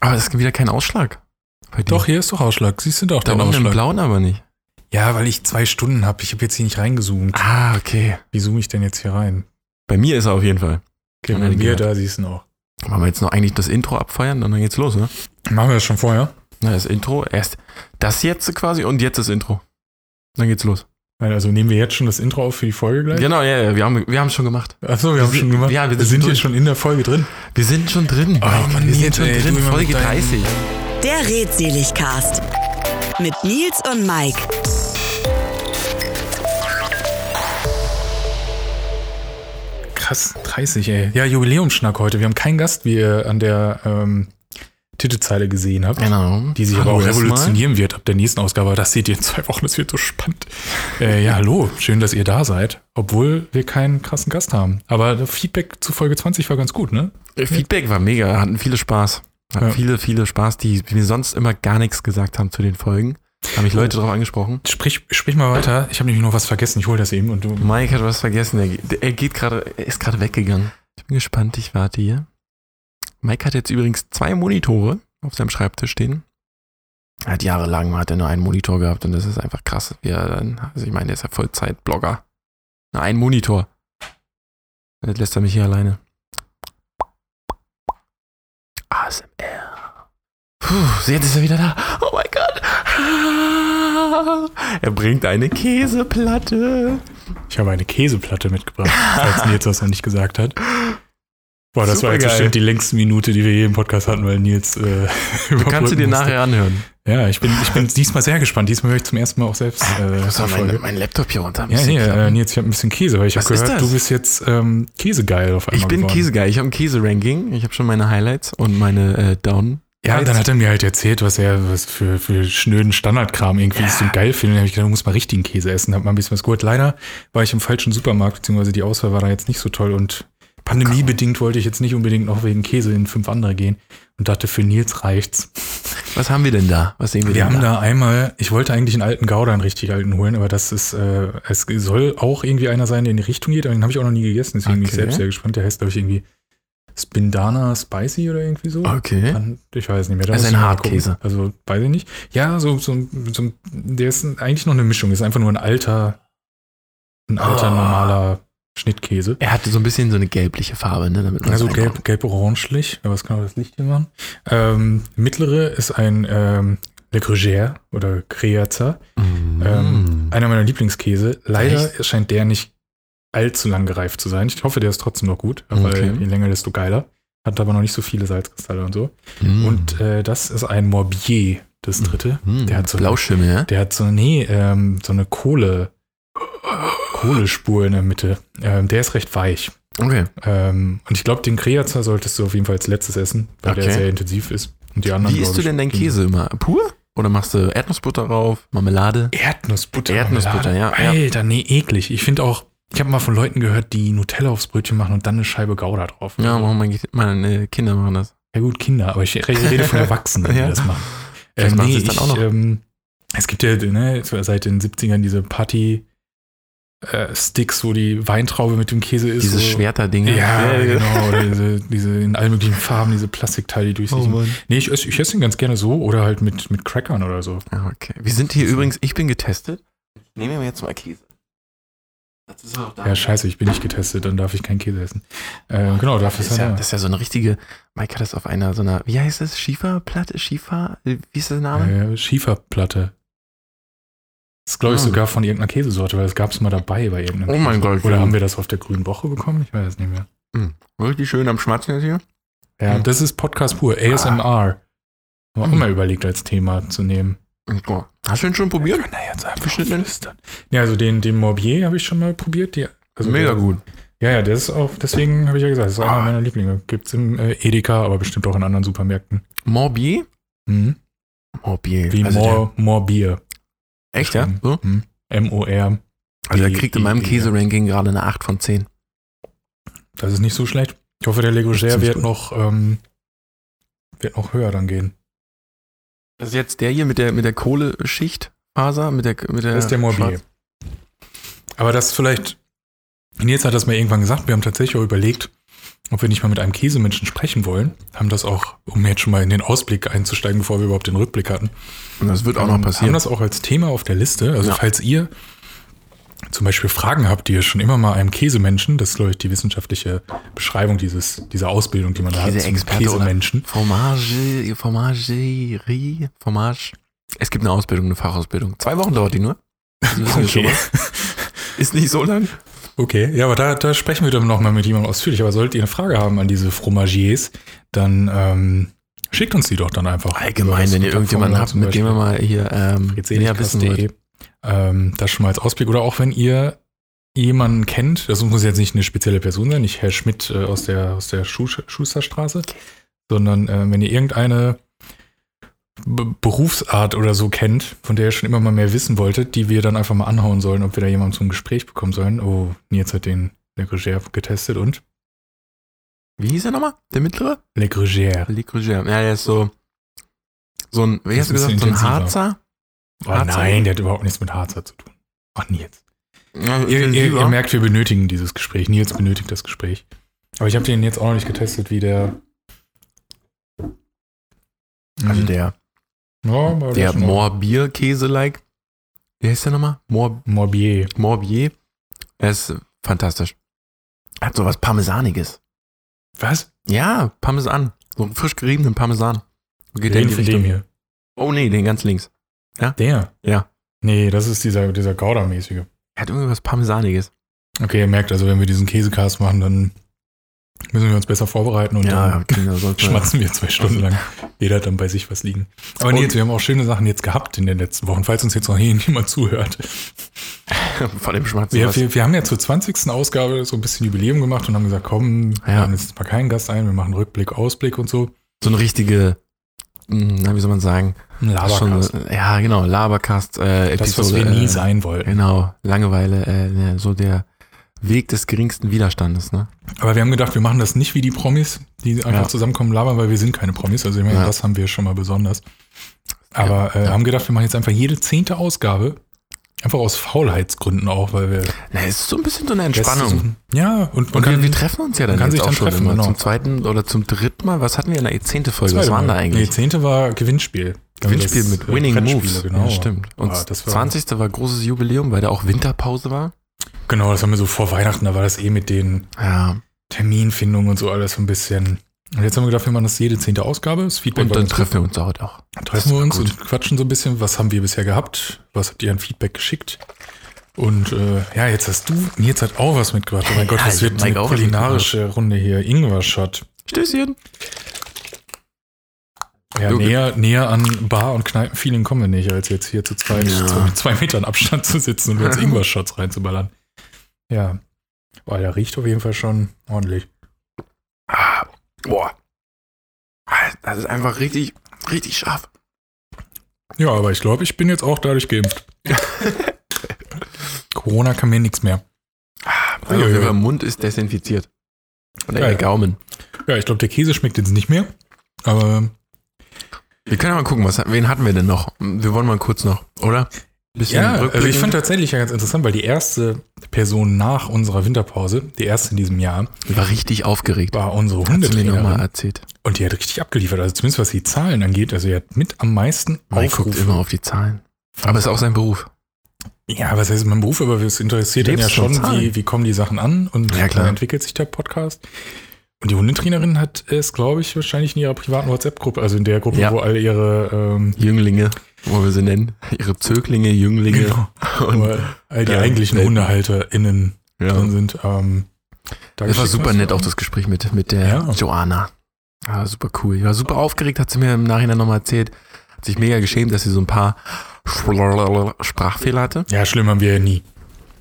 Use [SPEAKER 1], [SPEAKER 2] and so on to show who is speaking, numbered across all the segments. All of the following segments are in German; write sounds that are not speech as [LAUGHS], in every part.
[SPEAKER 1] Aber es gibt wieder keinen Ausschlag. Bei dir.
[SPEAKER 2] Doch, hier ist doch Ausschlag. Siehst du doch
[SPEAKER 1] da
[SPEAKER 2] den
[SPEAKER 1] oben im
[SPEAKER 2] Ausschlag.
[SPEAKER 1] blauen aber nicht.
[SPEAKER 2] Ja, weil ich zwei Stunden habe. Ich habe jetzt hier nicht reingezoomt.
[SPEAKER 1] Ah, okay.
[SPEAKER 2] Wie zoome ich denn jetzt hier rein?
[SPEAKER 1] Bei mir ist er auf jeden Fall.
[SPEAKER 2] Okay,
[SPEAKER 1] Haben
[SPEAKER 2] bei
[SPEAKER 1] wir
[SPEAKER 2] mir,
[SPEAKER 1] gehört.
[SPEAKER 2] da siehst du ihn auch.
[SPEAKER 1] Wollen wir jetzt noch eigentlich das Intro abfeiern, dann geht's los, ne?
[SPEAKER 2] Machen wir das schon vorher?
[SPEAKER 1] Na, das Intro, erst das jetzt quasi und jetzt das Intro. Dann geht's los.
[SPEAKER 2] Nein, Also nehmen wir jetzt schon das Intro auf für die Folge gleich?
[SPEAKER 1] Genau, ja, ja, wir haben wir haben schon gemacht.
[SPEAKER 2] Achso, wir haben
[SPEAKER 1] sind-
[SPEAKER 2] schon gemacht.
[SPEAKER 1] ja, wir
[SPEAKER 2] wir sind
[SPEAKER 1] sind
[SPEAKER 2] jetzt schon in der Folge drin.
[SPEAKER 1] Wir sind schon drin. Mike,
[SPEAKER 2] Oh Mann,
[SPEAKER 1] wir sind
[SPEAKER 2] Nils,
[SPEAKER 1] schon
[SPEAKER 2] ey,
[SPEAKER 1] drin,
[SPEAKER 2] du immer
[SPEAKER 1] Folge
[SPEAKER 2] mit deinen-
[SPEAKER 1] 30.
[SPEAKER 3] Der Redseligcast. Mit Nils und Mike.
[SPEAKER 2] Krass, 30, ey. Ja, Jubiläumsschnack heute. Wir haben keinen Gast, wie ihr an der ähm, Titelzeile gesehen habt.
[SPEAKER 1] Genau.
[SPEAKER 2] Die sich aber auch revolutionieren wird ab der nächsten Ausgabe. Aber Das seht ihr in zwei Wochen, das wird so spannend. Äh, ja, hallo, schön, dass ihr da seid. Obwohl wir keinen krassen Gast haben. Aber das Feedback zu Folge 20 war ganz gut, ne?
[SPEAKER 1] Feedback war mega, hatten viele Spaß. Hatten
[SPEAKER 2] Ja.
[SPEAKER 1] Viele, viele Spaß, die mir sonst immer gar nichts gesagt haben zu den Folgen. Haben mich Leute drauf angesprochen.
[SPEAKER 2] Sprich, sprich mal weiter. Ich habe nämlich noch was vergessen. Ich hole das eben und du.
[SPEAKER 1] Mike hat was vergessen. Er, ge- er geht gerade, er ist gerade weggegangen. Ich bin gespannt, ich warte hier. Mike hat jetzt übrigens zwei Monitore auf seinem Schreibtisch stehen. Er hat jahrelang hat er nur einen Monitor gehabt und das ist einfach krass. Wie er dann, also ich meine, der ist ja Vollzeit-Blogger. Na, Ein Monitor. Jetzt lässt er mich hier alleine. ASMR. Puh, jetzt ist er wieder da. Oh mein Gott. Er bringt eine Käseplatte.
[SPEAKER 2] Ich habe eine Käseplatte
[SPEAKER 1] [LAUGHS]
[SPEAKER 2] mitgebracht, falls Nils das noch nicht gesagt hat. Boah, das war jetzt
[SPEAKER 1] Supergeil.
[SPEAKER 2] bestimmt die längste Minute, die wir je im Podcast hatten, weil Nils äh, [LAUGHS]
[SPEAKER 1] [LAUGHS] Kannst du
[SPEAKER 2] überbrücken
[SPEAKER 1] dir
[SPEAKER 2] musste.
[SPEAKER 1] nachher anhören.
[SPEAKER 2] Ja, ich bin, ich bin diesmal sehr gespannt. Diesmal höre ich zum ersten Mal auch selbst äh,
[SPEAKER 1] Ich muss mal
[SPEAKER 2] Folge.
[SPEAKER 1] Ah, mein, mein Laptop hier runter.
[SPEAKER 2] Ja,
[SPEAKER 1] Muss
[SPEAKER 2] nee,
[SPEAKER 1] ich klappen.
[SPEAKER 2] äh, Nils, ich habe ein bisschen Käse, weil ich habe
[SPEAKER 1] Was ist
[SPEAKER 2] gehört,
[SPEAKER 1] das?
[SPEAKER 2] du bist jetzt ähm, Käsegeil auf einmal
[SPEAKER 1] ich bin
[SPEAKER 2] geworden.
[SPEAKER 1] Käsegeil. Ich habe ein Käse-Ranking. Ich habe schon meine Highlights und meine äh, Down.
[SPEAKER 2] Ja, dann hat er mir halt erzählt, was er was für, für schnöden Standardkram irgendwie ist und geil findet. Dann habe ich gedacht, du musst mal richtigen Käse essen. Hab mal ein bisschen was gehört. Leider war ich im falschen Supermarkt, beziehungsweise die Auswahl war da jetzt nicht so toll und pandemiebedingt wollte ich jetzt nicht unbedingt noch wegen Käse in fünf andere gehen und dachte, für Nils
[SPEAKER 1] [LAUGHS]
[SPEAKER 2] reicht's.
[SPEAKER 1] Was haben wir denn da? Was sehen wir,
[SPEAKER 2] Wir
[SPEAKER 1] denn
[SPEAKER 2] haben da einmal, ich wollte eigentlich einen alten Gouda, einen richtig alten holen, aber das ist, äh, es soll auch irgendwie einer sein, der in die Richtung geht, aber den habe ich auch noch nie gegessen, deswegen bin ich
[SPEAKER 1] Okay.
[SPEAKER 2] selbst sehr gespannt. Der heißt, glaube ich, irgendwie Spindana Spicy oder irgendwie so.
[SPEAKER 1] Okay.
[SPEAKER 2] Kann- Ich weiß nicht mehr. Da
[SPEAKER 1] Also
[SPEAKER 2] muss
[SPEAKER 1] ein
[SPEAKER 2] ich mal gucken.
[SPEAKER 1] Hartkäse.
[SPEAKER 2] Also weiß ich nicht. Ja, so, so, so ein- der ist ein- eigentlich noch eine Mischung. Ist einfach nur ein alter, ein alter
[SPEAKER 1] Ah.
[SPEAKER 2] normaler Schnittkäse.
[SPEAKER 1] Er hatte so ein bisschen so eine gelbliche Farbe, ne? Damit man
[SPEAKER 2] Also
[SPEAKER 1] es
[SPEAKER 2] gelb,
[SPEAKER 1] einordnet.
[SPEAKER 2] gelb-orangelich. Aber was kann auch das Licht hier machen? Ähm, mittlere ist ein ähm, Le Gruyère oder Creaza.
[SPEAKER 1] Mm.
[SPEAKER 2] Ähm, einer meiner Lieblingskäse. Leider
[SPEAKER 1] Echt?
[SPEAKER 2] scheint der nicht allzu lang gereift zu sein. Ich hoffe, der ist trotzdem noch gut, weil
[SPEAKER 1] Okay.
[SPEAKER 2] je länger, desto geiler. Hat aber noch nicht so viele Salzkristalle und so.
[SPEAKER 1] Mm.
[SPEAKER 2] Und äh, das ist ein Morbier, das dritte.
[SPEAKER 1] Mm.
[SPEAKER 2] der hat so-
[SPEAKER 1] Blauschimmel, ja?
[SPEAKER 2] Der hat so, nee, ähm, so eine Kohle, Kohlespur in der Mitte. Ähm, der ist recht weich.
[SPEAKER 1] Okay.
[SPEAKER 2] Ähm, und ich glaube, den Kreazer solltest du auf jeden Fall als letztes essen, weil der
[SPEAKER 1] Okay.
[SPEAKER 2] sehr intensiv ist. Und die anderen,
[SPEAKER 1] Wie isst
[SPEAKER 2] glaub
[SPEAKER 1] du
[SPEAKER 2] ich,
[SPEAKER 1] denn deinen
[SPEAKER 2] gehen-
[SPEAKER 1] Käse immer? Pur? Oder machst du Erdnussbutter drauf, Marmelade?
[SPEAKER 2] Erdnussbutter.
[SPEAKER 1] Erdnussbutter,
[SPEAKER 2] Marmelade.
[SPEAKER 1] ja, ja.
[SPEAKER 2] Alter, nee, eklig. Ich finde auch, ich habe mal von Leuten gehört, die Nutella aufs Brötchen machen und dann eine Scheibe Gouda drauf.
[SPEAKER 1] Ja, machen meine, meine Kinder machen das.
[SPEAKER 2] Ja gut, Kinder, aber ich re-
[SPEAKER 1] [LAUGHS]
[SPEAKER 2] rede von Erwachsenen, die
[SPEAKER 1] Ja.
[SPEAKER 2] das machen.
[SPEAKER 1] Vielleicht machen sie es dann auch noch.
[SPEAKER 2] Ähm, es gibt ja ne, seit den 70ern diese Party-Sticks, wo die Weintraube mit dem Käse ist.
[SPEAKER 1] Diese
[SPEAKER 2] so.
[SPEAKER 1] Schwerter-Dinge. [LAUGHS]
[SPEAKER 2] Ja, genau. Oder diese, diese in allen möglichen Farben, diese Plastikteile, die
[SPEAKER 1] Oh
[SPEAKER 2] durchsichtig sind. Nee, ich esse ich ess ihn ganz gerne so oder halt mit, mit Crackern oder so.
[SPEAKER 1] Ja, Ah, Okay. Wir sind hier übrigens, ich bin getestet. Nehmen wir jetzt mal Käse. Das ist auch da.
[SPEAKER 2] Ja, scheiße, ich bin nicht getestet, dann darf ich keinen Käse essen. Ähm, genau, dafür
[SPEAKER 1] Das
[SPEAKER 2] ist
[SPEAKER 1] ist, ja,
[SPEAKER 2] er da.
[SPEAKER 1] das ist ja so eine richtige, Mike hat das auf einer, so einer, wie heißt das? Schieferplatte? Schiefer? Wie ist der Name?
[SPEAKER 2] Äh, Schieferplatte. Das ist, glaube ich,
[SPEAKER 1] Ah.
[SPEAKER 2] sogar von irgendeiner Käsesorte, weil das gab es mal dabei bei irgendeinem
[SPEAKER 1] Oh mein Gott.
[SPEAKER 2] Oder haben wir das auf der grünen Woche bekommen? Ich weiß es nicht mehr.
[SPEAKER 1] Richtig schön am Schmatzen jetzt hier.
[SPEAKER 2] Ja,
[SPEAKER 1] Hm.
[SPEAKER 2] das ist Podcast pur, ASMR. Haben wir auch
[SPEAKER 1] Hm.
[SPEAKER 2] mal überlegt, als Thema zu nehmen.
[SPEAKER 1] Oh, Hast du ihn schon probiert?
[SPEAKER 2] Na, jetzt einfach
[SPEAKER 1] Geschnitten?
[SPEAKER 2] flüstern. Ja, also den, den Morbier habe ich schon mal probiert. Die, also der,
[SPEAKER 1] gut. Ah.
[SPEAKER 2] Ja, ja, der ist auch, deswegen habe ich ja gesagt, das ist einer meiner Lieblinge. Gibt es im äh, Edeka, aber bestimmt auch in anderen Supermärkten.
[SPEAKER 1] Morbier?
[SPEAKER 2] Mhm.
[SPEAKER 1] Morbier.
[SPEAKER 2] Wie
[SPEAKER 1] also
[SPEAKER 2] Mor, Morbier.
[SPEAKER 1] der, echt, ja? So?
[SPEAKER 2] Mhm. M-O-R.
[SPEAKER 1] Also der
[SPEAKER 2] Die-
[SPEAKER 1] kriegt
[SPEAKER 2] die-
[SPEAKER 1] in meinem
[SPEAKER 2] die-
[SPEAKER 1] Käse-Ranking gerade eine 8 von 10.
[SPEAKER 2] Das ist nicht so schlecht. Ich hoffe, der Legoger
[SPEAKER 1] Ziemlich
[SPEAKER 2] wird
[SPEAKER 1] gut.
[SPEAKER 2] noch, ähm, wird noch höher dann gehen.
[SPEAKER 1] Das ist jetzt der hier mit der, mit der Kohleschichtfaser, mit der, mit der.
[SPEAKER 2] Das ist der Morbier.
[SPEAKER 1] Schwarz-
[SPEAKER 2] Aber das vielleicht, Nils hat das mal irgendwann gesagt, wir haben tatsächlich auch überlegt, ob wir nicht mal mit einem Käsemenschen sprechen wollen, haben das auch, um jetzt schon mal in den Ausblick einzusteigen, bevor wir überhaupt den Rückblick hatten,
[SPEAKER 1] Und das wird auch noch
[SPEAKER 2] ähm, haben
[SPEAKER 1] passieren.
[SPEAKER 2] das auch als Thema auf der Liste. Also
[SPEAKER 1] Ja.
[SPEAKER 2] falls ihr zum Beispiel Fragen habt, die ihr schon immer mal einem Käsemenschen, das ist glaube ich die wissenschaftliche Beschreibung dieses, dieser Ausbildung, die man da hat,
[SPEAKER 1] Diese
[SPEAKER 2] zum
[SPEAKER 1] Experte oder
[SPEAKER 2] Käsemenschen.
[SPEAKER 1] Formage, Formagerie, Formage. Es gibt eine Ausbildung, eine Fachausbildung. Zwei Wochen dauert die nur. Das wissen wir schon mal. Ist nicht so lang.
[SPEAKER 2] Okay, ja, aber da, da sprechen wir dann nochmal mit jemandem ausführlich. Aber solltet ihr eine Frage haben an diese Fromagiers, dann ähm, schickt uns die doch dann einfach.
[SPEAKER 1] Allgemein,
[SPEAKER 2] Das
[SPEAKER 1] wenn ihr irgendjemanden
[SPEAKER 2] Kontaktformular
[SPEAKER 1] habt,
[SPEAKER 2] zum
[SPEAKER 1] mit dem
[SPEAKER 2] Beispiel.
[SPEAKER 1] wir mal hier ähm,
[SPEAKER 2] eh
[SPEAKER 1] näher wissen wollt.
[SPEAKER 2] Fritz-Edekas.de. Ähm, das schon mal als Ausblick. Oder auch wenn ihr jemanden kennt, das muss jetzt nicht eine spezielle Person sein, nicht Herr Schmidt äh, aus der, aus der Schu Schusterstraße, sondern äh, wenn ihr irgendeine B Berufsart oder so kennt, von der ihr schon immer mal mehr wissen wolltet, die wir dann einfach mal anhauen sollen, ob wir da jemanden zum Gespräch bekommen sollen. Oh, Nils hat den Le Gruyère getestet und
[SPEAKER 1] Wie hieß er nochmal? Der mittlere?
[SPEAKER 2] Le Gruyère.
[SPEAKER 1] Le Creuset. Ja, der ist so, so ein, wie hast du
[SPEAKER 2] Das ist
[SPEAKER 1] gesagt, so ein
[SPEAKER 2] intensiver.
[SPEAKER 1] Harzer?
[SPEAKER 2] Oh
[SPEAKER 1] Harzer.
[SPEAKER 2] nein, der hat überhaupt nichts mit Harzer zu tun. Ach, Nils.
[SPEAKER 1] Ja,
[SPEAKER 2] Ihr, ihr,
[SPEAKER 1] intensiver.
[SPEAKER 2] ihr merkt, wir benötigen dieses Gespräch. Nils benötigt das Gespräch. Aber ich habe den jetzt auch noch nicht getestet, wie der.
[SPEAKER 1] also
[SPEAKER 2] Mhm.
[SPEAKER 1] der,
[SPEAKER 2] Ja, aber
[SPEAKER 1] der
[SPEAKER 2] ist noch-
[SPEAKER 1] Morbier-Käse-like. Wie heißt der nochmal? Mor
[SPEAKER 2] Morbier.
[SPEAKER 1] Morbier. Er ist fantastisch. Hat so was Parmesaniges.
[SPEAKER 2] Was?
[SPEAKER 1] Ja, Parmesan. So einen frisch geriebenen Parmesan. So Geht der in die Richtung.
[SPEAKER 2] hier.
[SPEAKER 1] Oh nee, den ganz links.
[SPEAKER 2] Der?
[SPEAKER 1] Ja.
[SPEAKER 2] Nee, das ist dieser, dieser Gouda-mäßige.
[SPEAKER 1] Er hat irgendwie was Parmesaniges.
[SPEAKER 2] Okay, ihr merkt also, wenn wir diesen Käsecast machen, dann müssen wir uns besser vorbereiten und dann
[SPEAKER 1] Kinder, sollte
[SPEAKER 2] [LAUGHS]
[SPEAKER 1] man-
[SPEAKER 2] schmatzen wir zwei Stunden lang. Jeder hat dann bei sich was liegen. Aber
[SPEAKER 1] Und-
[SPEAKER 2] Nils, wir haben auch schöne Sachen jetzt gehabt in den letzten Wochen, falls uns jetzt noch jemand zuhört.
[SPEAKER 1] [LAUGHS] Vor dem Schmatzen.
[SPEAKER 2] Wir,
[SPEAKER 1] was.
[SPEAKER 2] wir, wir haben ja zur 20. Ausgabe so ein bisschen Jubiläum gemacht und haben gesagt, komm, wir
[SPEAKER 1] Ja.
[SPEAKER 2] haben jetzt mal keinen Gast ein, wir machen Rückblick, Ausblick und so.
[SPEAKER 1] So eine richtige, mh, na, wie soll man sagen?
[SPEAKER 2] Ein Labercast.
[SPEAKER 1] Schon, äh, ja, genau, Labercast. Äh,
[SPEAKER 2] das, was
[SPEAKER 1] Episode,
[SPEAKER 2] wir nie
[SPEAKER 1] äh,
[SPEAKER 2] sein wollten.
[SPEAKER 1] Genau, Langeweile, äh, ne, so der Weg des geringsten Widerstandes, ne?
[SPEAKER 2] Aber wir haben gedacht, wir machen das nicht wie die Promis, die einfach
[SPEAKER 1] Ja.
[SPEAKER 2] zusammenkommen labern, weil wir sind keine Promis. Also ich meine,
[SPEAKER 1] Ja.
[SPEAKER 2] das haben wir schon mal besonders. Aber äh, haben gedacht, wir machen jetzt einfach jede zehnte Ausgabe, einfach aus Faulheitsgründen auch, weil wir
[SPEAKER 1] Na, es ist so ein bisschen so eine
[SPEAKER 2] Gäste
[SPEAKER 1] Entspannung.
[SPEAKER 2] suchen. Ja, und,
[SPEAKER 1] Und
[SPEAKER 2] man
[SPEAKER 1] wir,
[SPEAKER 2] kann
[SPEAKER 1] wir treffen uns ja dann
[SPEAKER 2] man kann
[SPEAKER 1] jetzt
[SPEAKER 2] sich
[SPEAKER 1] auch
[SPEAKER 2] dann
[SPEAKER 1] schon
[SPEAKER 2] treffen,
[SPEAKER 1] immer
[SPEAKER 2] genau.
[SPEAKER 1] zum zweiten oder zum dritten Mal. Was hatten wir in der zehnten Folge? Was
[SPEAKER 2] Zweite
[SPEAKER 1] waren da
[SPEAKER 2] Mal. Nee,
[SPEAKER 1] eigentlich?
[SPEAKER 2] zehnte war Gewinnspiel.
[SPEAKER 1] Gewinnspiel
[SPEAKER 2] Das,
[SPEAKER 1] mit
[SPEAKER 2] äh,
[SPEAKER 1] Winning
[SPEAKER 2] Brettspiele,
[SPEAKER 1] Moves.
[SPEAKER 2] Genau.
[SPEAKER 1] Ja, stimmt. Und
[SPEAKER 2] Ah, das war-
[SPEAKER 1] 20. war großes Jubiläum, weil da auch Winterpause war.
[SPEAKER 2] Genau, das haben wir so vor Weihnachten, da war das eh mit den
[SPEAKER 1] Ja.
[SPEAKER 2] Terminfindungen und so alles so ein bisschen. Und jetzt haben wir gedacht, wir machen das jede zehnte Ausgabe. Das Feedback
[SPEAKER 1] Und
[SPEAKER 2] war
[SPEAKER 1] dann
[SPEAKER 2] ganz
[SPEAKER 1] treffen wir uns da heute auch.
[SPEAKER 2] gut. treffen wir uns
[SPEAKER 1] gut.
[SPEAKER 2] und quatschen so ein bisschen. Was haben wir bisher gehabt? Was habt ihr an Feedback geschickt? Und äh, ja, jetzt hast du, Nils hat auch was mitgebracht. Oh mein Gott,
[SPEAKER 1] Ja,
[SPEAKER 2] das
[SPEAKER 1] ich
[SPEAKER 2] wird
[SPEAKER 1] hab Mike
[SPEAKER 2] eine
[SPEAKER 1] auch was mitgebracht.
[SPEAKER 2] kulinarische Runde hier. Ingwer-Shot.
[SPEAKER 1] Stößchen.
[SPEAKER 2] Ja,
[SPEAKER 1] Junge.
[SPEAKER 2] näher, näher an Bar- und Kneipenfeeling kommen wir nicht, als jetzt hier zu zwei,
[SPEAKER 1] Ja.
[SPEAKER 2] zwei, zwei Metern Abstand zu sitzen
[SPEAKER 1] [LAUGHS]
[SPEAKER 2] und uns Ingwer-Shots reinzuballern. Ja. Boah, der riecht auf jeden Fall schon ordentlich.
[SPEAKER 1] Boah. Das ist einfach richtig, richtig scharf.
[SPEAKER 2] Ja, aber ich glaube, ich bin jetzt auch dadurch geimpft. [LAUGHS] Corona kann mir nichts mehr.
[SPEAKER 1] Also,
[SPEAKER 2] Uiuiui.
[SPEAKER 1] Der Mund ist desinfiziert. Oder
[SPEAKER 2] Geil.
[SPEAKER 1] der Gaumen.
[SPEAKER 2] Ja, ich glaube, der Käse schmeckt jetzt nicht mehr. Aber
[SPEAKER 1] Wir können ja mal gucken, was, wen hatten wir denn noch? Wir wollen mal kurz noch, oder? Bisschen
[SPEAKER 2] ja, also ich
[SPEAKER 1] rückblicken.
[SPEAKER 2] fand tatsächlich ja ganz interessant, weil die erste Person nach unserer Winterpause, die erste in diesem Jahr,
[SPEAKER 1] Die war richtig aufgeregt.
[SPEAKER 2] war unsere
[SPEAKER 1] Hat sie mir nochmal
[SPEAKER 2] Hundetrainerin.
[SPEAKER 1] erzählt.
[SPEAKER 2] Und die hat richtig abgeliefert. Also zumindest was die Zahlen angeht. Also die hat mit am meisten
[SPEAKER 1] Man guckt
[SPEAKER 2] Aufrufe.
[SPEAKER 1] immer auf die Zahlen. Aber ist auch sein Beruf.
[SPEAKER 2] Ja, was heißt mein Beruf, aber es interessiert ihn
[SPEAKER 1] Lebst
[SPEAKER 2] ja
[SPEAKER 1] von
[SPEAKER 2] schon,
[SPEAKER 1] Zahlen.
[SPEAKER 2] wie, wie kommen die Sachen an und
[SPEAKER 1] Ja, klar.
[SPEAKER 2] wie entwickelt sich der Podcast. Und die Hundetrainerin hat es, glaube ich, wahrscheinlich in ihrer privaten WhatsApp-Gruppe, also in der Gruppe,
[SPEAKER 1] Ja.
[SPEAKER 2] wo all ihre, ähm,
[SPEAKER 1] Jünglinge, wo wir sie nennen. Ihre Zöglinge, Jünglinge.
[SPEAKER 2] wo all die
[SPEAKER 1] Genau. Ja,
[SPEAKER 2] eigentlichen
[SPEAKER 1] selten.
[SPEAKER 2] HundehalterInnen
[SPEAKER 1] Ja.
[SPEAKER 2] drin sind. Ähm,
[SPEAKER 1] Das war
[SPEAKER 2] da geschickt
[SPEAKER 1] super
[SPEAKER 2] was.
[SPEAKER 1] nett, auch das Gespräch mit, mit der
[SPEAKER 2] Ja.
[SPEAKER 1] Joanna. Ja, super cool. Ich war super aufgeregt, hat sie mir im Nachhinein nochmal erzählt. Hat sich mega geschämt, dass sie so ein paar Sprachfehler hatte.
[SPEAKER 2] Ja, schlimm haben wir ja nie,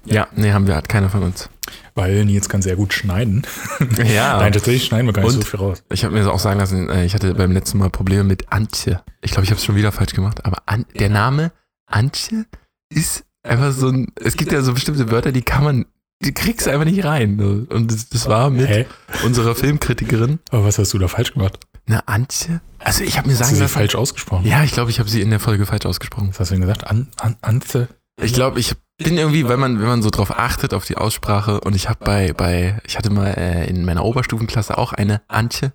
[SPEAKER 1] Ja, nee, haben wir, hat keiner von uns.
[SPEAKER 2] weil Nils kann sehr gut schneiden.
[SPEAKER 1] [LAUGHS] Ja.
[SPEAKER 2] Nein, tatsächlich schneiden wir gar nicht
[SPEAKER 1] Und?
[SPEAKER 2] so viel raus.
[SPEAKER 1] Ich habe mir das auch sagen lassen, äh, ich hatte beim letzten Mal Probleme mit Antje. Ich glaube, ich habe es schon wieder falsch gemacht, aber An der Name Antje ist einfach so ein. Es gibt ja so bestimmte Wörter, die kann man. Die kriegst du einfach nicht rein. ne? Und das, das war mit
[SPEAKER 2] Hä?
[SPEAKER 1] unserer Filmkritikerin.
[SPEAKER 2] Aber was hast du da falsch gemacht?
[SPEAKER 1] Na, Antje? Also, ich habe mir
[SPEAKER 2] Hast du
[SPEAKER 1] sagen
[SPEAKER 2] sie
[SPEAKER 1] lassen.
[SPEAKER 2] falsch ausgesprochen?
[SPEAKER 1] Ja, ich glaube, ich habe sie in der Folge falsch ausgesprochen.
[SPEAKER 2] Was hast du denn gesagt? An, an, Anze?
[SPEAKER 1] Ich glaube, ich habe bin irgendwie, wenn man, wenn man so drauf achtet, auf die Aussprache und ich habe bei, bei, ich hatte mal äh, in meiner Oberstufenklasse auch eine Antje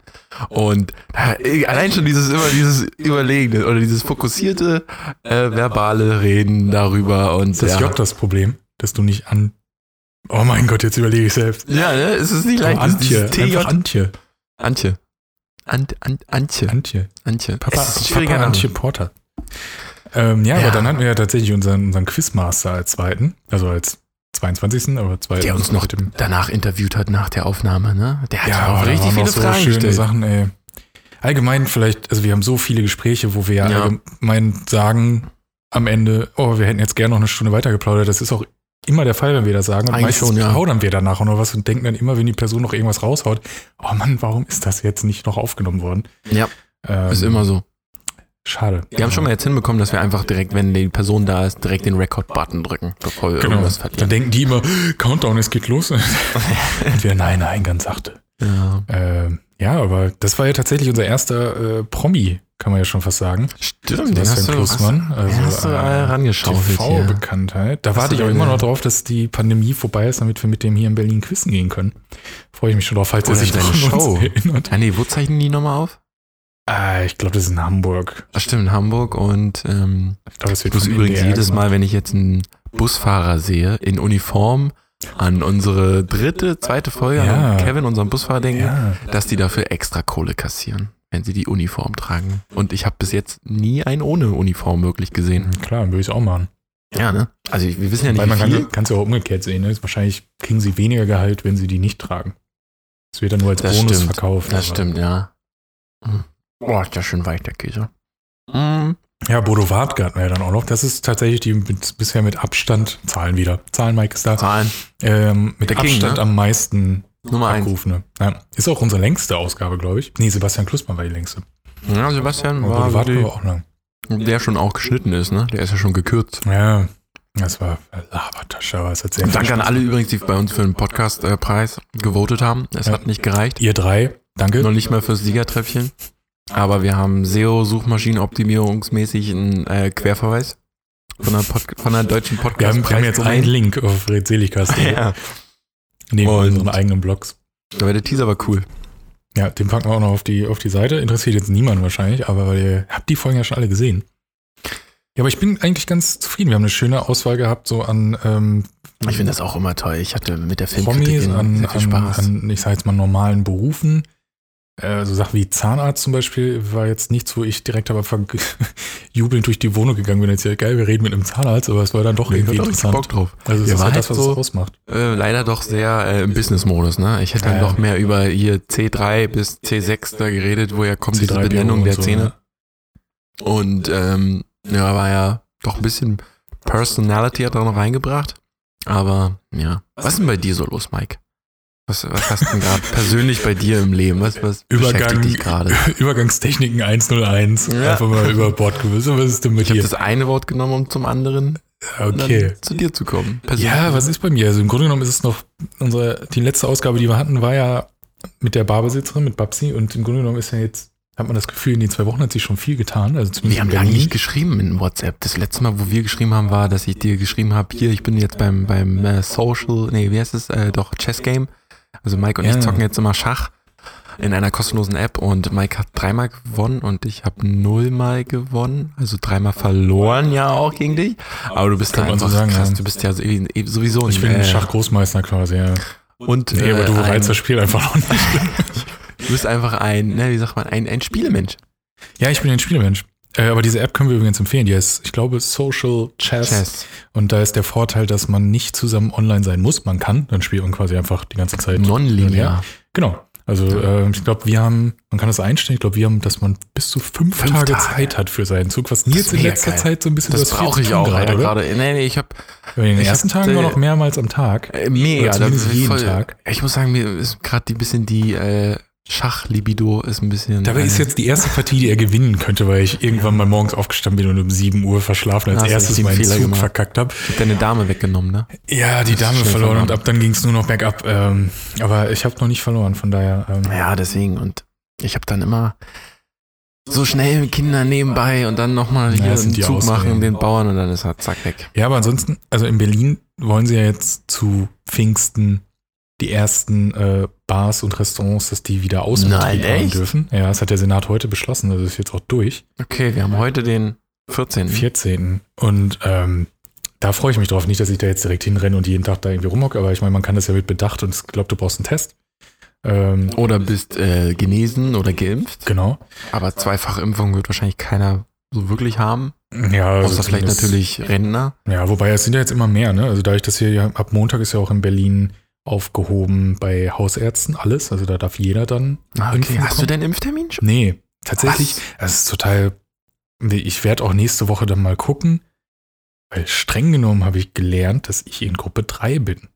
[SPEAKER 1] und äh, allein schon dieses immer dieses überlegene oder dieses fokussierte äh, verbale Reden darüber und
[SPEAKER 2] Ist das
[SPEAKER 1] ja.
[SPEAKER 2] J das Problem, dass du nicht an. Oh mein Gott, jetzt überlege ich selbst.
[SPEAKER 1] Ja, ne? Es ist nicht leicht.
[SPEAKER 2] Aber Antje,
[SPEAKER 1] dieses TJ.
[SPEAKER 2] einfach Antje.
[SPEAKER 1] Antje. Ant, Ant, Antje.
[SPEAKER 2] Antje.
[SPEAKER 1] Antje.
[SPEAKER 2] Papa,
[SPEAKER 1] es ist ein schwieriger
[SPEAKER 2] Papa
[SPEAKER 1] Name.
[SPEAKER 2] Antje Porter. Ähm, ja,
[SPEAKER 1] Ja.
[SPEAKER 2] aber dann hatten wir ja tatsächlich unseren, unseren Quizmaster als zweiten, also als 22. aber zweiten.
[SPEAKER 1] Der uns noch
[SPEAKER 2] mit dem,
[SPEAKER 1] danach interviewt hat nach der Aufnahme, ne? Der hat
[SPEAKER 2] ja,
[SPEAKER 1] ja auch
[SPEAKER 2] aber da
[SPEAKER 1] richtig
[SPEAKER 2] waren
[SPEAKER 1] viele
[SPEAKER 2] noch so
[SPEAKER 1] Fragen
[SPEAKER 2] schöne
[SPEAKER 1] gestellt.
[SPEAKER 2] Sachen, ey. Allgemein vielleicht, also wir haben so viele Gespräche, wo wir ja,
[SPEAKER 1] Ja.
[SPEAKER 2] allgemein sagen am Ende, oh, wir hätten jetzt gerne noch eine Stunde weiter geplaudert. Das ist auch immer der Fall, wenn wir das sagen. Und
[SPEAKER 1] Eigentlich
[SPEAKER 2] meistens
[SPEAKER 1] schon, ja.
[SPEAKER 2] plaudern wir danach auch noch was und denken dann immer, wenn die Person noch irgendwas raushaut, oh Mann, warum ist das jetzt nicht noch aufgenommen worden?
[SPEAKER 1] Ja,
[SPEAKER 2] Ähm,
[SPEAKER 1] ist immer so.
[SPEAKER 2] Schade.
[SPEAKER 1] Wir haben schon mal jetzt hinbekommen, dass wir einfach direkt, wenn die Person da ist, direkt den Record-Button drücken, bevor wir
[SPEAKER 2] Genau.
[SPEAKER 1] irgendwas
[SPEAKER 2] Dann
[SPEAKER 1] verlieren.
[SPEAKER 2] denken die immer, Countdown, es geht los. Und wir, nein, nein, ganz sachte.
[SPEAKER 1] Ja.
[SPEAKER 2] Ähm, ja, aber das war ja tatsächlich unser erster äh, Promi, kann man ja schon fast sagen.
[SPEAKER 1] Stimmt, den hast
[SPEAKER 2] Sebastian
[SPEAKER 1] du, hast,
[SPEAKER 2] Klussmann, also,
[SPEAKER 1] den hast du
[SPEAKER 2] äh,
[SPEAKER 1] äh, herangeschaufelt hier.
[SPEAKER 2] TV-Bekanntheit. Da
[SPEAKER 1] Hast
[SPEAKER 2] warte
[SPEAKER 1] du
[SPEAKER 2] ich auch
[SPEAKER 1] deine-
[SPEAKER 2] immer noch drauf, dass die Pandemie vorbei ist, damit wir mit dem hier in Berlin quizzen gehen können. Freue ich mich schon drauf, falls er
[SPEAKER 1] Oder
[SPEAKER 2] sich
[SPEAKER 1] seine
[SPEAKER 2] noch an uns
[SPEAKER 1] Show.
[SPEAKER 2] erinnert.
[SPEAKER 1] Ah, nee, wo zeichnen die nochmal auf?
[SPEAKER 2] Ah, ich glaube, das ist in Hamburg.
[SPEAKER 1] Ach, stimmt, in Hamburg und ähm,
[SPEAKER 2] Ich glaube, das
[SPEAKER 1] ich
[SPEAKER 2] wird
[SPEAKER 1] muss
[SPEAKER 2] vom
[SPEAKER 1] übrigens
[SPEAKER 2] NDR
[SPEAKER 1] jedes
[SPEAKER 2] gemacht.
[SPEAKER 1] Mal, wenn ich jetzt einen Busfahrer sehe, in Uniform an unsere dritte, zweite Folge
[SPEAKER 2] Ja.
[SPEAKER 1] an Kevin, unserem Busfahrer, denken,
[SPEAKER 2] Ja,
[SPEAKER 1] dass die dafür extra Kohle kassieren, wenn sie die Uniform tragen. Und ich habe bis jetzt nie einen ohne Uniform wirklich gesehen.
[SPEAKER 2] klar, würde ich auch machen.
[SPEAKER 1] Ja, ne? Also ich- wir wissen ja nicht,
[SPEAKER 2] Mhm. Weil man
[SPEAKER 1] wie viel.
[SPEAKER 2] kann es ja auch umgekehrt sehen. Ne? Wahrscheinlich kriegen sie weniger Gehalt, wenn sie die nicht tragen. Das wird dann nur als
[SPEAKER 1] Das
[SPEAKER 2] Bonus
[SPEAKER 1] stimmt.
[SPEAKER 2] verkauft.
[SPEAKER 1] Das
[SPEAKER 2] Aber-
[SPEAKER 1] stimmt, ja. Hm. Boah, ist ja schön weich, der Käse.
[SPEAKER 2] Hm.
[SPEAKER 1] Mm.
[SPEAKER 2] Ja, Bodo Wartgart ja dann auch noch. Das ist tatsächlich die mit, bisher mit Abstand, Zahlen wieder, Zahlen, Mike ist da,
[SPEAKER 1] Zahlen.
[SPEAKER 2] ähm, mit
[SPEAKER 1] Der King,
[SPEAKER 2] Abstand
[SPEAKER 1] ne?
[SPEAKER 2] am meisten
[SPEAKER 1] Nummer eins.
[SPEAKER 2] Abrufene. Ja. Ist auch unsere längste Ausgabe, glaube ich. Nee, Sebastian Klussmann war die längste.
[SPEAKER 1] Ja, Sebastian
[SPEAKER 2] Aber
[SPEAKER 1] war,
[SPEAKER 2] Bodo Wartgart
[SPEAKER 1] die,
[SPEAKER 2] war auch lang.
[SPEAKER 1] der schon auch geschnitten ist, ne? Der ist ja schon gekürzt.
[SPEAKER 2] Ja, das war Labertasche, aber es hat sehr viel
[SPEAKER 1] Danke an
[SPEAKER 2] Spaß
[SPEAKER 1] alle übrigens, die bei uns für den Podcast-Preis gewotet haben. Es
[SPEAKER 2] Ja.
[SPEAKER 1] hat nicht gereicht.
[SPEAKER 2] gemacht. Ihr drei, danke.
[SPEAKER 1] Noch nicht mal fürs Siegertreffchen. Aber wir haben SEO-Suchmaschinenoptimierungsmäßig einen äh, Querverweis von der, Pod von der deutschen
[SPEAKER 2] wir
[SPEAKER 1] podcast
[SPEAKER 2] haben, wir haben jetzt einen Link auf Redseligkast.
[SPEAKER 1] [LAUGHS] Ja.
[SPEAKER 2] Neben
[SPEAKER 1] Und-
[SPEAKER 2] unseren eigenen Blogs.
[SPEAKER 1] Aber der Teaser war cool.
[SPEAKER 2] Ja, den packen wir auch noch auf die, auf die Seite. Interessiert jetzt niemanden wahrscheinlich, aber weil ihr habt die Folgen ja schon alle gesehen. Ja, aber ich bin eigentlich ganz zufrieden. Wir haben eine schöne Auswahl gehabt, so an ähm,
[SPEAKER 1] Ich finde das auch immer toll. Ich hatte mit der
[SPEAKER 2] Promis,
[SPEAKER 1] Filmkritik
[SPEAKER 2] an,
[SPEAKER 1] sehr viel
[SPEAKER 2] an,
[SPEAKER 1] Spaß.
[SPEAKER 2] an, ich sag jetzt mal, normalen Berufen. Äh, so Sachen wie Zahnarzt zum Beispiel war jetzt nichts, wo ich direkt am Anfang [LAUGHS] jubelnd durch die Wohnung gegangen bin. Jetzt ja geil, wir reden mit einem Zahnarzt, aber es war dann doch
[SPEAKER 1] Ich
[SPEAKER 2] irgendwie
[SPEAKER 1] hatte auch richtig
[SPEAKER 2] interessant.
[SPEAKER 1] Bock drauf.
[SPEAKER 2] Also
[SPEAKER 1] Ja, war
[SPEAKER 2] das war
[SPEAKER 1] halt
[SPEAKER 2] das, was
[SPEAKER 1] so-
[SPEAKER 2] es ausmacht. [LAUGHS]
[SPEAKER 1] äh, leider doch sehr äh, im Business-Modus. Ne? Ich hätte dann
[SPEAKER 2] Ja,
[SPEAKER 1] doch
[SPEAKER 2] ja.
[SPEAKER 1] mehr über hier C3 bis C6 da geredet, woher kommt diese
[SPEAKER 2] C3PO
[SPEAKER 1] Benennung
[SPEAKER 2] und
[SPEAKER 1] der
[SPEAKER 2] so, ne?
[SPEAKER 1] Zähne. Und ähm, ja, war ja doch ein bisschen Personality hat er noch reingebracht. Aber ja, was ist denn bei dir so los, Mike? Was, was hast du denn
[SPEAKER 2] [LAUGHS]
[SPEAKER 1] gerade persönlich bei dir im Leben? Was, was
[SPEAKER 2] Übergang.
[SPEAKER 1] beschäftigt dich gerade?
[SPEAKER 2] Übergangstechniken 101.
[SPEAKER 1] Ja.
[SPEAKER 2] Einfach
[SPEAKER 1] [LAUGHS]
[SPEAKER 2] mal über Bord gewissen. Was ist denn mit
[SPEAKER 1] Ich habe
[SPEAKER 2] dir?
[SPEAKER 1] das eine Wort genommen, um zum anderen dann
[SPEAKER 2] Okay.
[SPEAKER 1] zu dir zu kommen.
[SPEAKER 2] Ja, was ist bei mir? Also im Grunde genommen ist es noch unsere, die letzte Ausgabe, die wir hatten, war ja mit der Barbesitzerin, mit Babsi. Und im Grunde genommen ist ja jetzt, hat man das Gefühl, in den zwei Wochen hat sich schon viel getan. Also zumindest
[SPEAKER 1] Wir haben
[SPEAKER 2] in
[SPEAKER 1] lange
[SPEAKER 2] Berlin.
[SPEAKER 1] nicht geschrieben in WhatsApp. Das letzte Mal, wo wir geschrieben haben, war, dass ich dir geschrieben habe, hier, ich bin jetzt beim, beim äh, Social, nee, wie heißt es, äh, doch, Chess Game. Also Mike und
[SPEAKER 2] Ja.
[SPEAKER 1] ich zocken jetzt immer Schach in einer kostenlosen App und Mike hat dreimal gewonnen und ich habe nullmal gewonnen. Also dreimal verloren ja auch gegen dich. Aber du bist da
[SPEAKER 2] Kann man so
[SPEAKER 1] einfach
[SPEAKER 2] sagen,
[SPEAKER 1] krass,
[SPEAKER 2] ja.
[SPEAKER 1] du bist ja so- eh- eh- sowieso
[SPEAKER 2] Ich bin
[SPEAKER 1] äh,
[SPEAKER 2] Schachgroßmeister quasi, ja.
[SPEAKER 1] Und,
[SPEAKER 2] Nee, aber
[SPEAKER 1] äh,
[SPEAKER 2] du reizt
[SPEAKER 1] ein,
[SPEAKER 2] das Spiel einfach noch nicht.
[SPEAKER 1] du bist einfach ein, ne, wie sagt man, ein, ein Spielemensch.
[SPEAKER 2] Ja, ich bin ein Spielemensch. Äh, aber diese App können wir übrigens empfehlen. Die heißt, ich glaube, Social Chess.
[SPEAKER 1] Chess.
[SPEAKER 2] Und da ist der Vorteil, dass man nicht zusammen online sein muss. Man kann dann spielt man quasi einfach die ganze Zeit. Ja.
[SPEAKER 1] Nonlinear.
[SPEAKER 2] Genau. Also ähm, ich glaube, wir haben, man kann das einstellen, ich glaube, wir haben, dass man bis zu fünf,
[SPEAKER 1] Fünf
[SPEAKER 2] Tage,
[SPEAKER 1] Tage.
[SPEAKER 2] Zeit hat für seinen Zug, was mir
[SPEAKER 1] Das
[SPEAKER 2] jetzt
[SPEAKER 1] ist
[SPEAKER 2] in
[SPEAKER 1] mega
[SPEAKER 2] letzter
[SPEAKER 1] geil.
[SPEAKER 2] Zeit so ein bisschen
[SPEAKER 1] Das brauche ich auch ja, gerade. Nee, nee, ich habe
[SPEAKER 2] In den
[SPEAKER 1] Ich
[SPEAKER 2] ersten
[SPEAKER 1] hab,
[SPEAKER 2] Tagen war
[SPEAKER 1] äh,
[SPEAKER 2] noch mehrmals am Tag.
[SPEAKER 1] Äh, Mega,
[SPEAKER 2] Oder zumindest
[SPEAKER 1] da-
[SPEAKER 2] jeden Tag.
[SPEAKER 1] Ich muss sagen, mir ist gerade die bisschen die äh, Schachlibido ist ein bisschen.
[SPEAKER 2] Dabei ist
[SPEAKER 1] äh,
[SPEAKER 2] jetzt die erste Partie, die er gewinnen könnte, weil ich irgendwann mal morgens aufgestanden bin und um 7 Uhr verschlafen als
[SPEAKER 1] Hast du
[SPEAKER 2] erstes
[SPEAKER 1] den
[SPEAKER 2] meinen
[SPEAKER 1] Fehler
[SPEAKER 2] Zug
[SPEAKER 1] gemacht.
[SPEAKER 2] verkackt habe.
[SPEAKER 1] ich hab deine Dame weggenommen, ne?
[SPEAKER 2] Ja, die
[SPEAKER 1] Das ist
[SPEAKER 2] Dame
[SPEAKER 1] schnell
[SPEAKER 2] verloren und
[SPEAKER 1] verloren.
[SPEAKER 2] ab dann ging es nur noch bergab. Ähm, aber ich habe noch nicht verloren, von daher. Ähm,
[SPEAKER 1] Ja, deswegen und ich habe dann immer so schnell Kinder nebenbei und dann nochmal
[SPEAKER 2] Na,
[SPEAKER 1] hier
[SPEAKER 2] das sind
[SPEAKER 1] einen
[SPEAKER 2] die
[SPEAKER 1] Zug machen,
[SPEAKER 2] Ausreden.
[SPEAKER 1] den Bauern und dann ist er zack weg.
[SPEAKER 2] Ja, aber ansonsten, also in Berlin wollen sie ja jetzt zu Pfingsten die ersten äh, Bars und Restaurants, dass die wieder außen
[SPEAKER 1] Nein, echt?
[SPEAKER 2] dürfen. Ja, das hat der Senat heute beschlossen, also ist jetzt auch durch.
[SPEAKER 1] Okay, wir haben heute den 14.
[SPEAKER 2] 14. Und ähm, da freue ich mich drauf. Nicht, dass ich da jetzt direkt hinrenne und jeden Tag da irgendwie rumhocke, aber ich meine, man kann das ja mit Bedacht und ich glaube, du brauchst einen Test. Ähm,
[SPEAKER 1] Oder bist äh, genesen oder geimpft.
[SPEAKER 2] genau.
[SPEAKER 1] Aber Zweifach-Impfung wird wahrscheinlich keiner so wirklich haben.
[SPEAKER 2] Ja, also
[SPEAKER 1] außer vielleicht
[SPEAKER 2] zumindest-
[SPEAKER 1] natürlich Rentner.
[SPEAKER 2] Ja, wobei es sind ja jetzt immer mehr, ne? Also dadurch, dass hier ja ab Montag ist ja auch in Berlin aufgehoben bei Hausärzten alles. Also da darf jeder dann.
[SPEAKER 1] Ah,
[SPEAKER 2] impfen
[SPEAKER 1] okay. Hast du
[SPEAKER 2] kommen.
[SPEAKER 1] deinen Impftermin schon?
[SPEAKER 2] Nee, tatsächlich.
[SPEAKER 1] Was?
[SPEAKER 2] Das ist total. Nee, Ich werde auch nächste Woche dann mal gucken, weil streng genommen habe ich gelernt, dass ich in Gruppe 3 bin.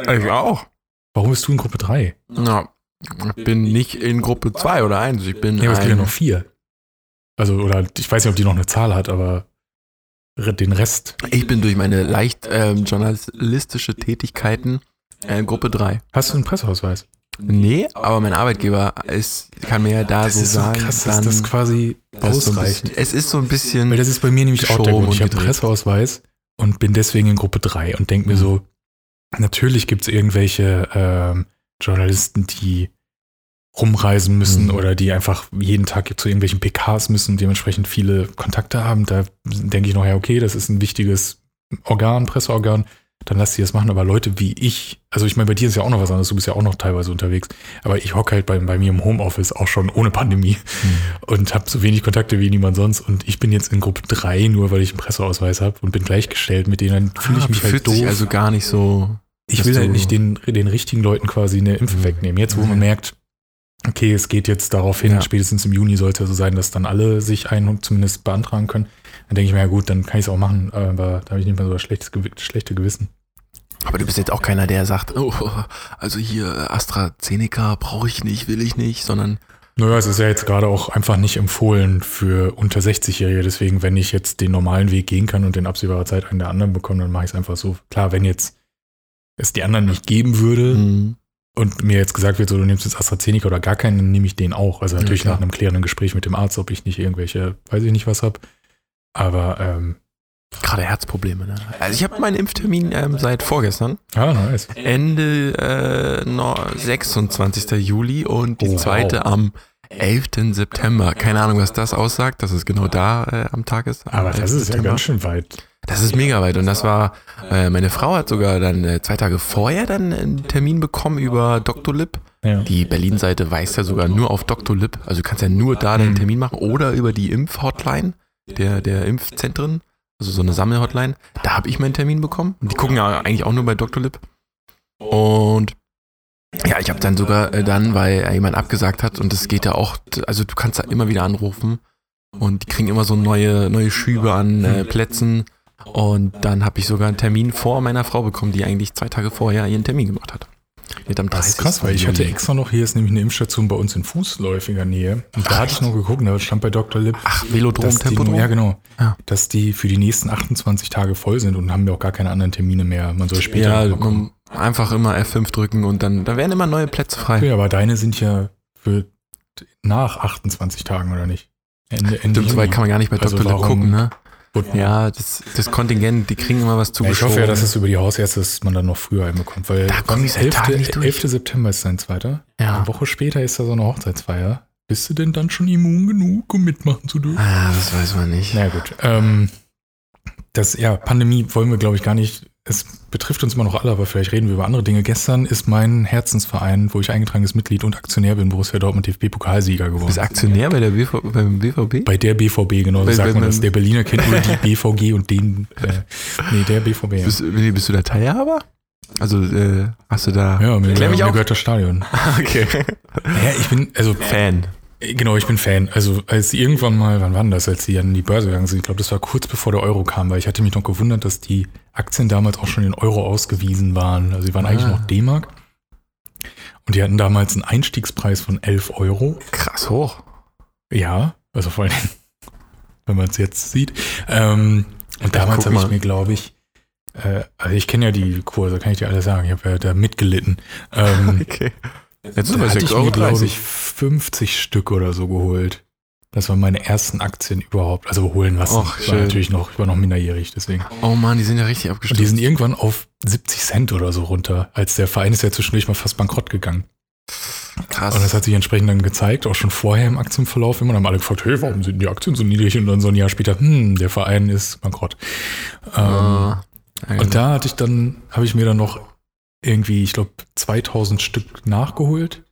[SPEAKER 1] Ich auch.
[SPEAKER 2] Warum bist du in Gruppe 3?
[SPEAKER 1] Na, ich bin nicht in Gruppe 2 oder 1. Ich bin
[SPEAKER 2] Nee, aber es gibt ja
[SPEAKER 1] ein,
[SPEAKER 2] noch 4. Also, oder ich weiß nicht, ob die noch eine Zahl hat, aber den Rest.
[SPEAKER 1] ich bin durch meine leicht ähm, journalistische Tätigkeiten äh, Gruppe 3.
[SPEAKER 2] Hast du einen Presseausweis?
[SPEAKER 1] Nee, aber mein Arbeitgeber ist, kann mir ja da so sagen,
[SPEAKER 2] dass
[SPEAKER 1] dann,
[SPEAKER 2] Also das quasi
[SPEAKER 1] das so ein
[SPEAKER 2] ausreicht.
[SPEAKER 1] bisschen, es ist so ein bisschen,
[SPEAKER 2] Weil das ist bei mir nämlich auch der
[SPEAKER 1] geschoben
[SPEAKER 2] Grund.
[SPEAKER 1] und
[SPEAKER 2] Ich habe
[SPEAKER 1] gedreht.
[SPEAKER 2] Presseausweis und bin deswegen in Gruppe 3 und denke mir so, natürlich gibt es irgendwelche ähm, Journalisten, die rumreisen müssen
[SPEAKER 1] Mhm.
[SPEAKER 2] oder die einfach jeden Tag zu irgendwelchen PKs müssen, dementsprechend viele Kontakte haben. Da denke ich noch, ja, okay, das ist ein wichtiges Organ, Presseorgan, dann lass die das machen. Aber Leute wie ich, also ich meine, bei dir ist ja auch noch was anderes, du bist ja auch noch teilweise unterwegs, aber ich hocke halt bei, bei mir im Homeoffice auch schon ohne Pandemie
[SPEAKER 1] Hm.
[SPEAKER 2] und habe so wenig Kontakte wie niemand sonst. Und ich bin jetzt in Gruppe 3, nur weil ich einen Presseausweis habe und bin gleichgestellt mit denen, dann fühle
[SPEAKER 1] Ah,
[SPEAKER 2] ich mich halt
[SPEAKER 1] fühlt
[SPEAKER 2] doof.
[SPEAKER 1] sich also gar nicht so,
[SPEAKER 2] ich
[SPEAKER 1] dass
[SPEAKER 2] will
[SPEAKER 1] du- Hm.
[SPEAKER 2] halt nicht den, den richtigen Leuten quasi eine Impfung wegnehmen. Jetzt, wo man merkt, okay, es geht jetzt darauf hin,
[SPEAKER 1] Ja.
[SPEAKER 2] spätestens im Juni sollte es so sein, dass dann alle sich einen zumindest beantragen können. Dann denke ich mir, ja gut, dann kann ich es auch machen, aber da habe ich nicht mehr so das schlechtes, Gewi- schlechte Gewissen.
[SPEAKER 1] aber du bist jetzt auch keiner, der sagt, oh, also hier AstraZeneca brauche ich nicht, will ich nicht, sondern
[SPEAKER 2] Naja, es ist ja jetzt gerade auch einfach nicht empfohlen für unter 60-Jährige. Deswegen, wenn ich jetzt den normalen Weg gehen kann und in absehbarer Zeit einen der anderen bekomme, dann mache ich es einfach so. Klar, wenn jetzt es die anderen nicht geben würde
[SPEAKER 1] mhm.
[SPEAKER 2] und mir jetzt gesagt wird, so, du nimmst jetzt AstraZeneca oder gar keinen, dann nehme ich den auch. Also natürlich
[SPEAKER 1] klar.
[SPEAKER 2] nach einem klärenden Gespräch mit dem Arzt, ob ich nicht irgendwelche, weiß ich nicht was habe. Aber, ähm,
[SPEAKER 1] gerade Herzprobleme. Ne? Also ich habe meinen Impftermin ähm, seit vorgestern,
[SPEAKER 2] ah, nice.
[SPEAKER 1] Ende äh, no, 26. Juli und die
[SPEAKER 2] Wow.
[SPEAKER 1] zweite am 11. September. Keine Ahnung, was das aussagt, dass es genau da äh, am Tag ist. am
[SPEAKER 2] Aber
[SPEAKER 1] 11.
[SPEAKER 2] das ist ja
[SPEAKER 1] September.
[SPEAKER 2] ganz schön weit.
[SPEAKER 1] Das ist mega weit und das war, äh, meine Frau hat sogar dann äh, zwei Tage vorher dann einen Termin bekommen über Dr. Lip.
[SPEAKER 2] Ja.
[SPEAKER 1] Die Berlin-Seite weist ja sogar nur auf Dr. Lip, also du kannst ja nur da deinen
[SPEAKER 2] Mhm.
[SPEAKER 1] Termin machen oder über die Impf-Hotline der, der Impfzentren, also so eine Sammel-Hotline. Da habe ich meinen Termin bekommen und die gucken ja eigentlich auch nur bei Dr. Lip. Und ja, ich habe dann sogar äh, dann, weil äh, jemand abgesagt hat und es geht ja auch, also du kannst da immer wieder anrufen und die kriegen immer so neue, neue Schübe an
[SPEAKER 2] Mhm.
[SPEAKER 1] äh, Plätzen. Und dann habe ich sogar einen Termin vor meiner Frau bekommen, die eigentlich zwei Tage vorher ihren Termin gemacht hat. Jetzt am
[SPEAKER 2] Das ist
[SPEAKER 1] 30.
[SPEAKER 2] krass, weil ich hatte
[SPEAKER 1] Juli.
[SPEAKER 2] extra noch, hier ist nämlich eine Impfstation bei uns in fußläufiger Nähe. Und da hatte ich noch geguckt, und da stand bei Dr. Lipp,
[SPEAKER 1] Ach, Velodrom,
[SPEAKER 2] dass die,
[SPEAKER 1] Tempodrom?
[SPEAKER 2] ja genau,
[SPEAKER 1] Ja.
[SPEAKER 2] dass die für die nächsten 28 Tage voll sind und haben ja auch gar keine anderen Termine mehr. Man soll später
[SPEAKER 1] Ja,
[SPEAKER 2] noch mal gucken.
[SPEAKER 1] man- einfach immer F5 drücken und dann, da werden immer neue Plätze frei.
[SPEAKER 2] Okay, aber deine sind ja für nach 28 Tagen oder nicht? Ende, Ende
[SPEAKER 1] Stimmt, so weit
[SPEAKER 2] Juni.
[SPEAKER 1] kann man gar nicht bei Dr.
[SPEAKER 2] Also
[SPEAKER 1] Lip
[SPEAKER 2] warum-
[SPEAKER 1] gucken, ne?
[SPEAKER 2] Gut.
[SPEAKER 1] Ja, das, das Kontingent, die kriegen immer was
[SPEAKER 2] Ja, ich
[SPEAKER 1] zugeschoben.
[SPEAKER 2] hoffe ja, dass es über die Hausärzte dass man dann noch früher hinbekommt, weil
[SPEAKER 1] Da komm
[SPEAKER 2] am
[SPEAKER 1] ich seit Tagen nicht durch.
[SPEAKER 2] 11. September ist sein zweiter.
[SPEAKER 1] ja.
[SPEAKER 2] Eine Woche später ist da so eine Hochzeitsfeier. Bist du denn dann schon immun genug, um mitmachen zu dürfen?
[SPEAKER 1] Ah, das weiß man nicht.
[SPEAKER 2] Na gut. Ähm, das, ja, Pandemie wollen wir, glaube ich, gar nicht. Es betrifft uns immer noch alle, aber vielleicht reden wir über andere Dinge. Gestern ist mein Herzensverein, wo ich eingetragenes Mitglied und Aktionär bin, Borussia Dortmund DFB-Pokalsieger
[SPEAKER 1] Du
[SPEAKER 2] geworden.
[SPEAKER 1] bist Aktionär bei der BV, beim BVB?
[SPEAKER 2] bei der BVB, genau, so
[SPEAKER 1] Bei-
[SPEAKER 2] sagt
[SPEAKER 1] bei-
[SPEAKER 2] man das. Der Berliner kennt
[SPEAKER 1] [LAUGHS]
[SPEAKER 2] nur die BVG und den, äh, nee, der BVB. Ja,
[SPEAKER 1] Bist, nee, bist du da Teilhaber? Also, äh, hast du da.
[SPEAKER 2] ja mir,
[SPEAKER 1] Klär
[SPEAKER 2] mir
[SPEAKER 1] mich auf.
[SPEAKER 2] gehört
[SPEAKER 1] [LAUGHS]
[SPEAKER 2] das Stadion.
[SPEAKER 1] Okay.
[SPEAKER 2] Ja, ich bin, also
[SPEAKER 1] Fan.
[SPEAKER 2] Genau, ich bin Fan. Also als sie irgendwann mal, wann war denn das, als sie an die Börse gegangen sind? Ich glaube, das war kurz bevor der Euro kam, weil ich hatte mich noch gewundert, dass die Aktien damals auch schon in Euro ausgewiesen waren. Also sie waren eigentlich
[SPEAKER 1] Ah.
[SPEAKER 2] noch D-Mark. Und die hatten damals einen Einstiegspreis von 11 Euro.
[SPEAKER 1] Krass hoch.
[SPEAKER 2] Ja, also vor allem, [LAUGHS] wenn man es jetzt sieht. Ähm, und damals
[SPEAKER 1] Also guck
[SPEAKER 2] habe ich
[SPEAKER 1] mal.
[SPEAKER 2] mir, glaube ich, äh, also ich kenne ja die Kurse, kann ich dir alles sagen. Ich habe ja da mitgelitten. Ähm,
[SPEAKER 1] [LAUGHS] Okay. Jetzt sind
[SPEAKER 2] da
[SPEAKER 1] wir
[SPEAKER 2] hatte ich
[SPEAKER 1] 6,30
[SPEAKER 2] mir,
[SPEAKER 1] Euro.
[SPEAKER 2] glaube ich, 50 Stück oder so geholt. Das waren meine ersten Aktien überhaupt. Also holen lassen.
[SPEAKER 1] Och,
[SPEAKER 2] ich war
[SPEAKER 1] schön.
[SPEAKER 2] natürlich noch, ich war noch minderjährig, deswegen.
[SPEAKER 1] Oh Mann, die sind ja richtig
[SPEAKER 2] Und die
[SPEAKER 1] abgestürzt.
[SPEAKER 2] sind irgendwann auf 70 Cent oder so runter, als der Verein ist ja zwischendurch mal fast bankrott gegangen.
[SPEAKER 1] Krass.
[SPEAKER 2] Und das hat sich entsprechend dann gezeigt, auch schon vorher im Aktienverlauf. Immer dann haben alle gefragt, hey, warum sind die Aktien so niedrig? Und dann so ein Jahr später, hm, der Verein ist bankrott. Ähm,
[SPEAKER 1] Ah, ja,
[SPEAKER 2] Und da hatte ich dann, habe ich mir dann noch irgendwie, ich glaube, 2000 Stück nachgeholt.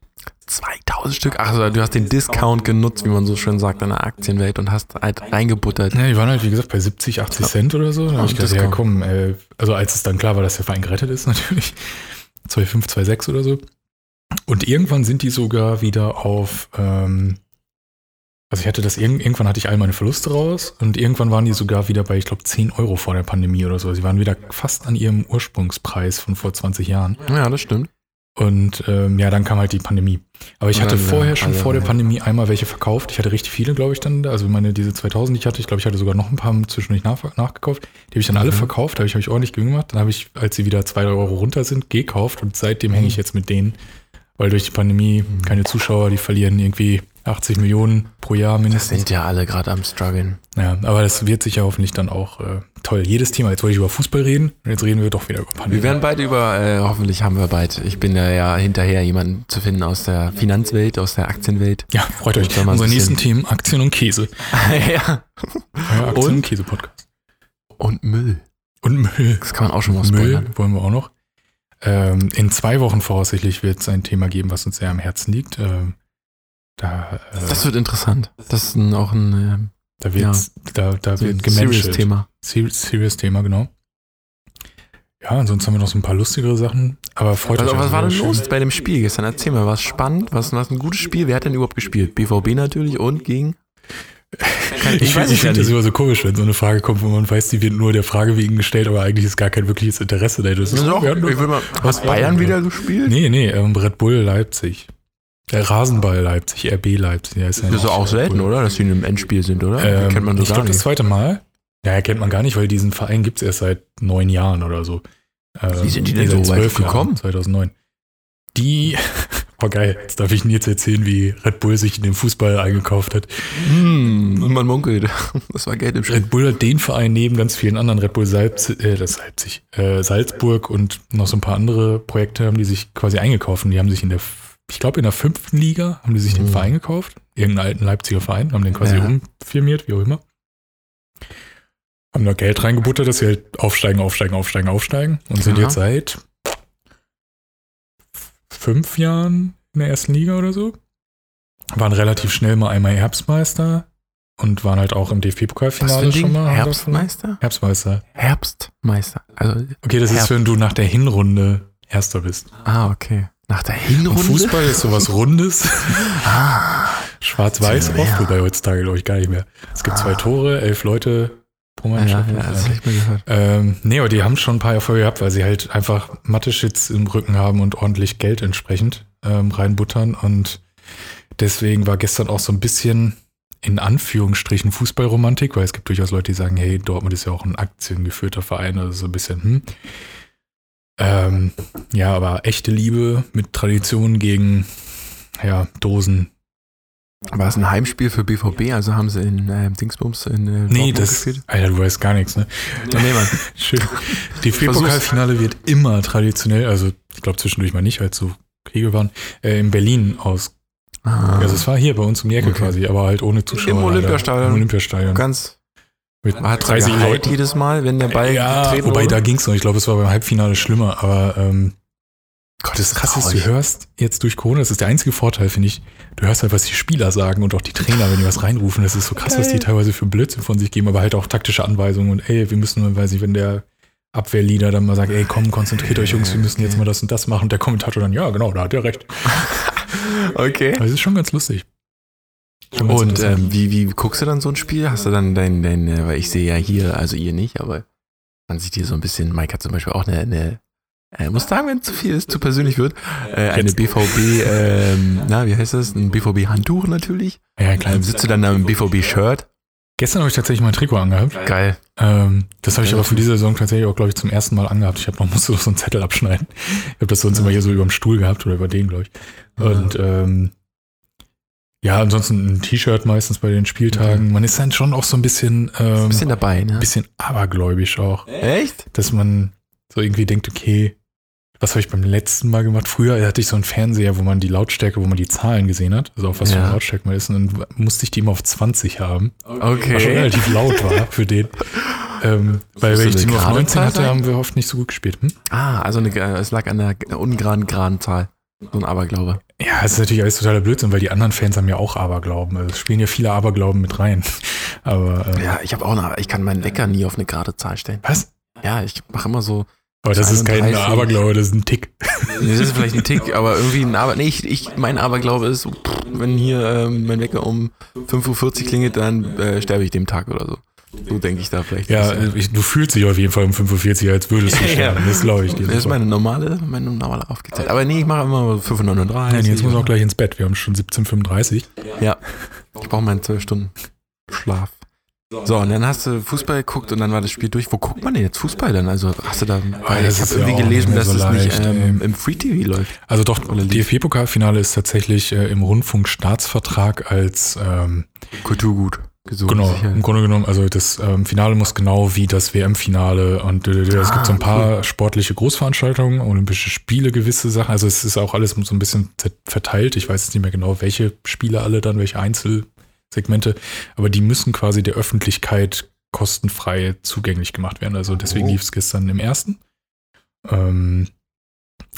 [SPEAKER 1] 2000 Stück. Ach, so, du hast den Discount genutzt, wie man so schön sagt, in der Aktienwelt und hast halt reingebuttert.
[SPEAKER 2] Ja, die waren halt, wie gesagt, bei 70, 80 Cent oder so. Dann
[SPEAKER 1] Ah,
[SPEAKER 2] habe ich gedacht, ja
[SPEAKER 1] Discount.
[SPEAKER 2] komm, äh, also als es dann klar war, dass der Verein gerettet ist, [LAUGHS] natürlich. 2,5, 2,6 oder so. Und irgendwann sind die sogar wieder auf, ähm, also ich hatte das, irg irgendwann hatte ich all meine Verluste raus und irgendwann waren die sogar wieder bei, ich glaube, 10 Euro vor der Pandemie oder so. Sie waren wieder fast an ihrem Ursprungspreis von vor 20 Jahren.
[SPEAKER 1] Ja, das stimmt.
[SPEAKER 2] Und ähm, ja, dann kam halt die Pandemie. Aber ich
[SPEAKER 1] Und
[SPEAKER 2] hatte
[SPEAKER 1] dann,
[SPEAKER 2] vorher
[SPEAKER 1] äh,
[SPEAKER 2] schon
[SPEAKER 1] alle-
[SPEAKER 2] vor der Pandemie einmal welche verkauft. Ich hatte richtig viele, glaube ich, dann. Also meine, diese 2000, die ich hatte, ich glaube, ich hatte sogar noch ein paar zwischendurch nach, nachgekauft. Die habe ich dann alle
[SPEAKER 1] Mhm.
[SPEAKER 2] verkauft, da habe ich, hab ich ordentlich Gewinn gemacht. Dann habe ich, als sie wieder 2 Euro runter sind, gekauft und seitdem hänge ich
[SPEAKER 1] Mhm.
[SPEAKER 2] jetzt mit denen. Weil durch die Pandemie keine Zuschauer, die verlieren irgendwie 80 Millionen pro Jahr
[SPEAKER 1] Das
[SPEAKER 2] mindestens.
[SPEAKER 1] sind ja alle gerade am struggeln.
[SPEAKER 2] Ja, aber das wird sich ja hoffentlich dann auch äh, toll. Jedes Thema. Jetzt wollte ich über Fußball reden und jetzt reden wir doch wieder über Pandemie.
[SPEAKER 1] Wir werden bald über, äh, hoffentlich haben wir bald, ich bin ja, ja hinterher, jemanden zu finden aus der Finanzwelt, aus der
[SPEAKER 2] [LAUGHS]
[SPEAKER 1] Aktienwelt.
[SPEAKER 2] ja, freut euch.
[SPEAKER 1] Sollen wir ein
[SPEAKER 2] Unsere nächsten
[SPEAKER 1] bisschen-
[SPEAKER 2] Themen Aktien und Käse.
[SPEAKER 1] ja.
[SPEAKER 2] Euer Aktien-
[SPEAKER 1] Und?
[SPEAKER 2] und Käse-Podcast.
[SPEAKER 1] Und Müll.
[SPEAKER 2] Und Müll.
[SPEAKER 1] Das kann man auch schon mal
[SPEAKER 2] Müll
[SPEAKER 1] spoilern.
[SPEAKER 2] wollen wir auch noch. Ähm, in zwei Wochen voraussichtlich wird es ein Thema geben, was uns sehr am Herzen liegt. Ähm, da äh,
[SPEAKER 1] Das wird interessant. Das ist ein, auch ein, ähm,
[SPEAKER 2] da, wird's, da, da
[SPEAKER 1] so ein
[SPEAKER 2] wird gemanagt.
[SPEAKER 1] serious Thema.
[SPEAKER 2] Serious, serious Thema, genau. Ja, ansonsten haben wir noch so ein paar lustigere Sachen. Aber freut
[SPEAKER 1] Also,
[SPEAKER 2] euch.
[SPEAKER 1] was
[SPEAKER 2] also
[SPEAKER 1] war denn
[SPEAKER 2] schön.
[SPEAKER 1] los bei dem Spiel gestern? Erzähl mal, was spannend, was was ein gutes Spiel? Wer hat denn überhaupt gespielt? BVB natürlich und gegen? weiß es
[SPEAKER 2] Ich, ich finde ich
[SPEAKER 1] ja
[SPEAKER 2] find das
[SPEAKER 1] nicht.
[SPEAKER 2] immer so komisch, wenn so eine Frage kommt, wo man weiß, die wird nur der Frage wegen gestellt, aber eigentlich ist gar kein wirkliches Interesse da. Das ist,
[SPEAKER 1] Doch,
[SPEAKER 2] wir hatten nur-
[SPEAKER 1] ich will mal,
[SPEAKER 2] was
[SPEAKER 1] hat Bayern wieder gespielt?
[SPEAKER 2] Nee, nee, ähm, Red Bull Leipzig. Der Rasenball Leipzig, RB Leipzig. Das
[SPEAKER 1] Das ist doch auch selten, oder? Dass sie in einem Endspiel sind, oder?
[SPEAKER 2] Ähm,
[SPEAKER 1] Kennt man so
[SPEAKER 2] ich
[SPEAKER 1] gar
[SPEAKER 2] glaube, das
[SPEAKER 1] nicht.
[SPEAKER 2] zweite Mal. Ja, kennt man gar nicht, weil diesen Verein gibt es erst seit neun Jahren oder so. Ähm,
[SPEAKER 1] Wie sind die
[SPEAKER 2] nee,
[SPEAKER 1] denn
[SPEAKER 2] seit
[SPEAKER 1] so weit
[SPEAKER 2] zwölf Jahren,
[SPEAKER 1] gekommen?
[SPEAKER 2] 2009. Die, [LAUGHS] oh geil, jetzt darf ich Nils erzählen, wie Red Bull sich in den Fußball eingekauft hat.
[SPEAKER 1] Hm, und man munkelt. [LAUGHS] Das war Geld im Spiel.
[SPEAKER 2] Red Bull hat den Verein neben ganz vielen anderen, Red Bull Salzburg, äh, das Leipzig, äh, Salzburg und noch so ein paar andere Projekte haben die sich quasi eingekauft. Und die haben sich in der, f- ich glaube in der fünften Liga haben die sich den
[SPEAKER 1] Mhm.
[SPEAKER 2] Verein gekauft, irgendeinen alten Leipziger Verein, haben den quasi
[SPEAKER 1] Ja.
[SPEAKER 2] umfirmiert, wie auch immer. Haben da Geld reingebuttert, dass sie halt aufsteigen, aufsteigen, aufsteigen, aufsteigen. Und sind
[SPEAKER 1] Ja.
[SPEAKER 2] jetzt seit fünf Jahren in der ersten Liga oder so. Waren relativ schnell mal einmal Herbstmeister und waren halt auch im
[SPEAKER 1] Was für ein
[SPEAKER 2] DFB-Pokalfinale
[SPEAKER 1] Ding?
[SPEAKER 2] schon mal.
[SPEAKER 1] Herbstmeister?
[SPEAKER 2] Herbstmeister.
[SPEAKER 1] Herbstmeister. Also,
[SPEAKER 2] Okay, das
[SPEAKER 1] Herbst.
[SPEAKER 2] ist, wenn du nach der Hinrunde Erster bist.
[SPEAKER 1] ah, okay. Nach der
[SPEAKER 2] Und
[SPEAKER 1] Hinrunde.
[SPEAKER 2] Fußball ist sowas Rundes.
[SPEAKER 1] [LAUGHS] Ah,
[SPEAKER 2] Schwarz-Weiß
[SPEAKER 1] Ja.
[SPEAKER 2] oft, wobei heutzutage glaube ich gar nicht mehr. Es gibt zwei Tore, elf Leute pro
[SPEAKER 1] ja, ja,
[SPEAKER 2] Mannschaft.
[SPEAKER 1] das hab ich mal gehört.
[SPEAKER 2] Ähm, nee, aber die haben schon ein paar Erfolge gehabt, weil sie halt einfach Mathe-Shits im Rücken haben und ordentlich Geld entsprechend ähm, reinbuttern. Und deswegen war gestern auch so ein bisschen in Anführungsstrichen Fußballromantik, weil es gibt durchaus Leute, die sagen, hey, Dortmund ist ja auch ein aktiengeführter Verein, also so ein bisschen, hm. Ähm, ja, aber echte Liebe mit Tradition gegen, ja, Dosen.
[SPEAKER 1] War es ein Heimspiel für BVB? Also haben sie in ähm, Dingsbums in äh,
[SPEAKER 2] Nee,
[SPEAKER 1] Dortmund
[SPEAKER 2] das,
[SPEAKER 1] gespielt?
[SPEAKER 2] Alter, du weißt gar nichts, ne?
[SPEAKER 1] Ja, nee, Mann.
[SPEAKER 2] Schön. Die Pokalfinale wird immer traditionell, also ich glaube zwischendurch mal nicht, als so Kriege waren, äh, in Berlin aus.
[SPEAKER 1] Ah,
[SPEAKER 2] Also es war hier bei uns um die Ecke
[SPEAKER 1] Okay.
[SPEAKER 2] quasi, aber halt ohne Zuschauer. leider.
[SPEAKER 1] Olympiastadion.
[SPEAKER 2] Im Olympiastadion.
[SPEAKER 1] ganz
[SPEAKER 2] mit
[SPEAKER 1] hat
[SPEAKER 2] 30 Leuten.
[SPEAKER 1] jedes Mal, wenn der Ball
[SPEAKER 2] ja,
[SPEAKER 1] getreten
[SPEAKER 2] wobei
[SPEAKER 1] wurde.
[SPEAKER 2] da ging's noch. Ich glaube, es war beim Halbfinale schlimmer, aber ähm, Gott, das krass ist, du
[SPEAKER 1] traurig.
[SPEAKER 2] hörst jetzt durch Corona, das ist der einzige Vorteil, finde ich. Du hörst halt, was die Spieler sagen und auch die Trainer, wenn die was reinrufen. Das ist so krass, was die teilweise für Blödsinn von sich geben, aber halt auch taktische Anweisungen und ey, wir müssen, weiß ich, wenn der Abwehrleader dann mal sagt, ey, komm, konzentriert euch Jungs, wir müssen jetzt mal das und das machen. Und der Kommentator dann, ja, genau, da hat er recht. Also,
[SPEAKER 1] okay.
[SPEAKER 2] Das ist schon ganz lustig. Schon ganz
[SPEAKER 1] Und
[SPEAKER 2] interessant.
[SPEAKER 1] ähm, wie, wie guckst du dann so ein Spiel? Hast du dann dein, dein äh, weil ich sehe ja hier, also ihr nicht, aber man sieht hier so ein bisschen, Mike hat zum Beispiel auch eine, eine äh, muss sagen, wenn zu viel ist, zu persönlich wird, äh, eine
[SPEAKER 2] Jetzt.
[SPEAKER 1] BVB, ähm, na, wie heißt das? Ein BVB-Handtuch natürlich.
[SPEAKER 2] ja, klar.
[SPEAKER 1] Ähm, sitzt du dann da im BVB-Shirt?
[SPEAKER 2] Gestern habe ich tatsächlich mein Trikot angehabt.
[SPEAKER 1] Geil.
[SPEAKER 2] Ähm, das habe ich aber von dieser Saison tatsächlich auch, glaube ich, zum ersten Mal angehabt. Ich habe noch [LAUGHS] musste doch so einen Zettel abschneiden. Ich habe das sonst immer hier so über dem Stuhl gehabt oder über den, glaube ich. Und ähm, Ja, ansonsten ein T-Shirt meistens bei den Spieltagen. Man ist dann schon auch so ein bisschen, ähm,
[SPEAKER 1] Ein
[SPEAKER 2] bisschen,
[SPEAKER 1] bisschen dabei, ne?
[SPEAKER 2] abergläubisch auch,
[SPEAKER 1] Echt?
[SPEAKER 2] dass man so irgendwie denkt, okay, was habe ich beim letzten Mal gemacht? Früher hatte ich so einen Fernseher, wo man die Lautstärke, wo man die Zahlen gesehen hat, also auf was für
[SPEAKER 1] Ja.
[SPEAKER 2] eine Lautstärke man ist, und dann musste ich die immer auf 20 haben, was schon
[SPEAKER 1] Okay.
[SPEAKER 2] relativ laut war für den. Ähm, weil
[SPEAKER 1] muss
[SPEAKER 2] wenn
[SPEAKER 1] so eine
[SPEAKER 2] ich die nur auf
[SPEAKER 1] gerade
[SPEAKER 2] 19
[SPEAKER 1] Zahl
[SPEAKER 2] hatte,
[SPEAKER 1] sein?
[SPEAKER 2] haben wir oft nicht so gut gespielt. Hm?
[SPEAKER 1] Ah, also eine, es lag an der ungeraden, geraden Zahl. So ein Aberglaube.
[SPEAKER 2] Ja, es ist natürlich alles totaler Blödsinn, weil die anderen Fans haben ja auch Aberglauben. Also es spielen ja viele Aberglauben mit rein. [LAUGHS] Aber äh,
[SPEAKER 1] Ja, ich habe auch eine, ich kann meinen Wecker nie auf eine gerade Zahl stellen.
[SPEAKER 2] was?
[SPEAKER 1] Ja, ich mache immer so,
[SPEAKER 2] Aber das ist kein
[SPEAKER 1] 31.
[SPEAKER 2] Aberglaube, das ist ein Tick.
[SPEAKER 1] nee, das ist vielleicht ein Tick, aber irgendwie ein Aber, nee, ich, ich, mein Aberglaube ist, so, pff, wenn hier ähm, mein Wecker um 5.40 Uhr klingelt, dann äh, sterbe ich dem Tag oder so. So denke ich da vielleicht.
[SPEAKER 2] Ja,
[SPEAKER 1] das,
[SPEAKER 2] äh, ich, du fühlst dich auf jeden Fall um 45, als würdest
[SPEAKER 1] [LAUGHS]
[SPEAKER 2] du
[SPEAKER 1] Ja.
[SPEAKER 2] sterben. Das glaube ich dir.
[SPEAKER 1] das ist meine normale, meine normale aufgezählt. Aber nee, ich mache immer 5.39
[SPEAKER 2] Nein, jetzt muss auch gleich ins Bett. Wir haben schon 17.35.
[SPEAKER 1] Ja, ich brauche meinen zwölf Stunden Schlaf. So, und dann hast du Fußball geguckt und dann war das Spiel durch. Wo guckt man denn jetzt Fußball dann? Also hast du da, weil
[SPEAKER 2] Oh, das
[SPEAKER 1] ich
[SPEAKER 2] ist
[SPEAKER 1] habe
[SPEAKER 2] ja auch
[SPEAKER 1] irgendwie
[SPEAKER 2] nicht
[SPEAKER 1] gelesen,
[SPEAKER 2] mehr
[SPEAKER 1] dass
[SPEAKER 2] so
[SPEAKER 1] es
[SPEAKER 2] leicht,
[SPEAKER 1] nicht ähm,
[SPEAKER 2] ey.
[SPEAKER 1] im Free-TV läuft.
[SPEAKER 2] Also doch,
[SPEAKER 1] Oder lief.
[SPEAKER 2] DFB-Pokalfinale ist tatsächlich äh, im Rundfunkstaatsvertrag als ähm,
[SPEAKER 1] Kulturgut. Gesucht,
[SPEAKER 2] Genau,
[SPEAKER 1] sicher.
[SPEAKER 2] im Grunde genommen, also das ähm, Finale muss genau wie das WM-Finale und äh, es
[SPEAKER 1] Ah,
[SPEAKER 2] gibt so ein paar sportliche Großveranstaltungen, Olympische Spiele, gewisse Sachen. Also es ist auch alles so ein bisschen zer- verteilt. Ich weiß jetzt nicht mehr genau, welche Spiele alle dann, welche Einzelsegmente, aber die müssen quasi der Öffentlichkeit kostenfrei zugänglich gemacht werden. Also deswegen
[SPEAKER 1] Oh.
[SPEAKER 2] lief es gestern im ersten. Ähm,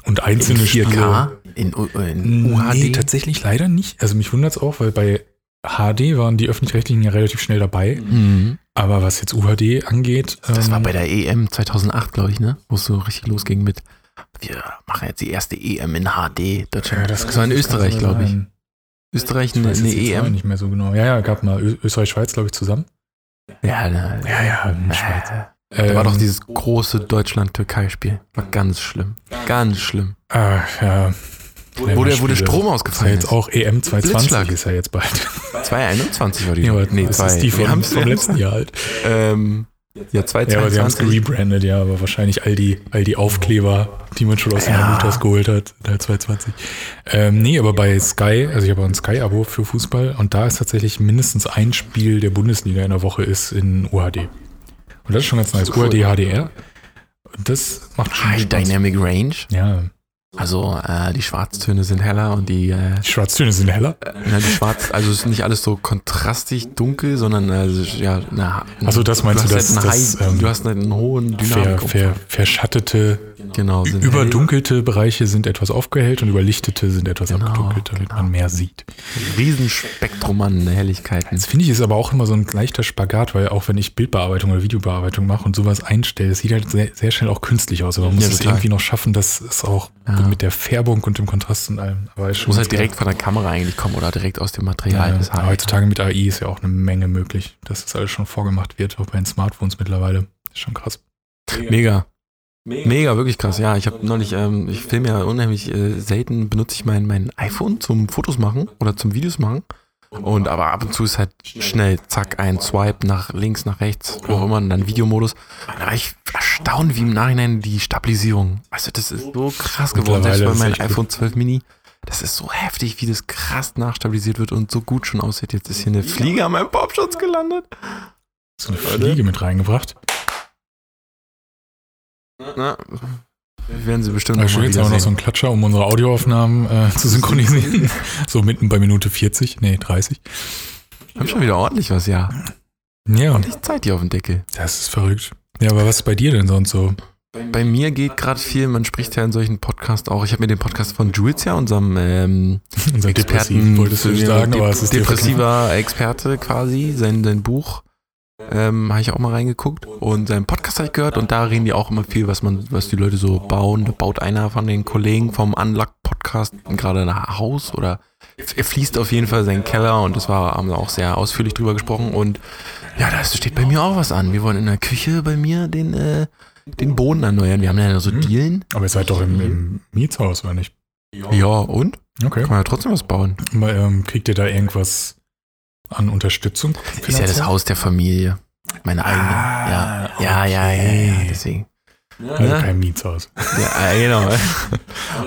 [SPEAKER 2] und
[SPEAKER 1] In
[SPEAKER 2] einzelne
[SPEAKER 1] 4K,
[SPEAKER 2] Spiele.
[SPEAKER 1] in, U- äh, in UHD.
[SPEAKER 2] Nee, tatsächlich leider nicht. Also mich wundert es auch, weil bei HD waren die öffentlich-rechtlichen ja relativ schnell dabei.
[SPEAKER 1] Mhm.
[SPEAKER 2] Aber was jetzt UHD angeht,
[SPEAKER 1] Das war
[SPEAKER 2] ähm,
[SPEAKER 1] bei der E EM 2008, glaube ich, ne? Wo es so richtig losging mit, wir machen jetzt die erste EM in HD. Deutschland.
[SPEAKER 2] ja,
[SPEAKER 1] das war in
[SPEAKER 2] kann
[SPEAKER 1] Österreich,
[SPEAKER 2] sein.
[SPEAKER 1] glaube ich. Österreich
[SPEAKER 2] Ich
[SPEAKER 1] eine, E
[SPEAKER 2] weiß
[SPEAKER 1] eine
[SPEAKER 2] jetzt die Zahlen
[SPEAKER 1] EM.
[SPEAKER 2] nicht mehr so genau. Ja, ja, gab mal Ö- Österreich-Schweiz, glaube ich, zusammen.
[SPEAKER 1] Ja, na,
[SPEAKER 2] Ja, ja, Schweiz.
[SPEAKER 1] äh, Da war
[SPEAKER 2] Ähm,
[SPEAKER 1] doch dieses große Deutschland-Türkei-Spiel. War ganz schlimm. Ganz schlimm.
[SPEAKER 2] Ah, ja.
[SPEAKER 1] Wo der, wo der
[SPEAKER 2] Spiele.
[SPEAKER 1] Strom
[SPEAKER 2] Das ist ja
[SPEAKER 1] ausgefallen
[SPEAKER 2] jetzt
[SPEAKER 1] ist.
[SPEAKER 2] auch EM 2020
[SPEAKER 1] Blitzschlag.
[SPEAKER 2] ist ja jetzt bald.
[SPEAKER 1] 221 war die.
[SPEAKER 2] [LAUGHS] Ja, aber das ist die
[SPEAKER 1] Wir
[SPEAKER 2] von,
[SPEAKER 1] haben's-
[SPEAKER 2] vom letzten Jahr halt.
[SPEAKER 1] Ähm, ja,
[SPEAKER 2] Ja, aber sie haben es
[SPEAKER 1] 222.
[SPEAKER 2] gerebrandet, ja, aber wahrscheinlich all die, all die Aufkleber, die man schon aus den
[SPEAKER 1] Ja.
[SPEAKER 2] Hamutas geholt hat, da 220. Ähm, nee, aber bei Sky, also ich habe ein Sky-Abo für Fußball und da ist tatsächlich mindestens ein Spiel der Bundesliga in der Woche ist in UHD. Und das ist schon ganz nice.
[SPEAKER 1] Cool.
[SPEAKER 2] UHD HDR. Und Das macht schon
[SPEAKER 1] High
[SPEAKER 2] Spaß.
[SPEAKER 1] Ah, Dynamic Range.
[SPEAKER 2] Ja,
[SPEAKER 1] Also äh, die Schwarztöne sind heller und die, äh,
[SPEAKER 2] die Schwarztöne sind heller.
[SPEAKER 1] na, die Schwarz, also es ist nicht alles so kontrastig dunkel, sondern äh, es ist, ja, na,
[SPEAKER 2] Also das meinst du,
[SPEAKER 1] hast
[SPEAKER 2] dass-
[SPEAKER 1] halt einen
[SPEAKER 2] dass,
[SPEAKER 1] high,
[SPEAKER 2] ähm,
[SPEAKER 1] du hast halt einen hohen
[SPEAKER 2] Ver,
[SPEAKER 1] Dynamik.
[SPEAKER 2] ver, verschattete,
[SPEAKER 1] genau, sind hell.
[SPEAKER 2] überdunkelte Bereiche sind etwas aufgehellt und überlichtete sind etwas
[SPEAKER 1] Genau,
[SPEAKER 2] abgedunkelt, damit man mehr sieht.
[SPEAKER 1] Riesenspektrum an Helligkeiten.
[SPEAKER 2] Das finde ich ist aber auch immer so ein leichter Spagat, weil auch wenn ich Bildbearbeitung oder Videobearbeitung mache und sowas einstelle, das sieht halt sehr, sehr schnell auch künstlich aus. Aber man muss
[SPEAKER 1] Ja,
[SPEAKER 2] es
[SPEAKER 1] total.
[SPEAKER 2] irgendwie noch schaffen, dass es auch
[SPEAKER 1] Ja.
[SPEAKER 2] mit der Färbung und dem Kontrast und allem. Aber ist schon
[SPEAKER 1] Muss halt
[SPEAKER 2] schwer.
[SPEAKER 1] direkt von der Kamera eigentlich kommen oder direkt aus dem
[SPEAKER 2] Ja,
[SPEAKER 1] Material. Das ist
[SPEAKER 2] aber
[SPEAKER 1] halt-
[SPEAKER 2] heutzutage mit AI ist ja auch eine Menge möglich, dass das alles schon vorgemacht wird, auch bei den Smartphones mittlerweile. Ist schon krass.
[SPEAKER 1] Mega. Mega, wirklich krass. Ja, ich habe neulich, ähm, ich filme ja unheimlich äh, selten, benutze ich mein, mein iPhone zum Fotos machen oder zum Videos machen. Und aber ab und zu ist halt schnell, zack, ein Swipe nach links, nach rechts, wo auch immer, und dann Videomodus. Da war ich erstaunt, wie im Nachhinein die Stabilisierung. Also das ist so krass geworden, selbst
[SPEAKER 2] Mittlerweile
[SPEAKER 1] bei
[SPEAKER 2] ist
[SPEAKER 1] meinem
[SPEAKER 2] echt gut.
[SPEAKER 1] iPhone 12 Mini. Das ist so heftig, wie das krass nachstabilisiert wird und so gut schon aussieht. Jetzt ist hier eine Fliege an meinem Popschutz gelandet.
[SPEAKER 2] So eine Fliege mit reingebracht.
[SPEAKER 1] Na, werden sie bestimmt
[SPEAKER 2] Also
[SPEAKER 1] noch mal
[SPEAKER 2] schön, jetzt
[SPEAKER 1] wieder
[SPEAKER 2] haben wir noch so
[SPEAKER 1] sehen.
[SPEAKER 2] einen Klatscher, um unsere Audioaufnahmen äh, zu synchronisieren. [LAUGHS] so mitten bei Minute 40, nee, 30.
[SPEAKER 1] Haben schon wieder ordentlich was, ja.
[SPEAKER 2] Ja,
[SPEAKER 1] Nicht Zeit hier auf dem Deckel.
[SPEAKER 2] das ist verrückt. Ja, aber was ist bei dir denn sonst so?
[SPEAKER 1] Bei mir geht gerade viel, man spricht ja in solchen Podcasts auch. Ich habe mir den Podcast von Jules ja, unserem ähm,
[SPEAKER 2] Unser
[SPEAKER 1] Experten,
[SPEAKER 2] Depressiv, wolltest du
[SPEAKER 1] äh,
[SPEAKER 2] sagen,
[SPEAKER 1] dep-
[SPEAKER 2] aber es ist
[SPEAKER 1] depressiver Experte quasi, sein, sein Buch ähm, habe ich auch mal reingeguckt und seinen Podcast habe ich gehört und da reden die auch immer viel, was man, was die Leute so bauen. Da baut einer von den Kollegen vom Unlock Podcast gerade ein Haus oder er fließt auf jeden Fall seinen Keller und das war haben wir auch sehr ausführlich drüber gesprochen und ja, da ist- steht bei mir auch was an. Wir wollen in der Küche bei mir den äh, den Boden erneuern. Wir haben ja
[SPEAKER 2] Hm?
[SPEAKER 1] so Dielen.
[SPEAKER 2] Aber ihr seid doch im,
[SPEAKER 1] Mhm.
[SPEAKER 2] im Mietshaus, oder nicht?
[SPEAKER 1] Ja, und?
[SPEAKER 2] Okay.
[SPEAKER 1] Kann man ja trotzdem was bauen.
[SPEAKER 2] Aber, ähm, kriegt ihr da irgendwas an Unterstützung?
[SPEAKER 1] Ist ja das Haus der Familie. Meine eigene.
[SPEAKER 2] Ah,
[SPEAKER 1] ja. Ja, ja, ja, ja,
[SPEAKER 2] okay.
[SPEAKER 1] deswegen.
[SPEAKER 2] Also kein Mietshaus.
[SPEAKER 1] Ja, äh,
[SPEAKER 2] [LAUGHS]
[SPEAKER 1] genau.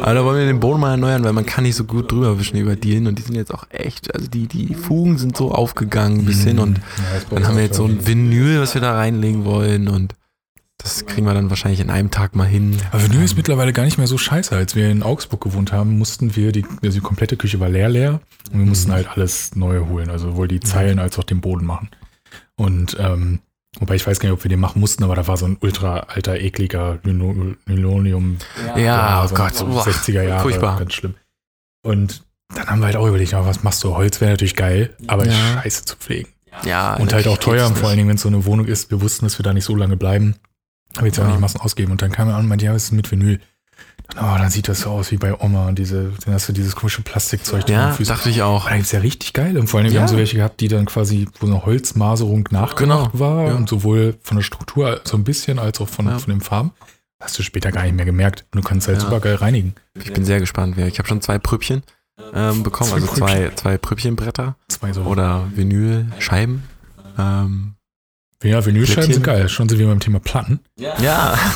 [SPEAKER 1] Aber da wollen wir den Boden mal erneuern, weil man kann nicht so gut drüber wischen über Dielen und die sind jetzt auch echt, also die, die Fugen sind so aufgegangen bis
[SPEAKER 2] Mhm.
[SPEAKER 1] hin und dann haben wir jetzt so ein Vinyl, was wir da reinlegen wollen und das kriegen wir dann wahrscheinlich in einem Tag mal hin.
[SPEAKER 2] Aber Ah, Vinyl ist mittlerweile gar nicht mehr so scheiße. Als wir in Augsburg gewohnt haben, mussten wir, die, also die komplette Küche war leer, leer. Und wir
[SPEAKER 1] Mhm.
[SPEAKER 2] mussten halt alles neu holen. Also sowohl die Zeilen als auch den Boden machen. Und, ähm, wobei ich weiß gar nicht, ob wir den machen mussten, aber da war so ein ultra alter, ekliger Lino- Linoleum.
[SPEAKER 1] Ja,
[SPEAKER 2] Ja,
[SPEAKER 1] oh
[SPEAKER 2] so
[SPEAKER 1] Gott,
[SPEAKER 2] so
[SPEAKER 1] uah,
[SPEAKER 2] 60er Jahre.
[SPEAKER 1] Furchtbar.
[SPEAKER 2] Ganz schlimm. Und dann haben wir halt auch überlegt, ja, was machst du? Holz wäre natürlich geil, aber
[SPEAKER 1] Ja.
[SPEAKER 2] scheiße zu pflegen.
[SPEAKER 1] Ja,
[SPEAKER 2] Und halt auch teuer,
[SPEAKER 1] geht's
[SPEAKER 2] vor allen Dingen, wenn es so eine Wohnung ist. Wir wussten, dass wir da nicht so lange bleiben. Aber jetzt auch
[SPEAKER 1] Ja.
[SPEAKER 2] nicht Massen ausgeben. Und dann kam er an und meinte, ja, es ist mit Vinyl. Dann, oh, dann sieht das so aus wie bei Oma. Und diese, dann hast du dieses komische Plastikzeug
[SPEAKER 1] nicht. Ja,
[SPEAKER 2] drin. Füße.
[SPEAKER 1] dachte ich auch.
[SPEAKER 2] Aber da gibt's ja richtig geil. Und vor allen Dingen, wir
[SPEAKER 1] Ja.
[SPEAKER 2] haben so welche gehabt, die dann quasi, wo eine Holzmaserung
[SPEAKER 1] Genau,
[SPEAKER 2] nachgemacht war.
[SPEAKER 1] ja.
[SPEAKER 2] Und sowohl von der Struktur so ein bisschen, als auch von,
[SPEAKER 1] Ja.
[SPEAKER 2] von den Farben. Hast du später gar nicht mehr gemerkt. Und du kannst halt
[SPEAKER 1] Ja.
[SPEAKER 2] super geil reinigen.
[SPEAKER 1] Ich bin sehr gespannt. wer- Ich habe schon zwei Prüppchen ähm, bekommen,
[SPEAKER 2] Zwei
[SPEAKER 1] also
[SPEAKER 2] Prüppchen.
[SPEAKER 1] zwei, zwei Prüppchenbretter
[SPEAKER 2] Zwei so.
[SPEAKER 1] oder Vinylscheiben. Ähm,
[SPEAKER 2] Ja, Vinylscheiben sind
[SPEAKER 1] Plättchen.
[SPEAKER 2] geil. Schon sind wir beim Thema Platten.
[SPEAKER 1] ja. [LAUGHS]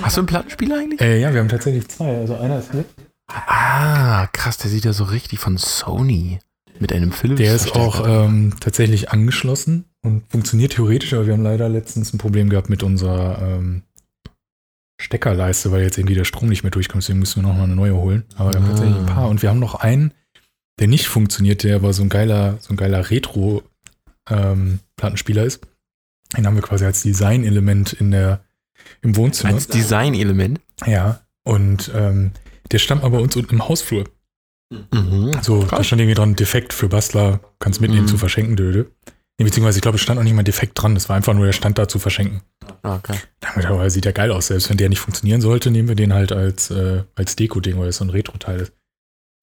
[SPEAKER 1] Hast du einen Plattenspieler eigentlich?
[SPEAKER 2] Äh, ja, wir haben tatsächlich zwei. Also einer ist mit.
[SPEAKER 1] Ah, krass, der sieht ja so richtig von Sony mit einem Philips.
[SPEAKER 2] Der ist auch ähm, tatsächlich angeschlossen und funktioniert theoretisch, aber wir haben leider letztens ein Problem gehabt mit unserer ähm, Steckerleiste, weil jetzt irgendwie der Strom nicht mehr durchkommt. Deswegen müssen wir nochmal eine neue holen. Aber wir haben
[SPEAKER 1] Ah.
[SPEAKER 2] tatsächlich ein paar. Und wir haben noch einen, der nicht funktioniert, der aber so ein geiler, so ein geiler Retro-Plattenspieler ist. Den haben wir quasi als Designelement in der im Wohnzimmer.
[SPEAKER 1] als Designelement.
[SPEAKER 2] ja. Und ähm, der stammt aber bei uns unten im Hausflur.
[SPEAKER 1] Mhm.
[SPEAKER 2] So, da stand irgendwie dran, defekt für Bastler, kannst mitnehmen
[SPEAKER 1] Mhm.
[SPEAKER 2] zu verschenken, Döde. Nee, beziehungsweise, ich glaube, es stand auch nicht mal defekt dran, das war einfach nur, der stand da zu verschenken.
[SPEAKER 1] Ah, Okay.
[SPEAKER 2] Da haben wir gedacht, oh, sieht ja geil aus, selbst wenn der nicht funktionieren sollte, nehmen wir den halt als, äh, als Deko-Ding, weil das so ein Retro-Teil ist.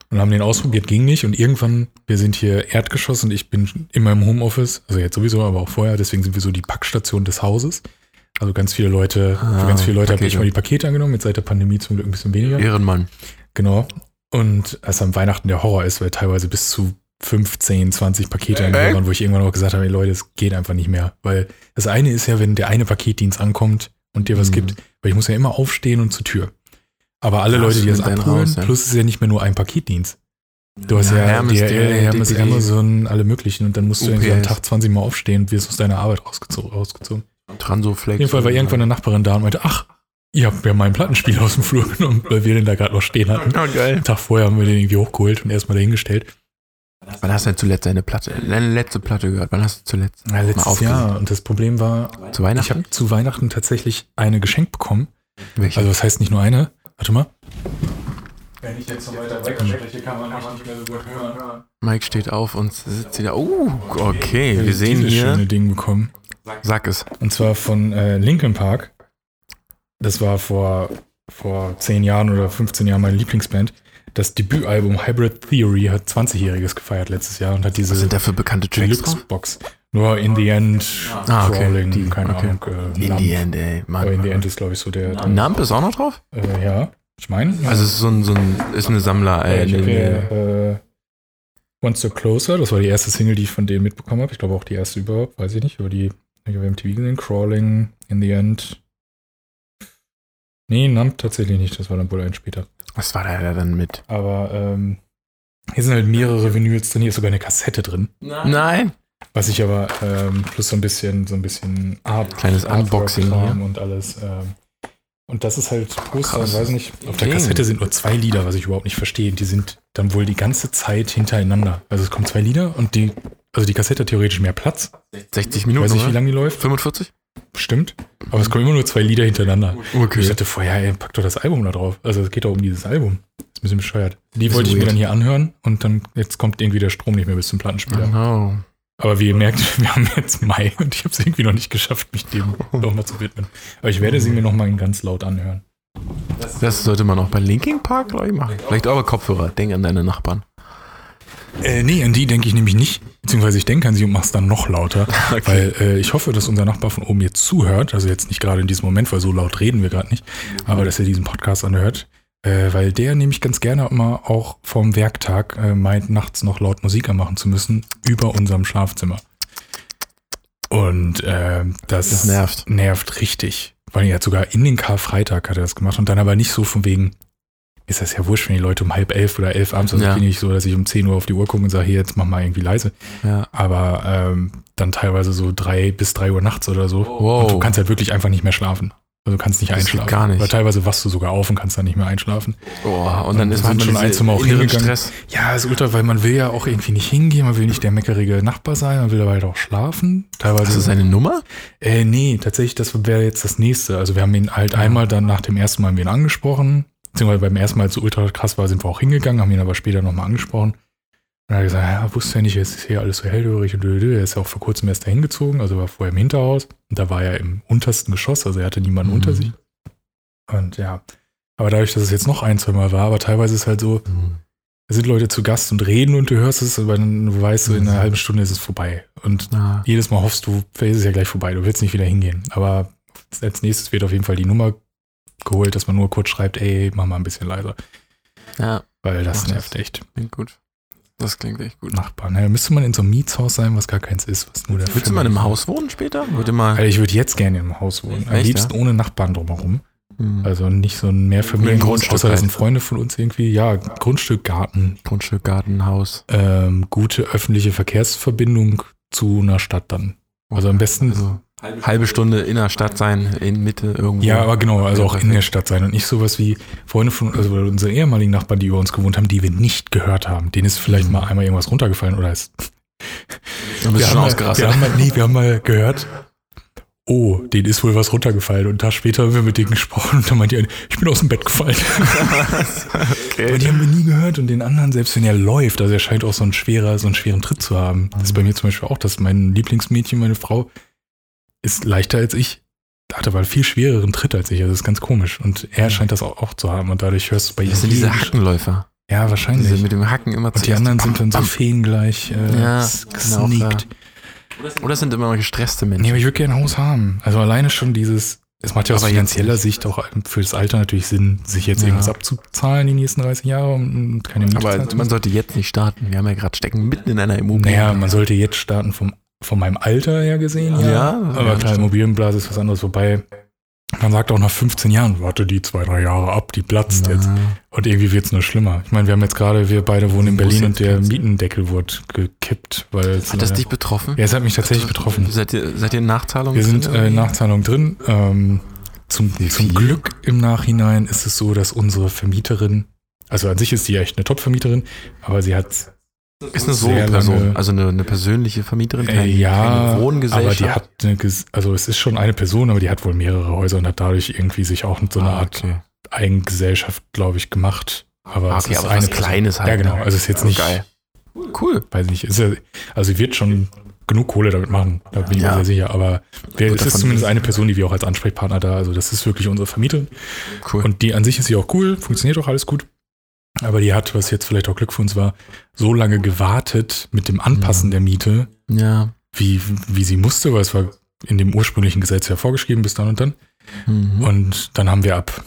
[SPEAKER 2] Und haben den ausprobiert, ging nicht und irgendwann, wir sind hier Erdgeschoss und ich bin immer im Homeoffice, also jetzt sowieso, aber auch vorher, deswegen sind wir so die Packstation des Hauses. Also ganz viele Leute, für
[SPEAKER 1] Ah,
[SPEAKER 2] ganz viele Leute habe ich
[SPEAKER 1] Pakete.
[SPEAKER 2] mal die Pakete angenommen, jetzt seit der Pandemie zum Glück ein bisschen weniger.
[SPEAKER 1] Ehrenmann.
[SPEAKER 2] Genau. Und als am Weihnachten der Horror ist, weil teilweise bis zu 15, 20 Pakete an
[SPEAKER 1] Äh?
[SPEAKER 2] waren, wo ich irgendwann auch gesagt habe, ey Leute, es geht einfach nicht mehr. Weil das eine ist ja, wenn der eine Paketdienst ankommt und dir was
[SPEAKER 1] Mhm.
[SPEAKER 2] gibt, weil ich muss ja immer aufstehen und zur Tür. Aber alle
[SPEAKER 1] Ja,
[SPEAKER 2] Leute,
[SPEAKER 1] das
[SPEAKER 2] die das
[SPEAKER 1] nimmt einen
[SPEAKER 2] abholen,
[SPEAKER 1] raus, ja.
[SPEAKER 2] plus es ist ja nicht mehr nur ein Paketdienst. Du hast
[SPEAKER 1] Ja,
[SPEAKER 2] ja,
[SPEAKER 1] Hermes,
[SPEAKER 2] DHL,
[SPEAKER 1] DHL,
[SPEAKER 2] Hermes,
[SPEAKER 1] DPD.
[SPEAKER 2] Amazon, alle möglichen und dann musst du irgendwie am
[SPEAKER 1] UPS.
[SPEAKER 2] Tag 20 Mal aufstehen und wirst aus deiner Arbeit rausgezogen. rausgezogen.
[SPEAKER 1] Transoflex.
[SPEAKER 2] Auf jeden Fall war irgendwann eine Nachbarin da und meinte, ach, ihr habt mir meinen Plattenspiel aus dem Flur genommen, weil wir den da gerade noch stehen hatten.
[SPEAKER 1] Oh, geil.
[SPEAKER 2] Am Tag vorher haben wir den irgendwie hochgeholt und erstmal dahingestellt.
[SPEAKER 1] Wann hast du denn zuletzt deine Platte, deine letzte Platte gehört? Wann hast du zuletzt?
[SPEAKER 2] Na,
[SPEAKER 1] Mal
[SPEAKER 2] letztes
[SPEAKER 1] aufgelegt.
[SPEAKER 2] Jahr. Und das Problem war,
[SPEAKER 1] Zu
[SPEAKER 2] ich
[SPEAKER 1] Weihnachten?
[SPEAKER 2] habe zu Weihnachten tatsächlich eine geschenkt bekommen.
[SPEAKER 1] Welche?
[SPEAKER 2] Also das heißt nicht nur eine. Warte mal. Wenn ich jetzt so weiter wegspreche, kann man nicht mehr so gut hören.
[SPEAKER 1] Mike steht auf und sitzt wieder. Oh, okay. Wir
[SPEAKER 2] Dieses
[SPEAKER 1] sehen hier.
[SPEAKER 2] schöne Ding bekommen.
[SPEAKER 1] Sag es.
[SPEAKER 2] Und zwar von äh, Linkin Park. Das war vor, vor 10 Jahren oder 15 Jahren meine Lieblingsband. Das Debütalbum Hybrid Theory hat 20-Jähriges gefeiert letztes Jahr und hat diese
[SPEAKER 1] Was sind da für bekannte Tracks drauf?
[SPEAKER 2] Deluxe-Box. Nur in the end,
[SPEAKER 1] Ah, okay.
[SPEAKER 2] crawling,
[SPEAKER 1] Die-
[SPEAKER 2] keine
[SPEAKER 1] okay.
[SPEAKER 2] Ahnung. Äh,
[SPEAKER 1] In the end, ey.
[SPEAKER 2] Numb. Aber in the
[SPEAKER 1] Mann.
[SPEAKER 2] end ist, glaube ich, so der.
[SPEAKER 1] Nump ist auch noch drauf?
[SPEAKER 2] Äh, ja, ich meine.
[SPEAKER 1] Also, es ist so ein, so ein, ist eine Sammler,
[SPEAKER 2] äh,
[SPEAKER 1] ey.
[SPEAKER 2] ich
[SPEAKER 1] Nee,
[SPEAKER 2] hab
[SPEAKER 1] nee.
[SPEAKER 2] hier, äh, One Step Closer, das war die erste Single, die ich von denen mitbekommen habe. Ich glaube auch die erste überhaupt, weiß ich nicht. Über die hab ich auf MTV gesehen. Crawling, in the end. Nee, Numb tatsächlich nicht, das war dann wohl ein später.
[SPEAKER 1] Was war da dann mit?
[SPEAKER 2] Aber ähm, hier sind halt mehrere Vinyls drin, hier ist sogar eine Kassette drin.
[SPEAKER 1] Nein.
[SPEAKER 2] Was ich aber ähm, plus so ein bisschen, so ein bisschen Art,
[SPEAKER 1] Kleines
[SPEAKER 2] Artwork
[SPEAKER 1] Unboxing
[SPEAKER 2] Kram
[SPEAKER 1] hier.
[SPEAKER 2] und alles. Ähm, und das ist halt Poster,
[SPEAKER 1] Krass.
[SPEAKER 2] weiß nicht. Auf der
[SPEAKER 1] Ding.
[SPEAKER 2] Kassette sind nur zwei Lieder, was ich überhaupt nicht verstehe. Die sind dann wohl die ganze Zeit hintereinander. Also es kommen zwei Lieder und die, also die Kassette hat theoretisch mehr Platz.
[SPEAKER 1] 60
[SPEAKER 2] Ich
[SPEAKER 1] Minuten.
[SPEAKER 2] weiß nicht, wie
[SPEAKER 1] oder?
[SPEAKER 2] lange die läuft.
[SPEAKER 1] 45?
[SPEAKER 2] Stimmt. Aber es kommen immer nur zwei Lieder hintereinander.
[SPEAKER 1] Oh,
[SPEAKER 2] Ich
[SPEAKER 1] Okay.
[SPEAKER 2] dachte vorher, ey, pack doch das Album da drauf. Also es geht doch um dieses Album. Das ist ein bisschen bescheuert. Die
[SPEAKER 1] Bisschen
[SPEAKER 2] wollte ich mir
[SPEAKER 1] weird.
[SPEAKER 2] dann hier anhören und dann jetzt kommt irgendwie der Strom nicht mehr bis zum Plattenspieler.
[SPEAKER 1] Genau.
[SPEAKER 2] Aber wie ihr merkt, [LAUGHS] wir haben jetzt Mai und ich habe es irgendwie noch nicht geschafft, mich dem nochmal zu widmen. Aber ich werde sie mir nochmal ganz laut anhören.
[SPEAKER 1] Das sollte man auch bei Linking Park, glaube ich, machen. Vielleicht auch bei Kopfhörer. Denk an deine Nachbarn.
[SPEAKER 2] Äh, nee, an die denke ich nämlich nicht. Beziehungsweise ich denke an sie und mache es dann
[SPEAKER 1] [LAUGHS]
[SPEAKER 2] noch lauter. Weil äh, ich hoffe, dass unser Nachbar von oben jetzt zuhört. Also jetzt nicht gerade in diesem Moment, weil so laut reden wir gerade nicht. Aber dass er diesen Podcast anhört. Äh, weil der nämlich ganz gerne immer auch vom Werktag äh, meint, nachts noch laut Musik anmachen zu müssen über unserem Schlafzimmer. Und äh, das,
[SPEAKER 1] Das nervt.
[SPEAKER 2] nervt richtig. Weil er hat sogar in den Karfreitag hat er das gemacht und dann aber nicht so von wegen, ist das ja wurscht, wenn die Leute um halb elf oder elf abends, also
[SPEAKER 1] Ja.
[SPEAKER 2] ich bin nicht so, dass ich um 10 Uhr auf die Uhr gucke und sage, hier, jetzt mach mal irgendwie leise.
[SPEAKER 1] Ja.
[SPEAKER 2] Aber ähm, dann teilweise so drei bis drei Uhr nachts oder so.
[SPEAKER 1] Wow.
[SPEAKER 2] Und du kannst halt wirklich einfach nicht mehr schlafen. Also du kannst nicht
[SPEAKER 1] Das geht
[SPEAKER 2] einschlafen.
[SPEAKER 1] gar nicht.
[SPEAKER 2] Weil teilweise wachst du sogar auf und kannst dann nicht mehr einschlafen.
[SPEAKER 1] Boah, und dann
[SPEAKER 2] Dann
[SPEAKER 1] ist
[SPEAKER 2] sind
[SPEAKER 1] man
[SPEAKER 2] schon
[SPEAKER 1] schon
[SPEAKER 2] ein, zweimal auch
[SPEAKER 1] inneren
[SPEAKER 2] hingegangen.
[SPEAKER 1] Stress.
[SPEAKER 2] Ja, ist ultra, weil man will ja auch irgendwie nicht hingehen, man will nicht der meckerige Nachbar sein, man will aber halt auch schlafen. Teilweise.
[SPEAKER 1] Hast du seine Nummer?
[SPEAKER 2] Äh, nee, tatsächlich, das wäre jetzt das nächste. Also wir haben ihn halt einmal dann nach dem ersten Mal haben wir ihn angesprochen. Beziehungsweise beim ersten Mal, als es ultra krass war, sind wir auch hingegangen, haben ihn aber später nochmal angesprochen. Und er hat gesagt, ja, wusste ja nicht, jetzt ist hier alles so hellhörig und dödö. Er ist ja auch vor kurzem erst dahin gezogen, also war vorher im Hinterhaus. Und da war er im untersten Geschoss, also er hatte niemanden
[SPEAKER 1] Mhm.
[SPEAKER 2] unter sich. Und ja, aber dadurch, dass es jetzt noch ein, zwei Mal war, aber teilweise ist halt so, da sind Leute zu Gast und reden und du hörst es, aber dann weißt du, in einer halben Stunde ist es vorbei. Und
[SPEAKER 1] Na,
[SPEAKER 2] jedes Mal hoffst du, vielleicht ist es ja gleich vorbei, du willst nicht wieder hingehen. Aber als nächstes wird auf jeden Fall die Nummer geholt, dass man nur kurz schreibt, ey, mach mal ein bisschen leiser.
[SPEAKER 1] ja,
[SPEAKER 2] Weil das
[SPEAKER 1] Ach, das-
[SPEAKER 2] nervt echt.
[SPEAKER 1] klingt gut. Das klingt echt gut.
[SPEAKER 2] Nachbarn. Ja, müsste man in so einem Mietshaus sein, was gar keins ist, was nur der
[SPEAKER 1] Willst du mal in einem Haus wohnen später? Würde mal
[SPEAKER 2] Also ich würde jetzt gerne in einem Haus wohnen. Am
[SPEAKER 1] Echt,
[SPEAKER 2] liebsten ohne Nachbarn drumherum.
[SPEAKER 1] hm,
[SPEAKER 2] Also nicht so ein
[SPEAKER 1] Mit einem
[SPEAKER 2] Mehrfamilienhaus,
[SPEAKER 1] Grundstück
[SPEAKER 2] außer das sind
[SPEAKER 1] halt.
[SPEAKER 2] Freunde von uns irgendwie. Ja, Grundstück, Garten,
[SPEAKER 1] Grundstück, Garten, Haus.
[SPEAKER 2] ähm, gute öffentliche Verkehrsverbindung zu einer Stadt dann. Also am besten
[SPEAKER 1] Also halbe Stunde in der Stadt sein, in Mitte irgendwo.
[SPEAKER 2] Ja, aber genau, also
[SPEAKER 1] Ja,
[SPEAKER 2] auch in
[SPEAKER 1] perfekt.
[SPEAKER 2] der Stadt sein und nicht sowas wie Freunde von, also unsere ehemaligen Nachbarn, die über uns gewohnt haben, die wir nicht gehört haben. Denen ist vielleicht
[SPEAKER 1] Mhm.
[SPEAKER 2] mal einmal irgendwas runtergefallen oder ist.
[SPEAKER 1] Dann bist du schon
[SPEAKER 2] haben mal, wir
[SPEAKER 1] ausgerastet.
[SPEAKER 2] haben mal, nee, wir haben mal gehört, oh, denen ist wohl was runtergefallen. Und einen Tag später haben wir mit denen gesprochen und dann meint die eine, ich bin aus dem Bett gefallen.
[SPEAKER 1] [LAUGHS] okay.
[SPEAKER 2] Und die haben wir nie gehört und den anderen, selbst wenn er läuft, also er scheint auch so einen schwerer, so einen schweren Tritt zu haben. Das ist bei mir zum Beispiel auch, dass mein Lieblingsmädchen, meine Frau, ist leichter als ich. Hat aber einen viel schwereren Tritt als ich. Also das ist ganz komisch. Und er scheint das auch, auch zu haben. Und dadurch hörst du bei ihm.
[SPEAKER 1] Das sind diese Hackenläufer.
[SPEAKER 2] Ja,
[SPEAKER 1] Diese
[SPEAKER 2] wahrscheinlich.
[SPEAKER 1] mit dem Hacken immer
[SPEAKER 2] Und die anderen sind dann so feengleich äh,
[SPEAKER 1] Ja,
[SPEAKER 2] s-
[SPEAKER 1] genau,
[SPEAKER 2] gesneakt.
[SPEAKER 1] Oder sind immer gestresste
[SPEAKER 2] Nee,
[SPEAKER 1] Menschen.
[SPEAKER 2] aber ich würde gerne ein Haus haben. Also alleine schon dieses, es macht ja aus
[SPEAKER 1] Aber jetzt
[SPEAKER 2] finanzieller Sicht auch für das Alter natürlich Sinn, sich jetzt
[SPEAKER 1] Ja.
[SPEAKER 2] irgendwas abzuzahlen die nächsten 30 Jahre und und keine Miete zahlen
[SPEAKER 1] aber
[SPEAKER 2] zu
[SPEAKER 1] man
[SPEAKER 2] müssen.
[SPEAKER 1] sollte jetzt nicht starten. Wir haben ja gerade stecken mitten in einer Immobilie.
[SPEAKER 2] Naja, man sollte jetzt starten vom, von meinem Alter her gesehen.
[SPEAKER 1] ja,
[SPEAKER 2] Aber klar, Immobilienblase ist was anderes. Wobei, man sagt auch nach 15 Jahren, warte die zwei, drei Jahre ab, die platzt jetzt. Und irgendwie wird es nur schlimmer. Ich meine, wir haben jetzt gerade, wir beide wohnen in
[SPEAKER 1] Muss
[SPEAKER 2] Berlin
[SPEAKER 1] jetzt
[SPEAKER 2] und der
[SPEAKER 1] platzen.
[SPEAKER 2] Mietendeckel wurde gekippt. Weil es-
[SPEAKER 1] Hat das dich betroffen?
[SPEAKER 2] ja, es hat mich tatsächlich betroffen.
[SPEAKER 1] Seid ihr, seid ihr in Nachzahlung?
[SPEAKER 2] Wir sind
[SPEAKER 1] drin
[SPEAKER 2] äh,
[SPEAKER 1] irgendwie?
[SPEAKER 2] Nachzahlung drin. Ähm, zum, zum Glück im Nachhinein ist es so, dass unsere Vermieterin, also an sich ist sie echt eine Top-Vermieterin, aber sie hat
[SPEAKER 1] Ist eine
[SPEAKER 2] sehr
[SPEAKER 1] Solo-Person,
[SPEAKER 2] lange-
[SPEAKER 1] also eine, eine persönliche Vermieterin,
[SPEAKER 2] Äh, ja,
[SPEAKER 1] keine
[SPEAKER 2] aber
[SPEAKER 1] Wohngesellschaft.
[SPEAKER 2] die hat eine, Ges- also es ist schon eine Person, aber die hat wohl mehrere Häuser und hat dadurch irgendwie sich auch so eine
[SPEAKER 1] ah,
[SPEAKER 2] Art
[SPEAKER 1] okay.
[SPEAKER 2] Eigengesellschaft, glaube ich, gemacht. Aber
[SPEAKER 1] Ah,
[SPEAKER 2] es
[SPEAKER 1] okay,
[SPEAKER 2] ist
[SPEAKER 1] aber
[SPEAKER 2] eine
[SPEAKER 1] was
[SPEAKER 2] Person.
[SPEAKER 1] Kleines halt.
[SPEAKER 2] Ja, genau.
[SPEAKER 1] ne?
[SPEAKER 2] Also es ist jetzt nicht,
[SPEAKER 1] Geil. Cool.
[SPEAKER 2] weiß nicht, ist ja, also sie wird schon genug Kohle damit machen, da bin ich
[SPEAKER 1] Ja.
[SPEAKER 2] mir sehr sicher. Aber wer,
[SPEAKER 1] Wird
[SPEAKER 2] es ist
[SPEAKER 1] davon
[SPEAKER 2] zumindest
[SPEAKER 1] wissen.
[SPEAKER 2] eine Person, die wir auch als Ansprechpartner da, also das ist wirklich unsere Vermieterin.
[SPEAKER 1] Cool.
[SPEAKER 2] Und die an sich ist ja auch cool, funktioniert auch alles gut. Aber die hat, was jetzt vielleicht auch Glück für uns war, so lange gewartet mit dem Anpassen
[SPEAKER 1] Mhm.
[SPEAKER 2] der Miete,
[SPEAKER 1] ja.
[SPEAKER 2] wie, wie sie musste, weil es war in dem ursprünglichen Gesetz ja vorgeschrieben bis dann und dann.
[SPEAKER 1] Mhm.
[SPEAKER 2] Und dann haben wir ab,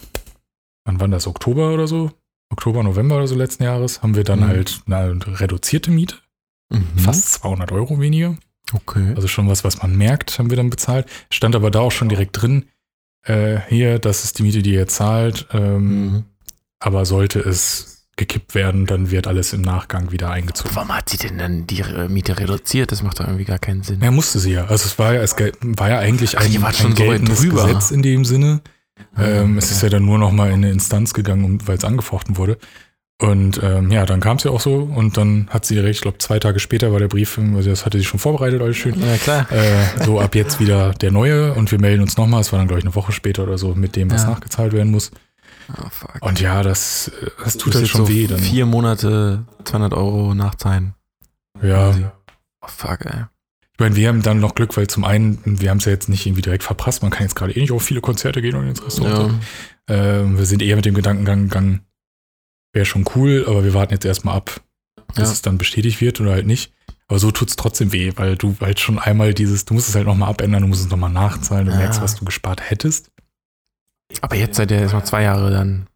[SPEAKER 2] wann war das, Oktober oder so? Oktober, November oder so letzten Jahres, haben wir dann
[SPEAKER 1] Mhm.
[SPEAKER 2] halt eine reduzierte Miete,
[SPEAKER 1] Mhm.
[SPEAKER 2] fast 200 Euro weniger.
[SPEAKER 1] Okay.
[SPEAKER 2] Also schon was, was man merkt, haben wir dann bezahlt. Stand aber da auch schon direkt drin, äh, hier, das ist die Miete, die ihr zahlt. Ähm,
[SPEAKER 1] Mhm.
[SPEAKER 2] Aber sollte es gekippt werden, dann wird alles im Nachgang wieder eingezogen.
[SPEAKER 1] Warum hat sie denn dann die äh, Miete reduziert? Das macht doch irgendwie gar keinen Sinn.
[SPEAKER 2] Ja, musste sie ja. Also es war ja, es gel- war ja eigentlich
[SPEAKER 1] Ach,
[SPEAKER 2] ein,
[SPEAKER 1] ihr wart schon
[SPEAKER 2] ein
[SPEAKER 1] so weit
[SPEAKER 2] geltendes
[SPEAKER 1] drüber.
[SPEAKER 2] Gesetz in dem Sinne. Ähm, es
[SPEAKER 1] Okay.
[SPEAKER 2] ist ja dann nur noch mal in eine Instanz gegangen, um- weil es angefochten wurde. Und ähm, ja, dann kam es ja auch so und dann hat sie direkt, ich glaube, zwei Tage später war der Brief, also das hatte sie schon vorbereitet, alles schön.
[SPEAKER 1] ja, klar.
[SPEAKER 2] Äh, so ab jetzt wieder der neue und wir melden uns nochmal, es war dann, glaube ich, eine Woche später oder so, mit dem, was
[SPEAKER 1] Ja.
[SPEAKER 2] nachgezahlt werden muss.
[SPEAKER 1] [LAUGHS] Oh, fuck.
[SPEAKER 2] Und ja, das, äh, das tut
[SPEAKER 1] Ist
[SPEAKER 2] halt
[SPEAKER 1] jetzt
[SPEAKER 2] schon
[SPEAKER 1] so
[SPEAKER 2] weh. Dann.
[SPEAKER 1] Vier Monate 200 Euro nachzahlen.
[SPEAKER 2] ja,
[SPEAKER 1] Oh, fuck, ey.
[SPEAKER 2] Ich meine, wir haben dann noch Glück, weil zum einen, wir haben es ja jetzt nicht irgendwie direkt verprasst. Man kann jetzt gerade eh nicht auf viele Konzerte gehen und ins Restaurant.
[SPEAKER 1] Ja.
[SPEAKER 2] Ähm, wir sind eher mit dem Gedankengang gegangen, wäre schon cool, aber wir warten jetzt erstmal ab, bis
[SPEAKER 1] Ja.
[SPEAKER 2] es dann bestätigt wird oder halt nicht. Aber so tut's trotzdem weh, weil du halt schon einmal dieses, du musst es halt nochmal abändern, du musst es nochmal nachzahlen, du
[SPEAKER 1] Ja.
[SPEAKER 2] merkst, was du gespart hättest.
[SPEAKER 1] Aber jetzt seid ihr erstmal zwei Jahre dann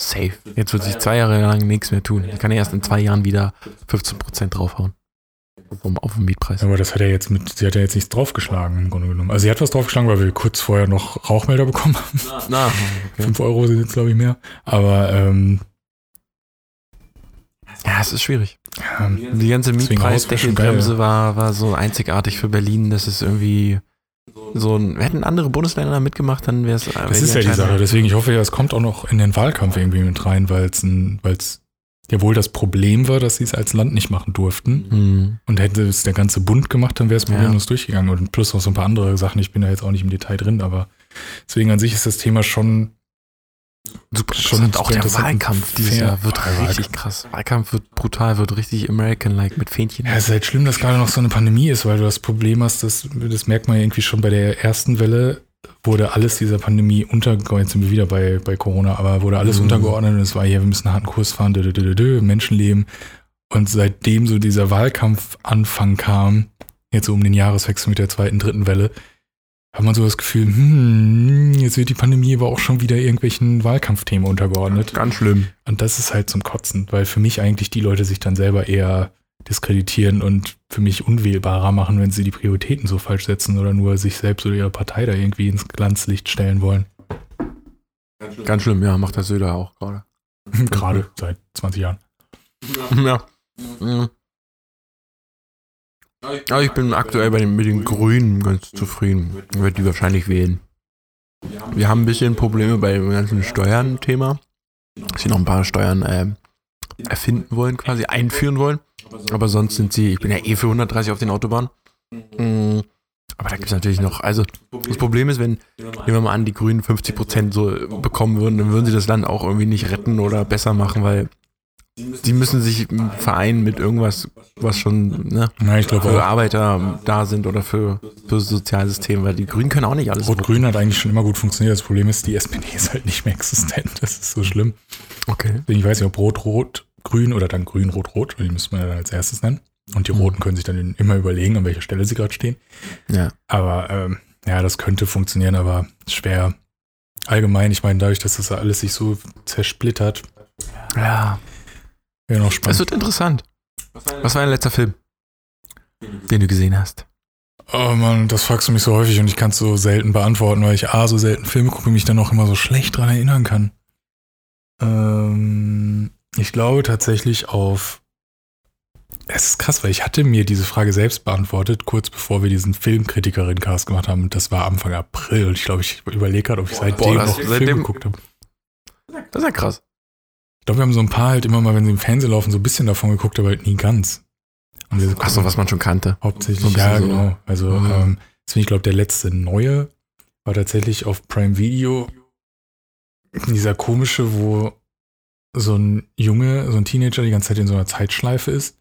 [SPEAKER 1] safe. Jetzt wird sich zwei Jahre lang nichts mehr tun. Ich kann ja erst in zwei Jahren wieder 15% draufhauen. Vom, auf den Mietpreis.
[SPEAKER 2] Aber das hat er jetzt mit, sie hat ja jetzt nichts draufgeschlagen im Grunde genommen. Also sie hat was draufgeschlagen, weil wir kurz vorher noch Rauchmelder bekommen haben.
[SPEAKER 1] Na,
[SPEAKER 2] 5 Euro sind jetzt, glaube ich, mehr. Aber ähm,
[SPEAKER 1] ja, es ist schwierig.
[SPEAKER 2] ähm,
[SPEAKER 1] Die ganze
[SPEAKER 2] Deswegen Hausflaschen
[SPEAKER 1] Mietpreisdeckelbremse war, war so einzigartig für Berlin, dass es irgendwie so ein. Hätten andere Bundesländer mitgemacht, dann äh, wäre es.
[SPEAKER 2] das ist ja die Sache. Deswegen, ich hoffe ja, es kommt auch noch in den Wahlkampf irgendwie mit rein, weil es ein, weil es ja wohl das Problem war, dass sie es als Land nicht machen durften.
[SPEAKER 1] Hm.
[SPEAKER 2] Und hätte es der ganze Bund gemacht, dann wäre es
[SPEAKER 1] Ja.
[SPEAKER 2] problemlos durchgegangen. Und plus noch so ein paar andere Sachen. Ich bin da jetzt auch nicht im Detail drin, aber deswegen an sich ist das Thema schon
[SPEAKER 1] Super
[SPEAKER 2] Schon
[SPEAKER 1] interessant. halt Auch der
[SPEAKER 2] interessant.
[SPEAKER 1] Wahlkampf dieses
[SPEAKER 2] Fair
[SPEAKER 1] Jahr wird
[SPEAKER 2] Wahlkampf.
[SPEAKER 1] richtig krass. Wahlkampf wird brutal, wird richtig American-like mit Fähnchen.
[SPEAKER 2] Ja, es ist halt schlimm, dass gerade noch so eine Pandemie ist, weil du das Problem hast, dass, das merkt man ja irgendwie schon bei der ersten Welle, wurde alles dieser Pandemie untergeordnet, jetzt sind wir wieder bei, bei Corona, aber wurde alles
[SPEAKER 1] Mhm.
[SPEAKER 2] untergeordnet und es war hier, wir müssen einen harten Kurs fahren, dö, dö, dö, dö, dö, Menschenleben. Und seitdem so dieser Wahlkampfanfang kam, jetzt so um den Jahreswechsel mit der zweiten, dritten Welle, hat man so das Gefühl, hm, jetzt wird die Pandemie aber auch schon wieder irgendwelchen Wahlkampfthemen untergeordnet.
[SPEAKER 1] Ganz schlimm.
[SPEAKER 2] Und das ist halt zum Kotzen, weil für mich eigentlich die Leute sich dann selber eher diskreditieren und für mich unwählbarer machen, wenn sie die Prioritäten so falsch setzen oder nur sich selbst oder ihre Partei da irgendwie ins Glanzlicht stellen wollen. [LAUGHS]
[SPEAKER 1] Ganz schlimm, ja, macht der Söder auch gerade.
[SPEAKER 2] Gerade seit 20 Jahren.
[SPEAKER 1] Ja. Mhm. Aber ich bin aktuell bei den, mit den Grünen ganz zufrieden. Ich werde die wahrscheinlich wählen. Wir haben ein bisschen Probleme bei dem ganzen Steuern-Thema. Dass sie noch ein paar Steuern ähm, erfinden wollen, quasi einführen wollen. Aber sonst sind sie, ich bin ja eh für 130 auf den Autobahnen. Mhm. Aber da gibt es natürlich noch, also das Problem ist, wenn, nehmen wir mal an, die Grünen 50 Prozent so bekommen würden, dann würden sie das Land auch irgendwie nicht retten oder besser machen, weil die müssen sich vereinen mit irgendwas, was schon ne,
[SPEAKER 2] Na, ich
[SPEAKER 1] für
[SPEAKER 2] glaube auch.
[SPEAKER 1] Arbeiter da sind oder für, für das Sozialsystem, weil die Grünen können auch nicht alles.
[SPEAKER 2] Rot-Grün hat eigentlich schon immer gut funktioniert. Das Problem ist, die SPD ist halt nicht mehr existent. Das ist so schlimm.
[SPEAKER 1] Okay.
[SPEAKER 2] Deswegen, ich weiß nicht, ob Rot-Rot-Grün oder dann Grün-Rot-Rot, die müssen wir dann als erstes nennen. Und die Roten können sich dann immer überlegen, an welcher Stelle sie gerade stehen.
[SPEAKER 1] Ja.
[SPEAKER 2] Aber ähm, ja, das könnte funktionieren, aber schwer. Allgemein, ich meine, dadurch, dass das alles sich so zersplittert,
[SPEAKER 1] ja.
[SPEAKER 2] wäre noch
[SPEAKER 1] Es
[SPEAKER 2] spannend.
[SPEAKER 1] wird interessant. Was war dein letzter Film, den du gesehen hast?
[SPEAKER 2] Oh Mann, das fragst du mich so häufig und ich kann es so selten beantworten, weil ich A, so selten Filme gucke und mich dann auch immer so schlecht dran erinnern kann. Ähm, ich glaube tatsächlich auf. Es ist krass, weil ich hatte mir diese Frage selbst beantwortet, kurz bevor wir diesen Filmkritikerin-Cast gemacht haben. Das war Anfang April und ich glaube, ich überlege gerade, ob ich seitdem
[SPEAKER 1] das-
[SPEAKER 2] noch Film
[SPEAKER 1] seitdem-
[SPEAKER 2] geguckt habe.
[SPEAKER 1] Das ist ja krass.
[SPEAKER 2] Ich glaube, wir haben so ein paar halt immer mal, wenn sie im Fernsehen laufen, so ein bisschen davon geguckt, aber halt nie ganz. Und wir
[SPEAKER 1] Achso, was man schon kannte.
[SPEAKER 2] hauptsächlich,
[SPEAKER 1] so ein bisschen
[SPEAKER 2] ja,
[SPEAKER 1] so-
[SPEAKER 2] genau. Also,
[SPEAKER 1] Ja.
[SPEAKER 2] ähm, deswegen, ich glaube, der letzte neue war tatsächlich auf Prime Video dieser komische, wo so ein Junge, so ein Teenager die ganze Zeit in so einer Zeitschleife ist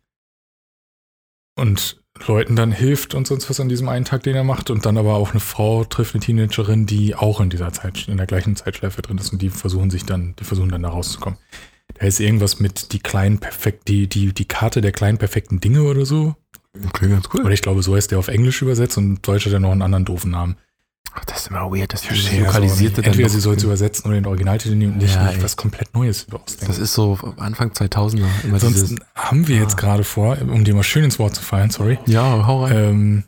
[SPEAKER 2] und Leuten dann hilft und sonst was an diesem einen Tag, den er macht und dann aber auch eine Frau trifft, eine Teenagerin, die auch in dieser Zeit, in der gleichen Zeitschleife drin ist und die versuchen sich dann, die versuchen dann da rauszukommen. Da ist irgendwas mit die kleinen perfekt, die, die, die Karte der kleinen perfekten Dinge oder so.
[SPEAKER 1] Okay, ganz
[SPEAKER 2] Oder ich glaube, so heißt der auf Englisch übersetzt und Deutsch hat ja noch einen anderen doofen Namen.
[SPEAKER 1] Ach, das ist immer weird, dass die
[SPEAKER 2] Lokalisierte
[SPEAKER 1] lokalisierte
[SPEAKER 2] dann also Entweder
[SPEAKER 1] doch-
[SPEAKER 2] sie soll es übersetzen oder den Originaltitel nehmen und nicht,
[SPEAKER 1] Ja,
[SPEAKER 2] nicht was komplett Neues ausdenken.
[SPEAKER 1] Das ist so Anfang 2000er. Immer dieses,
[SPEAKER 2] Ansonsten haben wir jetzt gerade vor, um dir mal schön ins Wort zu fallen, sorry,
[SPEAKER 1] ja, hau rein.
[SPEAKER 2] ähm,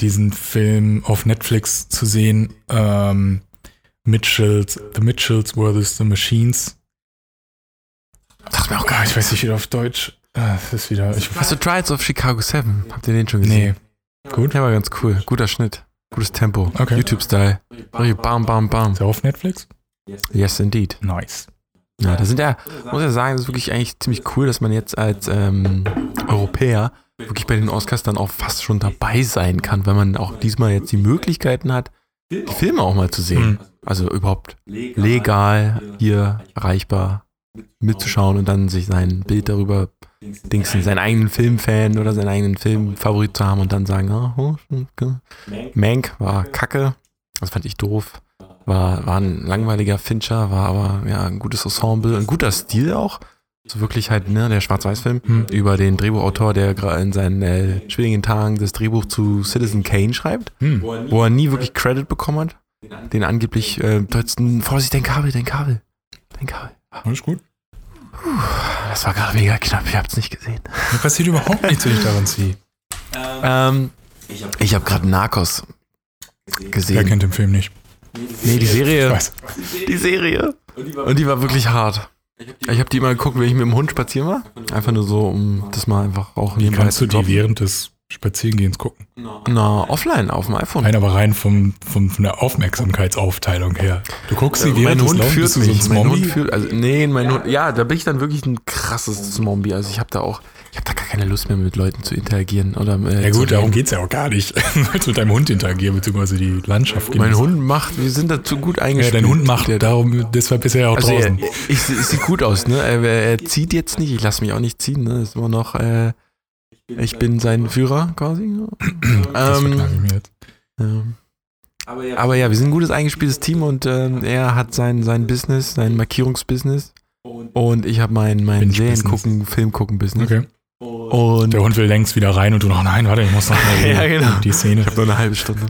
[SPEAKER 2] diesen Film auf Netflix zu sehen, ähm, Mitchells, The Mitchells versus The Machines.
[SPEAKER 1] Sagt mir auch
[SPEAKER 2] Ah, ich weiß nicht, wieder auf Deutsch. Ah, Das ist wieder, ich,
[SPEAKER 1] Hast du Trials of Chicago 7? Habt ihr den schon gesehen?
[SPEAKER 2] nee,
[SPEAKER 1] Gut. Der war ganz cool. Guter Schnitt. Gutes Tempo.
[SPEAKER 2] Okay.
[SPEAKER 1] YouTube-Style. Richtig Bam, bam, bam.
[SPEAKER 2] ist er auf Netflix?
[SPEAKER 1] Yes, indeed.
[SPEAKER 2] Nice.
[SPEAKER 1] Ja, das sind ja, muss ja sagen, das ist wirklich eigentlich ziemlich cool, dass man jetzt als ähm, Europäer wirklich bei den Oscars dann auch fast schon dabei sein kann, weil man auch diesmal jetzt die Möglichkeiten hat, die Filme auch mal zu sehen.
[SPEAKER 2] Mhm.
[SPEAKER 1] Also überhaupt legal hier erreichbar mitzuschauen und dann sich sein Bild darüber dingsen, seinen eigenen Filmfan oder seinen eigenen Filmfavorit zu haben und dann sagen, ah, oh, hm, ge- Mank war kacke, das fand ich doof, war, war ein langweiliger Fincher, war aber ja ein gutes Ensemble, ein guter Stil auch. So wirklich halt, ne, der Schwarz-Weiß-Film
[SPEAKER 2] Hm.
[SPEAKER 1] über den Drehbuchautor, der gerade in seinen äh, schwierigen Tagen das Drehbuch zu Citizen Kane schreibt
[SPEAKER 2] Hm.
[SPEAKER 1] wo er nie wirklich Credit bekommen hat. Den angeblich äh, deutschen, Vorsicht, dein Kabel, dein Kabel, dein Kabel.
[SPEAKER 2] Alles gut.
[SPEAKER 1] Das war gerade mega knapp, ich hab's nicht gesehen.
[SPEAKER 2] Mir passiert überhaupt nichts, wenn ich daran ziehe.
[SPEAKER 1] Ähm, ich habe gerade Narcos
[SPEAKER 2] Wer
[SPEAKER 1] gesehen.
[SPEAKER 2] kennt den Film nicht?
[SPEAKER 1] Nee, die
[SPEAKER 2] Ich
[SPEAKER 1] Serie.
[SPEAKER 2] weiß.
[SPEAKER 1] Die Serie. Und die war wirklich hart. Ich habe die mal geguckt, wenn ich mit dem Hund spazieren war. Einfach nur so, um das mal einfach auch
[SPEAKER 2] Wie
[SPEAKER 1] nebenbei
[SPEAKER 2] kannst du
[SPEAKER 1] zu
[SPEAKER 2] die
[SPEAKER 1] droppen.
[SPEAKER 2] während des Spazierengehens gucken?
[SPEAKER 1] Na, offline auf dem iPhone.
[SPEAKER 2] Nein, aber rein vom, vom, von der Aufmerksamkeitsaufteilung her. Du guckst sie
[SPEAKER 1] Äh, mein
[SPEAKER 2] während des
[SPEAKER 1] Hund
[SPEAKER 2] Laufens,
[SPEAKER 1] führt
[SPEAKER 2] bist du so ein
[SPEAKER 1] mich. mein Hund
[SPEAKER 2] Zombie?
[SPEAKER 1] führt, also, nee, mein Hund, ja, da bin ich dann wirklich ein krasses Zombie. Also ich habe da auch, ich habe da gar keine Lust mehr mit Leuten zu interagieren oder. Äh,
[SPEAKER 2] Ja
[SPEAKER 1] zu
[SPEAKER 2] gut, darum
[SPEAKER 1] reden.
[SPEAKER 2] geht's ja auch gar nicht. [LAUGHS] Du sollst mit deinem Hund interagieren, beziehungsweise die Landschaft
[SPEAKER 1] Mein
[SPEAKER 2] genießen.
[SPEAKER 1] Hund macht, wir sind dazu gut
[SPEAKER 2] Ja,
[SPEAKER 1] eingespielt.
[SPEAKER 2] dein Hund macht,
[SPEAKER 1] der,
[SPEAKER 2] darum, deshalb ist er ja auch
[SPEAKER 1] also er,
[SPEAKER 2] draußen.
[SPEAKER 1] ich, es sieht gut aus, ne? Er, er zieht jetzt nicht, ich lasse mich auch nicht ziehen, ne? Ist immer noch, äh, ich bin sein Führer quasi. ne?
[SPEAKER 2] das verklage ich
[SPEAKER 1] ähm,
[SPEAKER 2] mir jetzt.
[SPEAKER 1] ja. Aber ja, wir sind ein gutes eingespieltes Team und ähm, er hat sein, sein Business, sein Markierungsbusiness und ich habe mein, mein
[SPEAKER 2] Binge-Business.
[SPEAKER 1] Serien gucken, Film gucken Business.
[SPEAKER 2] Okay.
[SPEAKER 1] Und
[SPEAKER 2] Der Hund will längst wieder rein und du noch, nein, warte, ich muss
[SPEAKER 1] [LAUGHS]
[SPEAKER 2] noch mal
[SPEAKER 1] Ja, genau.
[SPEAKER 2] die Szene.
[SPEAKER 1] Ich habe nur eine halbe Stunde.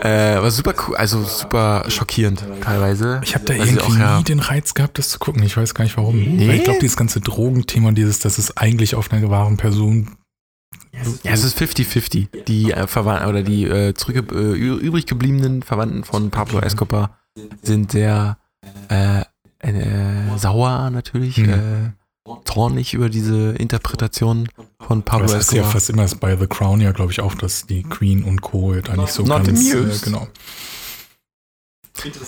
[SPEAKER 1] Äh, war super cool, also super schockierend teilweise.
[SPEAKER 2] Ich habe da
[SPEAKER 1] Weil sie
[SPEAKER 2] irgendwie
[SPEAKER 1] auch, ja,
[SPEAKER 2] nie den Reiz gehabt, das zu gucken. Ich weiß gar nicht warum. Weil ich glaube, dieses ganze Drogenthema und dieses, das ist eigentlich auf einer wahren Person.
[SPEAKER 1] ja, es ist 50-50. Die äh, Verwandten oder die äh, zurück, äh, ü- übrig gebliebenen Verwandten von Pablo
[SPEAKER 2] Mhm.
[SPEAKER 1] Escobar sind sehr äh, äh, sauer natürlich,
[SPEAKER 2] Mhm.
[SPEAKER 1] äh, zornig über diese Interpretation von
[SPEAKER 2] Aber
[SPEAKER 1] Pablo
[SPEAKER 2] das ist ja
[SPEAKER 1] Escobar.
[SPEAKER 2] fast immer das bei The Crown ja, glaube ich, auch, dass die Queen und Co. da nicht so
[SPEAKER 1] Not
[SPEAKER 2] ganz.
[SPEAKER 1] amused.
[SPEAKER 2] genau.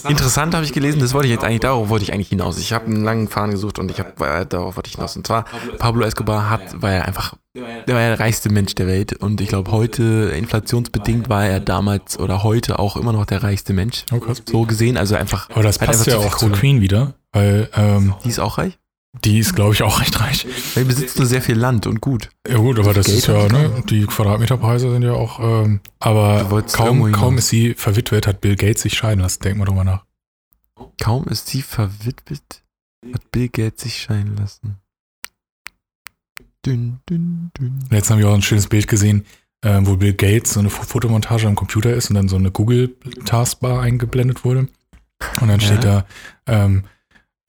[SPEAKER 1] Interessant habe ich gelesen, das wollte ich jetzt eigentlich, darauf wollte ich eigentlich hinaus. Ich habe einen langen Faden gesucht und ich habe, äh, darauf wollte ich hinaus. Und zwar, Pablo Escobar hat, war ja einfach, der war ja der reichste Mensch der Welt und ich glaube heute, inflationsbedingt, war er damals oder heute auch immer noch der reichste Mensch.
[SPEAKER 2] Oh, krass.
[SPEAKER 1] So gesehen, also einfach,
[SPEAKER 2] Aber das
[SPEAKER 1] Hat
[SPEAKER 2] passt
[SPEAKER 1] einfach
[SPEAKER 2] ja
[SPEAKER 1] zu viel
[SPEAKER 2] auch zur
[SPEAKER 1] Kohle.
[SPEAKER 2] Queen wieder, weil ähm,
[SPEAKER 1] die ist auch reich.
[SPEAKER 2] die ist, glaube ich, auch recht reich.
[SPEAKER 1] Weil er besitzt nur sehr viel Land und gut.
[SPEAKER 2] Ja gut, aber das
[SPEAKER 1] Geld
[SPEAKER 2] ist
[SPEAKER 1] hat
[SPEAKER 2] ja,
[SPEAKER 1] sie
[SPEAKER 2] ne, die Quadratmeterpreise sind ja auch, ähm, aber
[SPEAKER 1] Du wolltest irgendwo
[SPEAKER 2] kaum,
[SPEAKER 1] hinaus.
[SPEAKER 2] kaum ist sie verwitwet, hat Bill Gates sich scheiden lassen. Denk mal drüber nach.
[SPEAKER 1] Kaum ist sie verwitwet, hat Bill Gates sich scheiden lassen. Dünn, dünn, dünn.
[SPEAKER 2] Letztens habe ich auch ein schönes Bild gesehen, äh, wo Bill Gates so eine F- Fotomontage am Computer ist und dann so eine Google-Taskbar eingeblendet wurde. Und dann steht da ähm,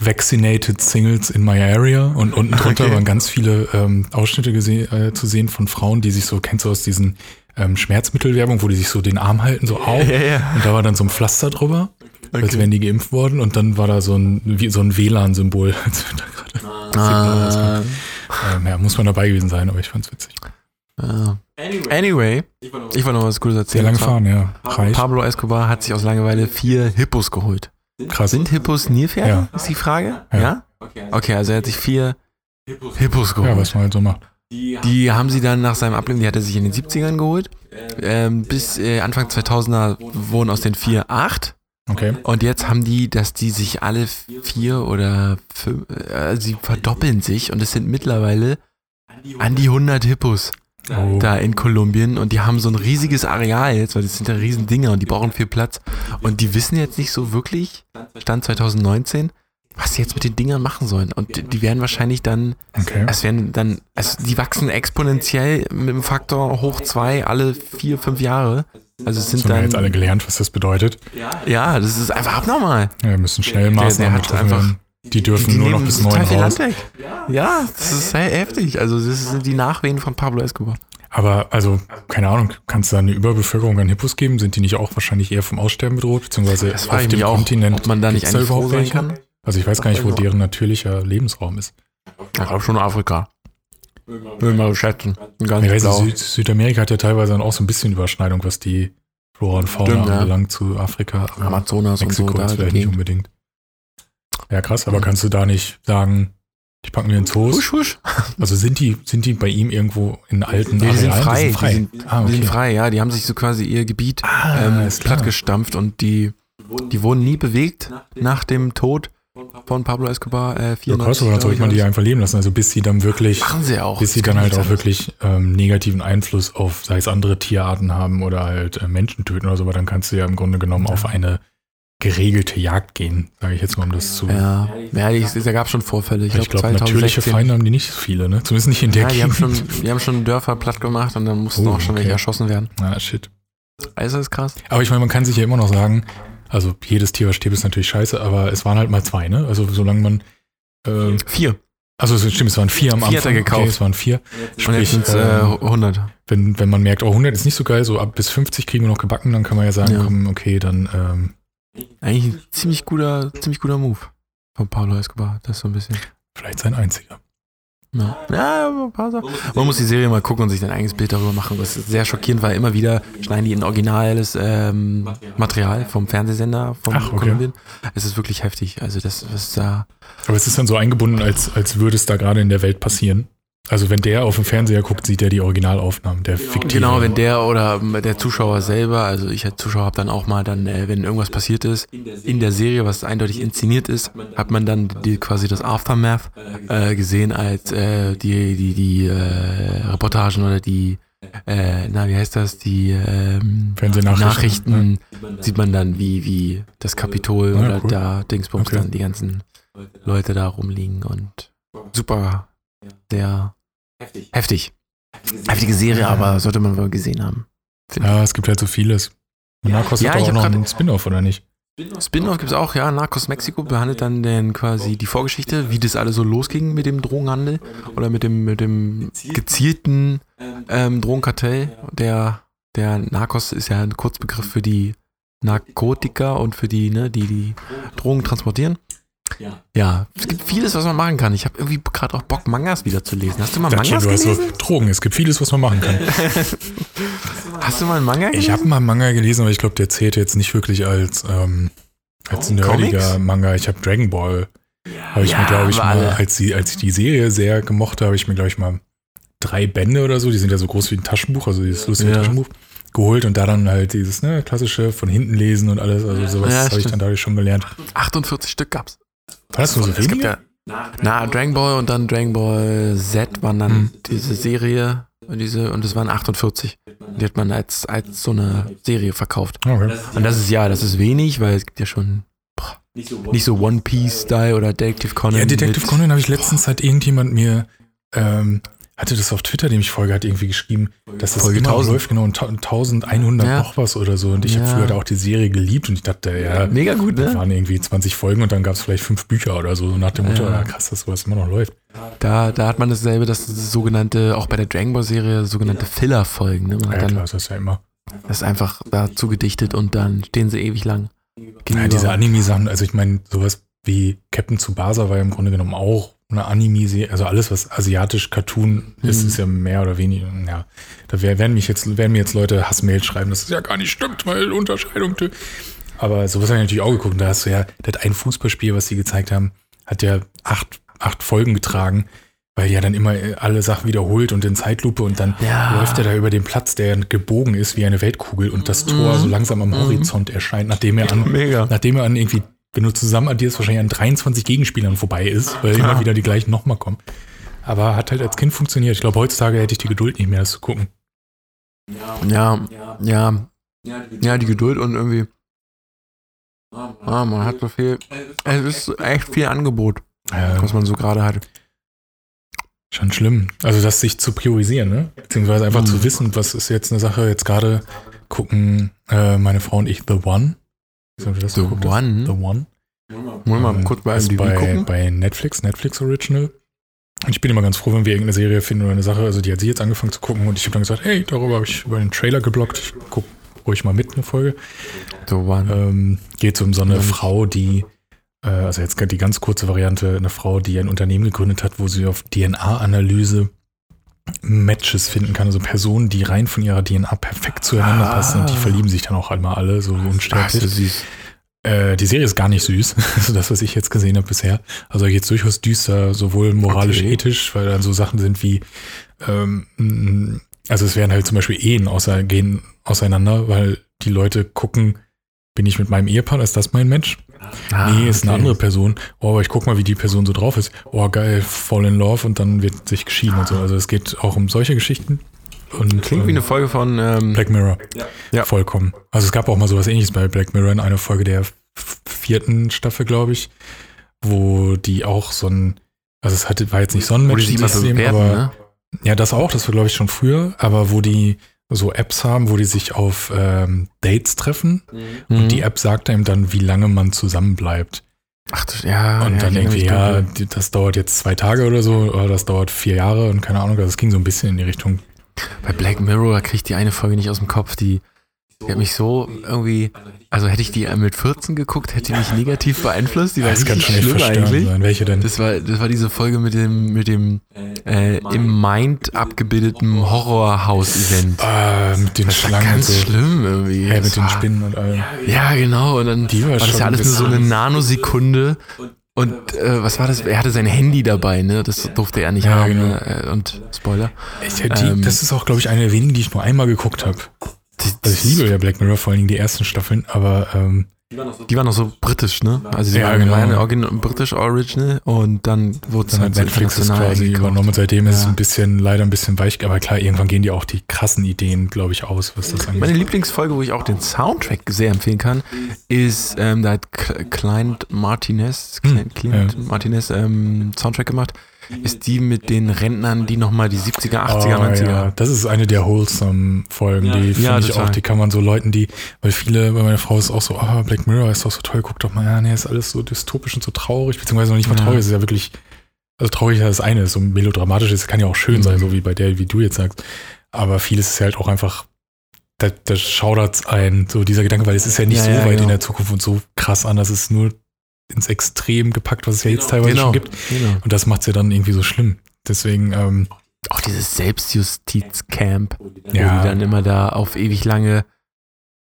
[SPEAKER 2] Vaccinated Singles in my area und unten
[SPEAKER 1] [LAUGHS]
[SPEAKER 2] drunter
[SPEAKER 1] Okay.
[SPEAKER 2] waren ganz viele ähm, Ausschnitte gese- äh, zu sehen von Frauen, die sich so, kennst du aus diesen ähm, Schmerzmittelwerbung, wo die sich so den Arm halten, so auf.
[SPEAKER 1] ja.
[SPEAKER 2] Und da war dann so ein Pflaster drüber, als
[SPEAKER 1] Okay.
[SPEAKER 2] wären die geimpft worden und dann war da so ein, wie, so ein WLAN-Symbol. [LAUGHS] als wenn da gerade-
[SPEAKER 1] Ah,
[SPEAKER 2] ähm, ja, muss man dabei gewesen sein, aber ich fand's witzig.
[SPEAKER 1] ah. Anyway, ich wollte noch was Cooles
[SPEAKER 2] Sehr
[SPEAKER 1] erzählen.
[SPEAKER 2] lange
[SPEAKER 1] Und zwar,
[SPEAKER 2] fahren, ja. Reich,
[SPEAKER 1] Pablo Escobar hat sich aus Langeweile vier Hippos geholt.
[SPEAKER 2] krass.
[SPEAKER 1] Sind Hippos Nilpferde?
[SPEAKER 2] Ja.
[SPEAKER 1] Ist die Frage?
[SPEAKER 2] Ja.
[SPEAKER 1] Okay, also er hat sich vier Hippos
[SPEAKER 2] Ja,
[SPEAKER 1] geholt.
[SPEAKER 2] was man halt so macht.
[SPEAKER 1] die haben sie dann nach seinem Ableben, die hat er sich in den 70ern geholt. Ähm, bis äh, Anfang 2000er wurden aus den vier acht.
[SPEAKER 2] Okay.
[SPEAKER 1] Und jetzt haben die, dass die sich alle vier oder fünf, äh, sie verdoppeln sich und es sind mittlerweile an die 100 Hippos
[SPEAKER 2] Oh.
[SPEAKER 1] da in Kolumbien und die haben so ein riesiges Areal jetzt, weil das sind ja riesen Dinger und die brauchen viel Platz und die wissen jetzt nicht so wirklich, Stand 2019, was sie jetzt mit den Dingern machen sollen und die- die werden wahrscheinlich dann,
[SPEAKER 2] Okay.
[SPEAKER 1] es werden dann, also die wachsen exponentiell mit dem Faktor hoch zwei alle vier, fünf Jahre, also es
[SPEAKER 2] Das
[SPEAKER 1] sind
[SPEAKER 2] haben wir
[SPEAKER 1] dann,
[SPEAKER 2] jetzt alle gelernt, was das bedeutet.
[SPEAKER 1] ja, das ist einfach abnormal.
[SPEAKER 2] Ja, wir müssen schnell
[SPEAKER 1] der
[SPEAKER 2] Maßnahmen
[SPEAKER 1] hat
[SPEAKER 2] getroffen
[SPEAKER 1] halt einfach-
[SPEAKER 2] werden. Die dürfen nur noch bis neun
[SPEAKER 1] total viel
[SPEAKER 2] raus.
[SPEAKER 1] Land weg. Ja, das ist sehr heftig. Also das sind die Nachwehen von Pablo Escobar.
[SPEAKER 2] Aber, also, keine Ahnung, kannst du da eine Überbevölkerung an Hippos geben? Sind die nicht auch wahrscheinlich eher vom Aussterben bedroht? Beziehungsweise
[SPEAKER 1] Das frage
[SPEAKER 2] auf
[SPEAKER 1] ich
[SPEAKER 2] dem
[SPEAKER 1] mich auch,
[SPEAKER 2] Kontinent
[SPEAKER 1] ob man da nicht
[SPEAKER 2] gibt's da
[SPEAKER 1] eigentlich froh
[SPEAKER 2] überhaupt
[SPEAKER 1] sein
[SPEAKER 2] welche?
[SPEAKER 1] kann.
[SPEAKER 2] Also ich weiß gar nicht, wo deren natürlicher Lebensraum ist.
[SPEAKER 1] Ich glaube schon Afrika. Würde mal schätzen. Ganz
[SPEAKER 2] Ich weiß,
[SPEAKER 1] blau.
[SPEAKER 2] Süd Südamerika hat ja teilweise dann auch so ein bisschen Überschneidung, was die Flora und Fauna
[SPEAKER 1] Stimmt, ja.
[SPEAKER 2] anbelangt zu Afrika. Aber
[SPEAKER 1] Amazonas und so.
[SPEAKER 2] Mexiko
[SPEAKER 1] Da
[SPEAKER 2] ist vielleicht
[SPEAKER 1] die
[SPEAKER 2] nicht
[SPEAKER 1] Gegend.
[SPEAKER 2] unbedingt. Ja, krass, aber kannst du da nicht sagen, ich packe mir einen Zoo?
[SPEAKER 1] Husch, husch.
[SPEAKER 2] Also sind die, sind die bei ihm irgendwo in alten
[SPEAKER 1] Nee, die sind
[SPEAKER 2] Arealen?
[SPEAKER 1] frei. Die sind,
[SPEAKER 2] ah, okay.
[SPEAKER 1] die sind frei, ja. Die haben sich so quasi ihr Gebiet
[SPEAKER 2] Ah,
[SPEAKER 1] ähm,
[SPEAKER 2] ist klar.
[SPEAKER 1] plattgestampft und die, die wurden nie bewegt nach dem Tod von Pablo Escobar. Äh,
[SPEAKER 2] Ja, krass, aber dann
[SPEAKER 1] 94,
[SPEAKER 2] sollte man die
[SPEAKER 1] glaub
[SPEAKER 2] einfach leben lassen. Also bis sie dann
[SPEAKER 1] ich.
[SPEAKER 2] wirklich,
[SPEAKER 1] Machen sie auch.
[SPEAKER 2] bis sie
[SPEAKER 1] oh, Das
[SPEAKER 2] dann
[SPEAKER 1] kann
[SPEAKER 2] halt
[SPEAKER 1] nicht
[SPEAKER 2] auch
[SPEAKER 1] sein.
[SPEAKER 2] wirklich ähm, negativen Einfluss auf, sei es andere Tierarten haben oder halt äh, Menschen töten oder so, aber dann kannst du ja im Grunde genommen auf eine geregelte Jagd gehen, sage ich jetzt mal, um das zu.
[SPEAKER 1] Ja, ja ich, da gab es schon Vorfälle. Ich,
[SPEAKER 2] Weil ich
[SPEAKER 1] glaube,
[SPEAKER 2] glaube, natürliche
[SPEAKER 1] 2016
[SPEAKER 2] Feinde haben die nicht so viele, ne? Zumindest nicht in der
[SPEAKER 1] Ja, die haben,
[SPEAKER 2] Gegend.
[SPEAKER 1] schon, die haben schon Dörfer platt gemacht und dann mussten
[SPEAKER 2] Oh,
[SPEAKER 1] auch schon welche
[SPEAKER 2] okay.
[SPEAKER 1] erschossen werden.
[SPEAKER 2] [LAUGHS] Ah, shit.
[SPEAKER 1] Also ist krass.
[SPEAKER 2] Aber ich meine, man kann sich ja immer noch sagen, also jedes Tier, was stirbt, ist natürlich scheiße, aber es waren halt mal zwei, ne? Also solange man. ähm,
[SPEAKER 1] Vier.
[SPEAKER 2] Also es stimmt, es waren vier am
[SPEAKER 1] Vier hat er
[SPEAKER 2] Anfang.
[SPEAKER 1] gekauft.
[SPEAKER 2] Okay, es waren vier.
[SPEAKER 1] Und jetzt
[SPEAKER 2] Sprich,
[SPEAKER 1] sind es äh,
[SPEAKER 2] ähm,
[SPEAKER 1] 100.
[SPEAKER 2] wenn, wenn man merkt, oh, 100 ist nicht so geil, so ab bis 50 kriegen wir noch gebacken, dann kann man ja sagen,
[SPEAKER 1] Ja.
[SPEAKER 2] komm, okay, dann ähm,
[SPEAKER 1] Eigentlich ein ziemlich guter, ziemlich guter Move von Pablo Escobar. Das ist so ein bisschen.
[SPEAKER 2] vielleicht sein einziger.
[SPEAKER 1] Ja, ja aber ein paar Sachen. Man muss die Serie mal gucken und sich sein eigenes Bild darüber machen. Das ist sehr schockierend, weil immer wieder schneiden die ein originales ähm, Material vom Fernsehsender von
[SPEAKER 2] Ach, okay.
[SPEAKER 1] Kolumbien. Es ist wirklich heftig. Also das, was da.
[SPEAKER 2] Aber es ist dann so eingebunden, als, als würde es da gerade in der Welt passieren. Also wenn der auf dem Fernseher guckt, sieht er die Originalaufnahmen, der fiktive.
[SPEAKER 1] Genau, wenn der oder ähm, der Zuschauer selber, also ich als Zuschauer habe dann auch mal dann, äh, wenn irgendwas passiert ist, in der Serie, was eindeutig inszeniert ist, hat man dann die, quasi das Aftermath äh, gesehen als äh, die, die, die äh, Reportagen oder die, äh, na, wie heißt das, die ähm,
[SPEAKER 2] Fernsehnachrichten,
[SPEAKER 1] Nachrichten sieht man dann, wie, wie das Kapitol
[SPEAKER 2] Ja,
[SPEAKER 1] oder
[SPEAKER 2] cool.
[SPEAKER 1] da Dingsbums
[SPEAKER 2] Okay.
[SPEAKER 1] dann die ganzen Leute da rumliegen und super, sehr heftig. Heftige Serie, aber sollte man wohl gesehen haben.
[SPEAKER 2] Ja, es gibt halt so vieles. Und Narcos
[SPEAKER 1] Ja,
[SPEAKER 2] hat
[SPEAKER 1] ich
[SPEAKER 2] doch auch
[SPEAKER 1] hab
[SPEAKER 2] noch
[SPEAKER 1] grad-
[SPEAKER 2] einen Spin-off, oder nicht?
[SPEAKER 1] Spin-off gibt es auch, ja. Narcos Mexiko behandelt dann den quasi die Vorgeschichte, wie das alles so losging mit dem Drogenhandel oder mit dem, mit dem gezielten ähm, Drogenkartell. Der, der Narcos ist ja ein Kurzbegriff für die Narkotika und für die, ne, die die Drogen transportieren. Ja, es gibt vieles, was man machen kann. Ich habe irgendwie gerade auch Bock, Mangas wieder zu lesen. Hast du mal
[SPEAKER 2] Dachte schon,
[SPEAKER 1] Mangas
[SPEAKER 2] du hast so
[SPEAKER 1] gelesen?
[SPEAKER 2] Drogen, es gibt vieles, was man machen kann.
[SPEAKER 1] Hast du mal einen Manga gelesen?
[SPEAKER 2] Ich habe mal einen Manga gelesen, aber ich glaube, der zählt jetzt nicht wirklich als, ähm, als nerdiger
[SPEAKER 1] Oh, Comics?
[SPEAKER 2] Manga. Ich habe Dragon Ball. Habe ich
[SPEAKER 1] Ja,
[SPEAKER 2] mir, glaube ich,
[SPEAKER 1] aber
[SPEAKER 2] mal,
[SPEAKER 1] alle.
[SPEAKER 2] als, die, als ich die Serie sehr gemocht habe, habe ich mir, glaube ich, mal drei Bände oder so, die sind ja so groß wie ein Taschenbuch, also dieses lustige
[SPEAKER 1] Ja.
[SPEAKER 2] Taschenbuch, geholt und da dann halt dieses ne, klassische von hinten lesen und alles, also sowas
[SPEAKER 1] Ja,
[SPEAKER 2] habe ich
[SPEAKER 1] stimmt.
[SPEAKER 2] dann dadurch schon gelernt.
[SPEAKER 1] 48 Stück gab's.
[SPEAKER 2] War das nur so
[SPEAKER 1] Es gibt
[SPEAKER 2] wenige?
[SPEAKER 1] ja. Na, Dragon Ball und dann Dragon Ball Z waren dann
[SPEAKER 2] Hm.
[SPEAKER 1] diese Serie und diese und es waren 48. Die hat man als, als so eine Serie verkauft.
[SPEAKER 2] Ah, Okay.
[SPEAKER 1] Und das ist ja, das ist wenig, weil es gibt ja schon boah, nicht so One Piece Style oder Detective Conan.
[SPEAKER 2] Ja, Detective
[SPEAKER 1] mit-
[SPEAKER 2] Conan habe ich letztens halt irgendjemand mir, ähm, hatte das auf Twitter, dem ich folge, hat irgendwie geschrieben, dass das
[SPEAKER 1] Folge
[SPEAKER 2] immer
[SPEAKER 1] 1000.
[SPEAKER 2] läuft, genau, und ta- 1100
[SPEAKER 1] Ja.
[SPEAKER 2] noch was oder so. Und ich habe
[SPEAKER 1] Ja.
[SPEAKER 2] früher da auch die Serie geliebt und ich dachte, ja,
[SPEAKER 1] Mega gut,
[SPEAKER 2] das
[SPEAKER 1] ne?
[SPEAKER 2] waren irgendwie 20 Folgen und dann gab es vielleicht fünf Bücher oder so, so nach dem Motto,
[SPEAKER 1] Ja.
[SPEAKER 2] ja. krass, dass sowas immer noch läuft.
[SPEAKER 1] Da, da hat man dasselbe, das sogenannte, auch bei der Dragon Ball Serie, sogenannte Filler-Folgen. Ne? Man
[SPEAKER 2] Ja,
[SPEAKER 1] hat
[SPEAKER 2] klar,
[SPEAKER 1] dann
[SPEAKER 2] das ist ja immer.
[SPEAKER 1] das einfach dazu gedichtet und dann stehen sie ewig lang.
[SPEAKER 2] Ja, diese Anime-Sachen, also ich meine, sowas wie Captain Tsubasa war ja im Grunde genommen auch eine Anime-Serie, also alles, was asiatisch Cartoon ist,
[SPEAKER 1] Mhm.
[SPEAKER 2] ist ja mehr oder weniger, ja, da wär, werden, mich jetzt, werden mir jetzt Leute Hassmail schreiben, dass es ja gar nicht stimmt, weil Unterscheidung. tü. Aber sowas habe ich natürlich auch geguckt, und da hast du ja, das ein Fußballspiel, was sie gezeigt haben, hat ja acht, acht Folgen getragen, weil die ja dann immer äh, alle Sachen wiederholt und in Zeitlupe und dann
[SPEAKER 1] Ja.
[SPEAKER 2] läuft er da über den Platz, der gebogen ist wie eine Weltkugel und das Tor so langsam am Horizont erscheint, nachdem er an
[SPEAKER 1] Mhm. Mega.
[SPEAKER 2] nachdem er an irgendwie, wenn du zusammen addierst, wahrscheinlich an 23 Gegenspielern vorbei ist, weil immer wieder die gleichen nochmal kommen. Aber hat halt als Kind funktioniert. Ich glaube, heutzutage hätte ich die Geduld nicht mehr, das zu gucken.
[SPEAKER 1] Ja, ja. Ja, die Geduld und irgendwie. Ah, man hat so viel. Es ist echt viel Angebot,
[SPEAKER 2] Äh,
[SPEAKER 1] was man so gerade hat.
[SPEAKER 2] schon schlimm. Also, das sich zu priorisieren, ne? Beziehungsweise einfach
[SPEAKER 1] Mhm.
[SPEAKER 2] zu wissen, was ist jetzt eine Sache. Jetzt gerade gucken äh, meine Frau und ich The One. Sind wir das
[SPEAKER 1] The
[SPEAKER 2] geguckt? The
[SPEAKER 1] One.
[SPEAKER 2] One.
[SPEAKER 1] Wollen wir mal
[SPEAKER 2] Ähm,
[SPEAKER 1] kurz bei
[SPEAKER 2] ist
[SPEAKER 1] IMDb
[SPEAKER 2] bei,
[SPEAKER 1] gucken?
[SPEAKER 2] bei Netflix, Netflix Original. Und ich bin immer ganz froh, wenn wir irgendeine Serie finden oder eine Sache. Also die hat sie jetzt angefangen zu gucken und ich habe dann gesagt, hey, darüber habe ich über den Trailer geblockt. Ich guck ruhig mal mit eine Folge.
[SPEAKER 1] The One.
[SPEAKER 2] Ähm, geht um so eine
[SPEAKER 1] Mhm.
[SPEAKER 2] Frau, die, äh, also jetzt die ganz kurze Variante, eine Frau, die ein Unternehmen gegründet hat, wo sie auf DNA-Analyse Matches finden kann. Also Personen, die rein von ihrer DNA perfekt zueinander passen und die
[SPEAKER 1] Ah.
[SPEAKER 2] verlieben sich dann auch einmal alle, so
[SPEAKER 1] Ach,
[SPEAKER 2] unsterblich.
[SPEAKER 1] so süß.
[SPEAKER 2] Äh, die Serie ist gar nicht süß, [LAUGHS] also das, was ich jetzt gesehen habe bisher. Also jetzt durchaus düster, sowohl moralisch,
[SPEAKER 1] Okay.
[SPEAKER 2] ethisch, weil dann so Sachen sind wie, ähm, mh, also es werden halt zum Beispiel Ehen außer, gehen auseinander, weil die Leute gucken, bin ich mit meinem Ehepartner, ist das mein Mensch?
[SPEAKER 1] Ah,
[SPEAKER 2] nee, ist eine
[SPEAKER 1] okay.
[SPEAKER 2] andere Person. Oh, aber ich guck mal, wie die Person so drauf ist. Oh, geil, fall in love und dann wird sich geschieden und so. Also es geht auch um solche Geschichten. Und,
[SPEAKER 1] Klingt wie eine Folge von. Ähm,
[SPEAKER 2] Black Mirror.
[SPEAKER 1] Ja.
[SPEAKER 2] Vollkommen. Also es gab auch mal sowas ähnliches bei Black Mirror in einer Folge der f- vierten Staffel, glaube ich, wo die auch so ein, also es hatte, war jetzt nicht
[SPEAKER 1] wo die sich immer
[SPEAKER 2] Sonnenmenschensystem,
[SPEAKER 1] bewerten,
[SPEAKER 2] aber
[SPEAKER 1] ne?
[SPEAKER 2] ja, das auch, das war glaube ich schon früher, aber wo die so Apps haben, wo die sich auf ähm, Dates treffen
[SPEAKER 1] Mhm.
[SPEAKER 2] die App sagt einem dann, wie lange man zusammen bleibt.
[SPEAKER 1] Ach, das- ja.
[SPEAKER 2] Und
[SPEAKER 1] Ah, ja,
[SPEAKER 2] dann
[SPEAKER 1] ich
[SPEAKER 2] irgendwie,
[SPEAKER 1] erinnere mich
[SPEAKER 2] ja,
[SPEAKER 1] dunkel.
[SPEAKER 2] die- das dauert jetzt zwei Tage oder so, oder das dauert vier Jahre und keine Ahnung, das ging so ein bisschen in die Richtung.
[SPEAKER 1] Bei Black Mirror da krieg ich die eine Folge nicht aus dem Kopf, die, die hat mich so irgendwie, also hätte ich die mit 14 geguckt, hätte die mich negativ beeinflusst, die war
[SPEAKER 2] Das kann
[SPEAKER 1] richtig
[SPEAKER 2] schon echt
[SPEAKER 1] schlimm
[SPEAKER 2] verstörend
[SPEAKER 1] eigentlich.
[SPEAKER 2] sein. Welche denn?
[SPEAKER 1] Das war, das war diese Folge mit dem, mit dem äh, im Mind abgebildeten Horrorhaus-Event.
[SPEAKER 2] ah, mit den
[SPEAKER 1] Das war
[SPEAKER 2] Schlangen und
[SPEAKER 1] ganz
[SPEAKER 2] so.
[SPEAKER 1] schlimm irgendwie.
[SPEAKER 2] Ja,
[SPEAKER 1] Das
[SPEAKER 2] mit den
[SPEAKER 1] war-
[SPEAKER 2] Spinnen und allem.
[SPEAKER 1] Ja, genau. Und dann
[SPEAKER 2] Die war
[SPEAKER 1] war das
[SPEAKER 2] schon
[SPEAKER 1] ja alles nur so eine
[SPEAKER 2] bizarr.
[SPEAKER 1] Nanosekunde. Und äh, was war das? Er hatte sein Handy dabei, ne? Das durfte er nicht
[SPEAKER 2] Ja,
[SPEAKER 1] haben.
[SPEAKER 2] genau.
[SPEAKER 1] Ne? Äh, Und Spoiler.
[SPEAKER 2] Ich, die,
[SPEAKER 1] Ähm,
[SPEAKER 2] das ist auch, glaube ich, eine der wenigen, die ich nur einmal geguckt habe.
[SPEAKER 1] Die,
[SPEAKER 2] Also ich liebe ja Black Mirror, vor allen Dingen die ersten Staffeln, aber ähm,
[SPEAKER 1] Die waren noch so britisch, ne? Also die
[SPEAKER 2] Ja,
[SPEAKER 1] waren,
[SPEAKER 2] genau.
[SPEAKER 1] waren Origin britisch Original und dann wurde es
[SPEAKER 2] dann hat
[SPEAKER 1] halt
[SPEAKER 2] Netflix das quasi
[SPEAKER 1] eingekauft.
[SPEAKER 2] übernommen. Und seitdem ist es
[SPEAKER 1] Ja.
[SPEAKER 2] ein bisschen, leider ein bisschen weich, aber klar, irgendwann gehen dir auch die krassen Ideen, glaube ich, aus, was das angeht.
[SPEAKER 1] Meine Lieblingsfolge, wo ich auch den Soundtrack sehr empfehlen kann, ist, ähm, da hat Cl- Client Martinez, Client, Client
[SPEAKER 2] Hm, ja.
[SPEAKER 1] Martinez ähm, Soundtrack gemacht, ist die mit den Rentnern, die nochmal die 70er, 80er,
[SPEAKER 2] Oh,
[SPEAKER 1] 90er.
[SPEAKER 2] Ja. Das ist eine der wholesome Folgen, die finde
[SPEAKER 1] Ja,
[SPEAKER 2] ich
[SPEAKER 1] total.
[SPEAKER 2] auch, die kann man so Leuten, die, weil viele, weil meine Frau ist auch so, ah, Black Mirror ist doch so toll, guck doch mal, ja, nee, ist alles so dystopisch und so traurig, beziehungsweise noch nicht mal
[SPEAKER 1] Ja.
[SPEAKER 2] traurig, es ist ja wirklich, also traurig ist das eine, ist so melodramatisch ist, kann ja
[SPEAKER 1] Mhm.
[SPEAKER 2] auch schön sein, so wie bei der, wie du jetzt sagst, aber vieles ist halt auch einfach, da, da schaudert's ein, so dieser Gedanke, weil es ist ja nicht
[SPEAKER 1] Ja,
[SPEAKER 2] so
[SPEAKER 1] ja,
[SPEAKER 2] weit in
[SPEAKER 1] genau.
[SPEAKER 2] der Zukunft und so krass anders, es ist nur ins Extrem gepackt, was es ja jetzt teilweise schon gibt
[SPEAKER 1] genau.
[SPEAKER 2] und das macht's ja dann irgendwie so schlimm. Deswegen, ähm,
[SPEAKER 1] Auch dieses Selbstjustiz-Camp, wo
[SPEAKER 2] Ja.
[SPEAKER 1] die dann immer da auf ewig lange.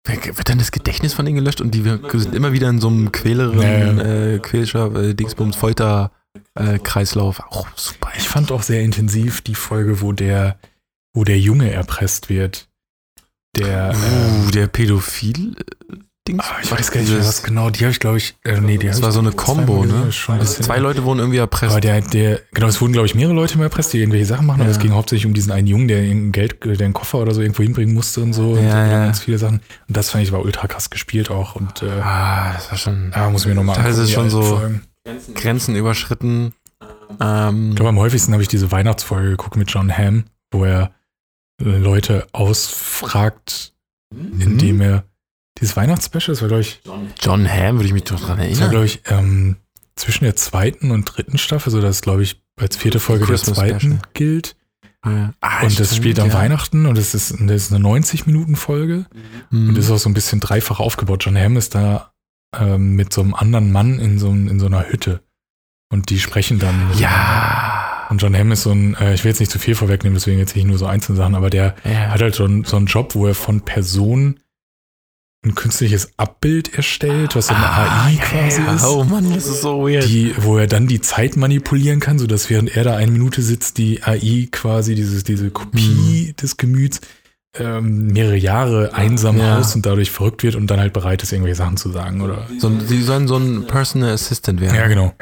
[SPEAKER 1] Wird dann das Gedächtnis von denen gelöscht und die wir- sind immer wieder in so einem quäleren,
[SPEAKER 2] Ja,
[SPEAKER 1] äh, quälischer äh, Dingsbums, Folter-Kreislauf. auch super.
[SPEAKER 2] Ich fand auch sehr intensiv die Folge, wo der, wo der Junge erpresst wird. Der, äh,
[SPEAKER 1] Uh, der Pädophil-Dings.
[SPEAKER 2] ah, ich weiß gar nicht mehr, was genau, die habe ich, glaube ich, äh, nee, die
[SPEAKER 1] Das
[SPEAKER 2] hab
[SPEAKER 1] war
[SPEAKER 2] ich
[SPEAKER 1] so eine
[SPEAKER 2] zweimal
[SPEAKER 1] Combo,
[SPEAKER 2] gesehen,
[SPEAKER 1] ne?
[SPEAKER 2] ist Schon ein
[SPEAKER 1] Also
[SPEAKER 2] bisschen,
[SPEAKER 1] zwei Leute wurden irgendwie erpresst.
[SPEAKER 2] Aber der, der, genau, es wurden, glaube ich, mehrere Leute mehr erpresst, die irgendwelche Sachen machen, aber
[SPEAKER 1] Ja.
[SPEAKER 2] es ging hauptsächlich um diesen einen Jungen, der irgendein Geld, der einen Koffer oder so irgendwo hinbringen musste und so. und
[SPEAKER 1] Ja, ja.
[SPEAKER 2] ganz viele Sachen. Und das fand ich war ultra krass gespielt auch und, äh,
[SPEAKER 1] Ah, das war schon
[SPEAKER 2] da muss ich mir nochmal
[SPEAKER 1] Da ist es schon so-
[SPEAKER 2] Folgen.
[SPEAKER 1] Grenzen überschritten. Ähm,
[SPEAKER 2] Ich glaube, am häufigsten habe ich diese Weihnachtsfolge geguckt mit John Hamm, wo er äh, Leute ausfragt,
[SPEAKER 1] Mhm.
[SPEAKER 2] indem er dieses Weihnachtsspecial, das war, glaube ich,
[SPEAKER 1] John Hamm würde ich mich doch dran
[SPEAKER 2] das war,
[SPEAKER 1] erinnern.
[SPEAKER 2] glaub ich ähm, zwischen der zweiten und dritten Staffel, so dass, glaube ich, als vierte Folge
[SPEAKER 1] Christmas
[SPEAKER 2] der zweiten
[SPEAKER 1] Special.
[SPEAKER 2] gilt.
[SPEAKER 1] Ja. Ah,
[SPEAKER 2] und das
[SPEAKER 1] stimmt,
[SPEAKER 2] spielt am
[SPEAKER 1] ja.
[SPEAKER 2] Weihnachten und das ist, das ist eine 90-Minuten-Folge.
[SPEAKER 1] Mhm.
[SPEAKER 2] Und das ist auch so ein bisschen dreifach aufgebaut. John Hamm ist da ähm, mit so einem anderen Mann in so, einem- in so einer Hütte. Und die sprechen dann.
[SPEAKER 1] Ja.
[SPEAKER 2] Und John Hamm ist so ein, äh, ich will jetzt nicht zu viel vorwegnehmen, deswegen jetzt nicht nur so einzelne Sachen, aber der
[SPEAKER 1] ja.
[SPEAKER 2] hat halt so einen, so einen Job, wo er von Personen ein künstliches Abbild erstellt, was so eine AI quasi
[SPEAKER 1] Ah, ja.
[SPEAKER 2] ist,
[SPEAKER 1] Oh Mann, das ist so weird.
[SPEAKER 2] die, wo er dann die Zeit manipulieren kann, sodass während er da eine Minute sitzt, die AI quasi dieses, diese Kopie
[SPEAKER 1] Mhm.
[SPEAKER 2] des Gemüts ähm, mehrere Jahre einsam
[SPEAKER 1] Ja.
[SPEAKER 2] haust und dadurch verrückt wird und dann halt bereit ist, irgendwelche Sachen zu sagen oder
[SPEAKER 1] so, ein- die sollen so ein Personal Assistant werden.
[SPEAKER 2] ja, genau.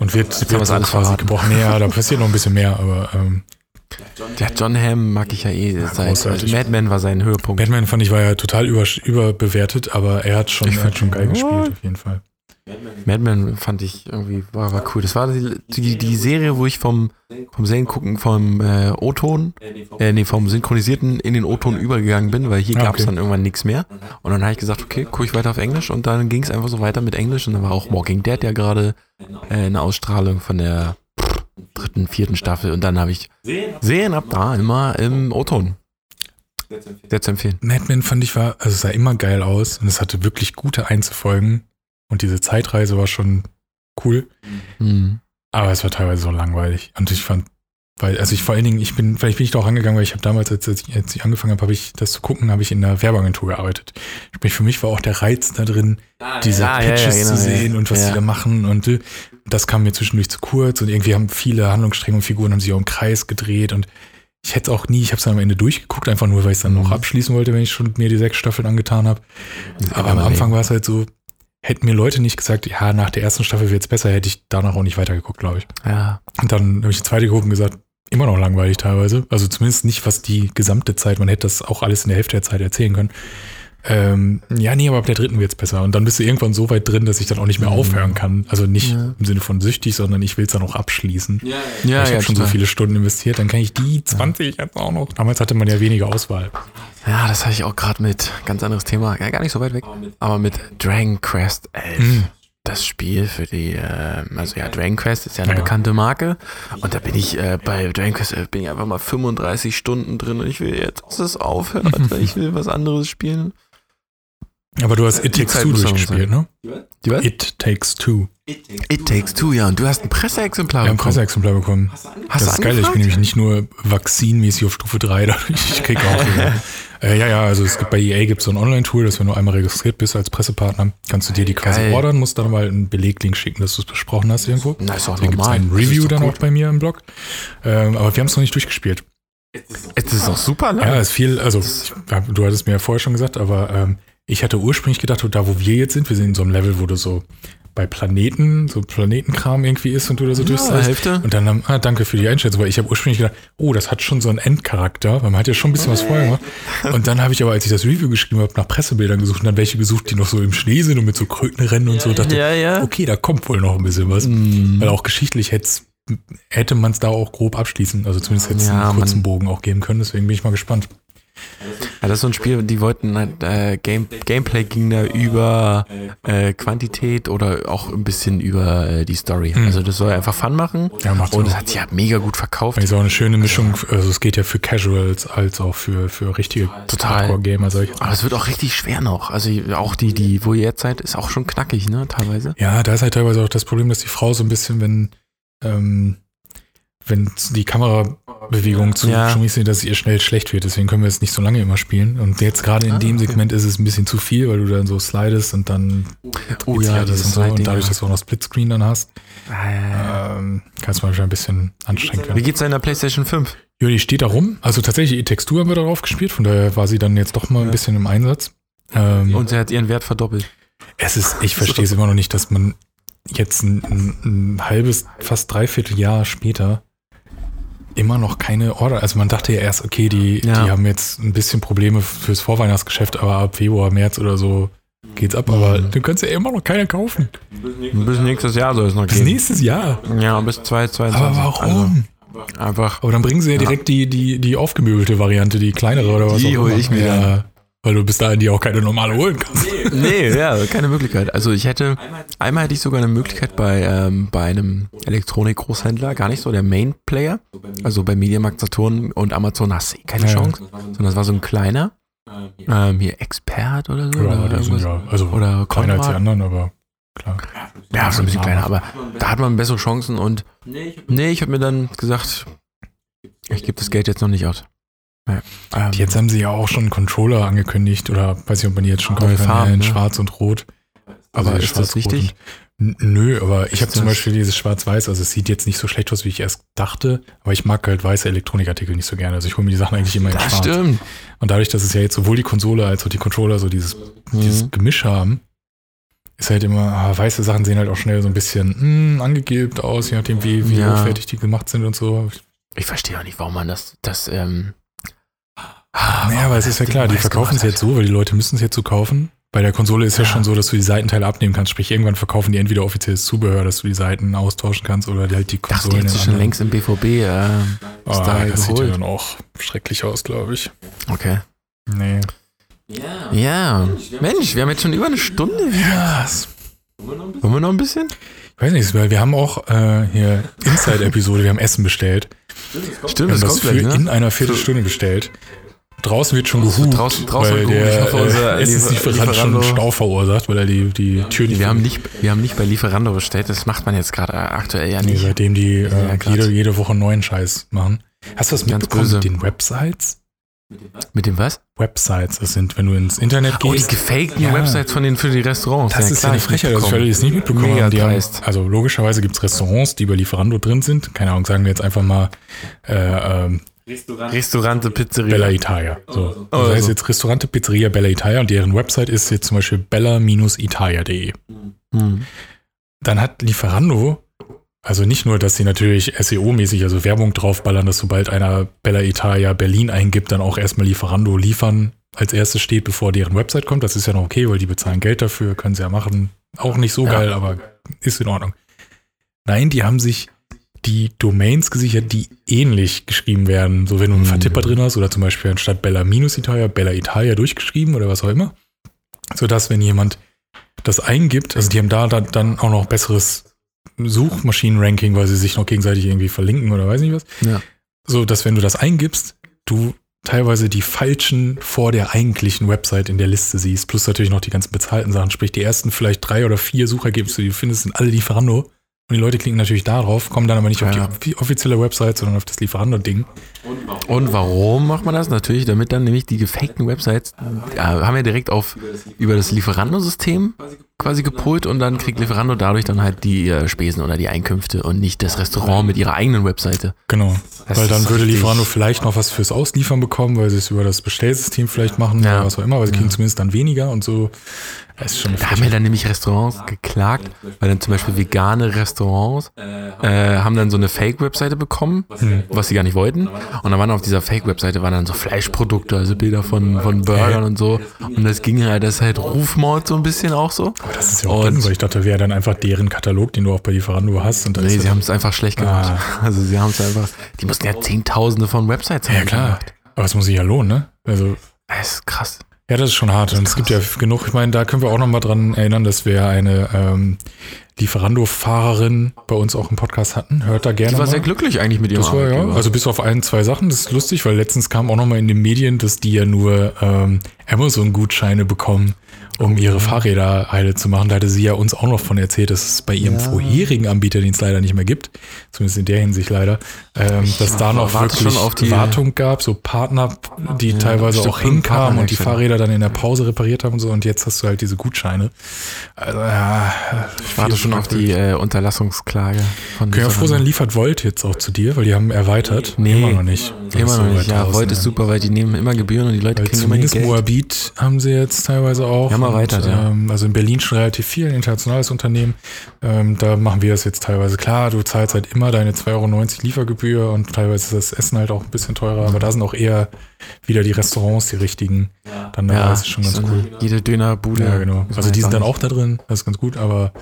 [SPEAKER 2] Und wird,
[SPEAKER 1] Jetzt haben
[SPEAKER 2] wird
[SPEAKER 1] wir's
[SPEAKER 2] so
[SPEAKER 1] alles
[SPEAKER 2] quasi
[SPEAKER 1] verraten.
[SPEAKER 2] gebrochen. Nee, Ja, da passiert noch ein bisschen mehr, aber ähm,
[SPEAKER 1] Ja, John Hamm mag ich ja eh. seit, also
[SPEAKER 2] großartig.
[SPEAKER 1] Mad Men war sein Höhepunkt.
[SPEAKER 2] Batman fand ich war ja total über, überbewertet, aber er hat schon,
[SPEAKER 1] Ich
[SPEAKER 2] er
[SPEAKER 1] find
[SPEAKER 2] hat schon geil
[SPEAKER 1] schon-
[SPEAKER 2] gespielt, auf jeden Fall.
[SPEAKER 1] Mad Men fand ich irgendwie, war, war cool. Das war die, die, die Serie, wo ich vom, vom Sehen gucken, vom äh, O-Ton, äh, nee, vom Synchronisierten in den O-Ton übergegangen bin, weil hier
[SPEAKER 2] Ah,
[SPEAKER 1] gab es
[SPEAKER 2] okay.
[SPEAKER 1] dann irgendwann nichts mehr. Und dann habe ich gesagt, okay, gucke ich weiter auf Englisch und dann ging es einfach so weiter mit Englisch und dann war auch Walking Dead ja gerade äh, eine Ausstrahlung von der pff, dritten, vierten Staffel und dann habe ich Serien ab da immer im O-Ton. Sehr zu empfehlen.
[SPEAKER 2] Mad Men fand ich war, also es sah immer geil aus und es hatte wirklich gute Einzelfolgen und diese Zeitreise war schon cool,
[SPEAKER 1] Hm.
[SPEAKER 2] aber es war teilweise so langweilig und ich fand, weil, also ich vor allen Dingen, ich bin, vielleicht bin ich da auch rangegangen, weil ich habe damals, als, als, ich, als ich angefangen habe, habe ich das zu gucken, habe ich in einer Werbeagentur gearbeitet. Sprich, für mich war auch der Reiz da drin, diese
[SPEAKER 1] ja, ja,
[SPEAKER 2] Pitches
[SPEAKER 1] genau,
[SPEAKER 2] zu
[SPEAKER 1] ja.
[SPEAKER 2] sehen und was
[SPEAKER 1] Ja.
[SPEAKER 2] die da machen und äh, das kam mir zwischendurch zu kurz und irgendwie haben viele Handlungsstränge und Figuren haben sich auch im Kreis gedreht und ich hätte es auch nie, ich habe es am Ende durchgeguckt, einfach nur, weil ich es dann noch
[SPEAKER 1] Mhm.
[SPEAKER 2] abschließen wollte, wenn ich schon mir die sechs Staffeln angetan habe. Aber am
[SPEAKER 1] Aber
[SPEAKER 2] Anfang war es halt so, hätten mir Leute nicht gesagt, ja, nach der ersten Staffel wird es besser, hätte ich danach auch nicht weitergeguckt, glaube ich.
[SPEAKER 1] Ja.
[SPEAKER 2] Und dann habe ich die zweite geguckt und gesagt, immer noch langweilig teilweise. Also zumindest nicht, was die gesamte Zeit, man hätte das auch alles in der Hälfte der Zeit erzählen können. Ähm, ja, nee, aber ab der dritten wird's besser. Und dann bist du irgendwann so weit drin, dass ich dann auch nicht mehr aufhören kann. Also nicht
[SPEAKER 1] Ja.
[SPEAKER 2] im Sinne von süchtig, sondern ich will's dann auch abschließen.
[SPEAKER 4] Ja,
[SPEAKER 1] Ja,
[SPEAKER 2] Weil ich
[SPEAKER 1] ja,
[SPEAKER 2] habe schon so
[SPEAKER 1] total.
[SPEAKER 2] viele Stunden investiert, dann kann ich die 20 jetzt auch noch. Damals hatte man ja weniger Auswahl.
[SPEAKER 1] Ja, das
[SPEAKER 2] Mhm.
[SPEAKER 1] hatte ich auch gerade mit, ganz anderes Thema, ja, gar nicht so weit weg, aber mit Dragon Quest 11. das Spiel für die, äh, also ja, Dragon Quest ist ja eine
[SPEAKER 2] Ja.
[SPEAKER 1] bekannte Marke. Und da bin ich äh, bei Dragon Quest, äh, bin ich einfach mal 35 Stunden drin und ich will jetzt, dass es
[SPEAKER 2] [LAUGHS]
[SPEAKER 1] aufhört. ich will was anderes spielen.
[SPEAKER 2] Aber du hast It
[SPEAKER 1] Äh, Die
[SPEAKER 2] Takes
[SPEAKER 1] Zeit
[SPEAKER 2] Two
[SPEAKER 1] muss auch
[SPEAKER 2] durchgespielt, ne?
[SPEAKER 1] Die was?
[SPEAKER 2] It Takes Two.
[SPEAKER 1] It Takes Two, ja. Und du hast ein Presseexemplar
[SPEAKER 2] Wir haben ein
[SPEAKER 1] bekommen.
[SPEAKER 2] Presseexemplar bekommen.
[SPEAKER 1] Hast
[SPEAKER 2] das
[SPEAKER 1] du
[SPEAKER 2] ist geil, ich bin
[SPEAKER 1] angefragt?
[SPEAKER 2] nämlich nicht nur vakzinmäßig auf Stufe 3, [LAUGHS] dadurch- ich krieg auch. wieder. äh, ja, ja, also es gibt, bei EA gibt es so ein Online-Tool, dass wenn du einmal registriert bist als Pressepartner, kannst du dir die quasi
[SPEAKER 1] Geil.
[SPEAKER 2] ordern, musst dann mal einen Beleglink schicken, dass du es besprochen hast irgendwo.
[SPEAKER 1] Na, ist auch
[SPEAKER 2] Dann gibt es
[SPEAKER 1] normal.
[SPEAKER 2] ein
[SPEAKER 1] Das ist
[SPEAKER 2] Review
[SPEAKER 1] doch
[SPEAKER 2] dann
[SPEAKER 1] gut.
[SPEAKER 2] auch bei mir im Blog. Ähm, aber wir haben es noch nicht durchgespielt.
[SPEAKER 1] Es ist auch super, ne?
[SPEAKER 2] Ja, es ist viel, also ich, ja, du hattest mir ja vorher schon gesagt, aber ähm, ich hatte ursprünglich gedacht, da wo wir jetzt sind, wir sind in so einem Level, wo du so bei Planeten, so Planetenkram irgendwie ist und du da so durchs
[SPEAKER 1] zur Hälfte.
[SPEAKER 2] Und dann, haben- ah, danke für die Einschätzung, weil ich habe ursprünglich gedacht, oh, das hat schon so einen Endcharakter, weil man hat ja schon ein bisschen was vorher gemacht. Und dann habe ich aber, als ich das Review geschrieben habe, nach Pressebildern gesucht und dann welche gesucht, die noch so im Schnee sind und mit so Kröten rennen und so. Dachte,
[SPEAKER 1] ja, ja.
[SPEAKER 2] okay, da kommt wohl noch ein bisschen was.
[SPEAKER 1] Mhm.
[SPEAKER 2] Weil auch geschichtlich hätt's, hätte man es da auch grob abschließen. Also zumindest hätte es
[SPEAKER 1] Ja,
[SPEAKER 2] einen kurzen
[SPEAKER 1] Mann.
[SPEAKER 2] Bogen auch geben können. Deswegen bin ich mal gespannt.
[SPEAKER 1] Ja, das ist so ein Spiel, die wollten halt, äh, Game, Gameplay ging da über äh, Quantität oder auch ein bisschen über äh, die Story. Also das soll einfach Fun machen.
[SPEAKER 2] Hm. Ja, macht's
[SPEAKER 1] und das
[SPEAKER 2] auch.
[SPEAKER 1] hat sich ja mega gut verkauft.
[SPEAKER 2] Weil es auch eine schöne Mischung, also es geht ja für Casuals als auch für, für richtige
[SPEAKER 1] Total.
[SPEAKER 2] Hardcore-Gamer, sag ich.
[SPEAKER 1] Aber es wird auch richtig schwer noch. Also auch die, die wo ihr jetzt seid, ist auch schon knackig, ne, teilweise.
[SPEAKER 2] Ja, da ist halt teilweise auch das Problem, dass die Frau so ein bisschen, wenn, ähm, wenn die Kamerabewegungen zu
[SPEAKER 1] Ja.
[SPEAKER 2] schwierig sind, dass es ihr schnell schlecht wird. Deswegen können wir es nicht so lange immer spielen. Und jetzt gerade in
[SPEAKER 1] Ah,
[SPEAKER 2] dem
[SPEAKER 1] okay.
[SPEAKER 2] Segment ist es ein bisschen zu viel, weil du dann so slidest und dann
[SPEAKER 1] Oh
[SPEAKER 2] geht's
[SPEAKER 1] ja,
[SPEAKER 2] ja das und
[SPEAKER 1] dieses
[SPEAKER 2] so. Und
[SPEAKER 1] Slide-Ding,
[SPEAKER 2] dadurch,
[SPEAKER 1] ja.
[SPEAKER 2] dass du auch noch Splitscreen dann hast,
[SPEAKER 1] Äh,
[SPEAKER 2] ähm, kann es manchmal ein bisschen anstrengend
[SPEAKER 1] Wie
[SPEAKER 2] werden.
[SPEAKER 1] geht's deiner PlayStation 5?
[SPEAKER 2] Ja, die steht da rum. Also tatsächlich, die Textur haben wir darauf gespielt. Von daher war sie dann jetzt doch mal ein bisschen im Einsatz. Ähm,
[SPEAKER 1] Und sie hat ihren Wert verdoppelt.
[SPEAKER 2] Es ist, ich verstehe es immer noch nicht, dass man jetzt ein, ein, ein halbes, fast dreiviertel Jahr später immer noch keine Order. Also man dachte ja erst, okay, die,
[SPEAKER 1] Ja.
[SPEAKER 2] die haben jetzt ein bisschen Probleme fürs Vorweihnachtsgeschäft, aber ab Februar, März oder so geht's ab. Aber
[SPEAKER 1] Mhm.
[SPEAKER 2] du kannst ja immer noch keine kaufen.
[SPEAKER 1] Bis nächstes Jahr soll es noch
[SPEAKER 2] Bis
[SPEAKER 1] gehen.
[SPEAKER 2] nächstes Jahr.
[SPEAKER 1] Ja, bis 2022.
[SPEAKER 2] Aber warum?
[SPEAKER 1] Also, einfach.
[SPEAKER 2] aber dann bringen sie ja direkt die, die, die aufgemöbelte Variante, die kleinere oder was
[SPEAKER 1] Die
[SPEAKER 2] auch
[SPEAKER 1] hol
[SPEAKER 2] immer.
[SPEAKER 1] ich mir
[SPEAKER 2] ja, Weil du bis dahin die auch keine normale holen kannst.
[SPEAKER 1] Nee, ja, keine Möglichkeit. Also ich hätte, einmal hätte ich sogar eine Möglichkeit bei, ähm, bei einem Elektronik-Großhändler, gar nicht so der Main-Player, also bei Mediamarkt, Saturn und Amazon hast du eh keine
[SPEAKER 2] Ja.
[SPEAKER 1] Chance, sondern das war so ein kleiner, ähm, hier Expert oder so.
[SPEAKER 2] Ja,
[SPEAKER 1] oder
[SPEAKER 2] die sind
[SPEAKER 1] irgendwas.
[SPEAKER 2] ja, also
[SPEAKER 1] Oder
[SPEAKER 2] kleiner als die
[SPEAKER 1] Konrad.
[SPEAKER 2] anderen, aber klar.
[SPEAKER 1] Ja, schon ein bisschen kleiner, aber da hat man bessere Chancen und nee, ich habe mir dann gesagt, ich gebe das Geld jetzt noch nicht aus. Ja, ähm,
[SPEAKER 2] Jetzt haben sie ja auch schon einen Controller angekündigt oder weiß nicht, ob man die jetzt schon
[SPEAKER 1] Neue
[SPEAKER 2] kaufen kann,
[SPEAKER 1] Farben,
[SPEAKER 2] in
[SPEAKER 1] ne?
[SPEAKER 2] schwarz und rot.
[SPEAKER 1] Also ist das
[SPEAKER 2] schwarz-rot
[SPEAKER 1] richtig?
[SPEAKER 2] und- N- Nö, aber ich
[SPEAKER 1] Ist
[SPEAKER 2] habe zum
[SPEAKER 1] das-
[SPEAKER 2] Beispiel dieses schwarz-weiß, also es sieht jetzt nicht so schlecht aus, wie ich erst dachte, aber ich mag halt weiße Elektronikartikel nicht so gerne. Also ich hole mir die Sachen eigentlich immer in
[SPEAKER 1] das
[SPEAKER 2] schwarz.
[SPEAKER 1] stimmt.
[SPEAKER 2] Und dadurch, dass es ja jetzt sowohl die Konsole als auch die Controller so dieses, dieses
[SPEAKER 1] Mhm.
[SPEAKER 2] Gemisch haben, ist halt immer, ah, weiße Sachen sehen halt auch schnell so ein bisschen mm, angegebt aus, je nachdem, wie, wie
[SPEAKER 1] Ja.
[SPEAKER 2] hochwertig die gemacht sind und so.
[SPEAKER 1] Ich verstehe auch nicht, warum man das, das, ähm, Ah,
[SPEAKER 2] Naja, aber es ist ja
[SPEAKER 1] den
[SPEAKER 2] klar, die
[SPEAKER 1] Preis
[SPEAKER 2] verkaufen es
[SPEAKER 1] gemacht
[SPEAKER 2] jetzt so, weil die Leute müssen es jetzt so kaufen. Bei der Konsole ist ja,
[SPEAKER 1] Ja.
[SPEAKER 2] schon so, dass du die Seitenteile abnehmen kannst. Sprich, irgendwann verkaufen die entweder offizielles Zubehör, dass du die Seiten austauschen kannst oder die halt die
[SPEAKER 1] dachte,
[SPEAKER 2] Konsolen.
[SPEAKER 1] jetzt
[SPEAKER 2] in
[SPEAKER 1] ist schon
[SPEAKER 2] anderen-
[SPEAKER 1] längst im BVB, ähm,
[SPEAKER 2] Ah,
[SPEAKER 1] Style
[SPEAKER 2] das sieht ja
[SPEAKER 1] geholt.
[SPEAKER 2] dann auch schrecklich aus, glaube ich.
[SPEAKER 1] okay.
[SPEAKER 2] Nee.
[SPEAKER 1] Ja, Mensch, wir haben jetzt schon über eine Stunde.
[SPEAKER 2] Krass.
[SPEAKER 1] Wollen wir noch ein bisschen?
[SPEAKER 2] Ich weiß nicht, weil wir haben auch äh, hier Inside-Episode, wir haben Essen bestellt.
[SPEAKER 1] Stimmt,
[SPEAKER 2] Wir haben
[SPEAKER 1] das
[SPEAKER 2] das
[SPEAKER 1] kommt
[SPEAKER 2] für
[SPEAKER 1] gleich, ne?
[SPEAKER 2] in einer Viertelstunde bestellt. Draußen wird schon
[SPEAKER 1] wird
[SPEAKER 2] gehupt,
[SPEAKER 1] draußen- draußen
[SPEAKER 2] weil
[SPEAKER 1] wird gehupt. Ich
[SPEAKER 2] der
[SPEAKER 1] hoffe, unser
[SPEAKER 2] äh, Essenslieferant
[SPEAKER 1] Liefer-
[SPEAKER 2] schon einen
[SPEAKER 1] Lieferando-
[SPEAKER 2] Stau verursacht, weil er die, die Tür nicht
[SPEAKER 1] Wir haben, nicht, wir haben nicht bei Lieferando bestellt, das macht man jetzt gerade äh, aktuell ja
[SPEAKER 2] Nee,
[SPEAKER 1] nicht.
[SPEAKER 2] seitdem die
[SPEAKER 1] Ja,
[SPEAKER 2] äh,
[SPEAKER 1] grad.
[SPEAKER 2] jede, jede Woche einen neuen Scheiß machen. Hast du das
[SPEAKER 1] Ganz
[SPEAKER 2] mitbekommen
[SPEAKER 1] böse.
[SPEAKER 2] mit den Websites?
[SPEAKER 1] Mit dem was?
[SPEAKER 2] Websites, das sind, wenn du ins Internet
[SPEAKER 1] Oh, die
[SPEAKER 2] gehst.
[SPEAKER 1] gefakten
[SPEAKER 2] Ja.
[SPEAKER 1] Websites von den, für die Restaurants.
[SPEAKER 2] das ist ja
[SPEAKER 1] klar,
[SPEAKER 2] eine
[SPEAKER 1] ich
[SPEAKER 2] Frechheit, also für alle, die es nicht mitbekommen
[SPEAKER 1] Mega
[SPEAKER 2] haben, die haben.
[SPEAKER 1] dreist.
[SPEAKER 2] Also logischerweise gibt es Restaurants, die bei Lieferando drin sind. Keine Ahnung, sagen wir jetzt einfach mal äh, ähm,
[SPEAKER 1] Restaurante, Pizzeria.
[SPEAKER 2] Bella Italia. So.
[SPEAKER 1] Oder
[SPEAKER 2] Das heißt
[SPEAKER 1] so.
[SPEAKER 2] jetzt Restaurante Pizzeria Bella Italia und deren Website ist jetzt zum Beispiel bella-italia.de.
[SPEAKER 1] Hm.
[SPEAKER 2] dann hat Lieferando, also nicht nur, dass sie natürlich SEO-mäßig, also Werbung draufballern, dass sobald einer Bella Italia Berlin eingibt, dann auch erstmal Lieferando liefern als erstes steht, bevor deren Website kommt. Das ist ja noch okay, weil die bezahlen Geld dafür, können sie ja machen. Auch nicht so
[SPEAKER 1] Ja.
[SPEAKER 2] geil, aber ist in Ordnung. Nein, die haben sich die Domains gesichert, die ähnlich geschrieben werden. So wenn du einen Vertipper drin hast oder zum Beispiel anstatt Bella minus Italia, Bella Italia durchgeschrieben oder was auch immer. Sodass, wenn jemand das eingibt, also die haben da, da dann auch noch besseres Suchmaschinen-Ranking, weil sie sich noch gegenseitig irgendwie verlinken oder weiß nicht was.
[SPEAKER 1] Ja.
[SPEAKER 2] So, dass wenn du das eingibst, du teilweise die falschen vor der eigentlichen Website in der Liste siehst, plus natürlich noch die ganzen bezahlten Sachen, sprich die ersten vielleicht drei oder vier Suchergebnisse, die du findest, sind alle Lieferando. Und die Leute klicken natürlich da drauf, kommen dann aber nicht
[SPEAKER 1] Ja.
[SPEAKER 2] auf die offi- offizielle Website, sondern auf das Lieferando-Ding.
[SPEAKER 1] Und warum macht man das? Natürlich, damit dann nämlich die gefakten Websites äh, haben ja direkt auf über das Lieferando-System quasi gepult und dann kriegt Lieferando dadurch dann halt die äh, Spesen oder die Einkünfte und nicht das Restaurant mit ihrer eigenen Webseite.
[SPEAKER 2] Genau.
[SPEAKER 1] Das
[SPEAKER 2] weil
[SPEAKER 1] ist
[SPEAKER 2] dann würde
[SPEAKER 1] richtig-
[SPEAKER 2] Lieferando vielleicht noch was fürs Ausliefern bekommen, weil sie es über das Bestellsystem vielleicht machen
[SPEAKER 1] Ja.
[SPEAKER 2] oder was auch immer, weil sie kriegen zumindest dann weniger und so. Das ist schon eine
[SPEAKER 1] Da haben ja dann nämlich Restaurants geklagt, weil dann zum Beispiel vegane Restaurants äh, haben dann so eine Fake-Webseite bekommen, was sie gar nicht wollten. Und dann waren auf dieser Fake-Webseite waren dann so Fleischprodukte, also Bilder von, von Burgern und so. Und das ging halt, das ist halt Rufmord so ein bisschen auch so.
[SPEAKER 2] Das ist ja auch drin, weil ich dachte, wäre dann einfach deren Katalog, den du auch bei Lieferando hast. Und dann
[SPEAKER 1] Nee,
[SPEAKER 2] ist
[SPEAKER 1] sie haben es einfach schlecht gemacht. [LAUGHS] Also sie haben es einfach, die mussten ja Zehntausende von Websites
[SPEAKER 2] ja
[SPEAKER 1] haben
[SPEAKER 2] klar.
[SPEAKER 1] gemacht.
[SPEAKER 2] Aber es muss sich ja lohnen, ne? Also,
[SPEAKER 1] Das ist krass.
[SPEAKER 2] ja, das ist schon hart. Und es gibt ja genug, ich meine, da können wir auch nochmal dran erinnern, dass wir eine ähm, Lieferando-Fahrerin bei uns auch im Podcast hatten. Hört da gerne
[SPEAKER 1] Die war
[SPEAKER 2] mal.
[SPEAKER 1] sehr glücklich eigentlich mit ihrem
[SPEAKER 2] Das war ja,
[SPEAKER 1] Arbeitgeber.
[SPEAKER 2] also bis auf ein, zwei Sachen, das ist lustig, weil letztens kam auch nochmal in den Medien, dass die ja nur ähm, Amazon-Gutscheine bekommen, um ihre Fahrräder heile zu machen. Da hatte sie ja uns auch noch von erzählt, dass es bei ihrem vorherigen Anbieter, den es leider nicht mehr gibt, zumindest in der Hinsicht leider, ähm, dass da noch
[SPEAKER 1] warte
[SPEAKER 2] wirklich
[SPEAKER 1] schon auf die-
[SPEAKER 2] Wartung gab, so Partner, die teilweise
[SPEAKER 1] stimmt,
[SPEAKER 2] auch hinkamen und die
[SPEAKER 1] Partnerhäkchen.
[SPEAKER 2] Fahrräder dann in der Pause repariert haben und so und jetzt hast du halt diese Gutscheine. Also, ja,
[SPEAKER 1] ich warte schon auf die äh, Unterlassungsklage von
[SPEAKER 2] können ja froh sein,
[SPEAKER 1] Lieferando.
[SPEAKER 2] liefert Volt jetzt auch zu dir, weil die haben erweitert.
[SPEAKER 1] Nee.
[SPEAKER 2] immer noch nicht.
[SPEAKER 1] Immer noch nicht. Ja, Volt ist
[SPEAKER 2] super.
[SPEAKER 1] super, weil die nehmen immer Gebühren und die Leute
[SPEAKER 2] Weil
[SPEAKER 1] kriegen immer ihr
[SPEAKER 2] zumindest
[SPEAKER 1] Geld.
[SPEAKER 2] Moabit haben sie jetzt teilweise auch.
[SPEAKER 1] Ja, mal
[SPEAKER 2] Und,
[SPEAKER 1] erweitert, ja.
[SPEAKER 2] ähm, Also in Berlin schon relativ viel, ein internationales Unternehmen. Ähm, da machen wir das jetzt teilweise. Klar, du zahlst halt immer deine 2,90 Euro Liefergebühr und teilweise ist das Essen halt auch ein bisschen teurer, aber da sind auch eher wieder die Restaurants die richtigen. Dann da
[SPEAKER 1] Ja,
[SPEAKER 2] ist es schon ganz
[SPEAKER 1] so
[SPEAKER 2] cool.
[SPEAKER 1] eine- jede Dönerbude.
[SPEAKER 2] Ja, genau.
[SPEAKER 1] Muss
[SPEAKER 2] Also
[SPEAKER 1] man
[SPEAKER 2] die sind
[SPEAKER 1] sagen.
[SPEAKER 2] dann auch da drin, das ist ganz gut, aber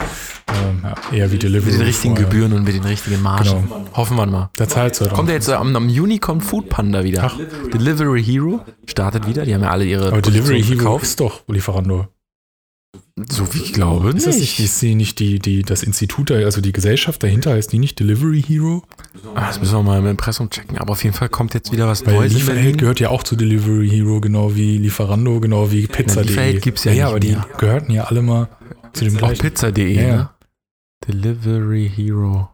[SPEAKER 2] ähm, ja, eher wie Delivery.
[SPEAKER 1] Mit den richtigen
[SPEAKER 2] vorher.
[SPEAKER 1] Gebühren und mit den richtigen Margen. Hoffen wir mal.
[SPEAKER 2] Da zahlst du halt auch.
[SPEAKER 1] Kommt ja jetzt äh, am, am Juni kommt Food Panda wieder.
[SPEAKER 2] Ach.
[SPEAKER 1] Delivery Hero startet wieder. Äh, Die haben ja alle ihre
[SPEAKER 2] Aber Delivery
[SPEAKER 1] Positionen
[SPEAKER 2] Hero
[SPEAKER 1] verkauft.
[SPEAKER 2] ist doch Lieferando.
[SPEAKER 1] So wie ich glaube
[SPEAKER 2] Ist das nicht, ist sie nicht die, die, das Institut, da- also die Gesellschaft dahinter, heißt die nicht Delivery Hero?
[SPEAKER 1] Ah, das müssen wir mal im Impressum checken. Aber auf jeden Fall kommt jetzt wieder was
[SPEAKER 2] Weil
[SPEAKER 1] Neues. in
[SPEAKER 2] Lieferheld
[SPEAKER 1] Berlin.
[SPEAKER 2] gehört ja auch zu Delivery Hero, genau wie Lieferando, genau wie Pizza.
[SPEAKER 1] Lieferheld gibt's ja
[SPEAKER 2] Ja,
[SPEAKER 1] nicht
[SPEAKER 2] aber die
[SPEAKER 1] mehr.
[SPEAKER 2] gehörten ja alle mal zu dem
[SPEAKER 1] Auch
[SPEAKER 2] gleichen.
[SPEAKER 1] pizza.de.
[SPEAKER 2] Ja, ja.
[SPEAKER 1] Ne? Delivery Hero.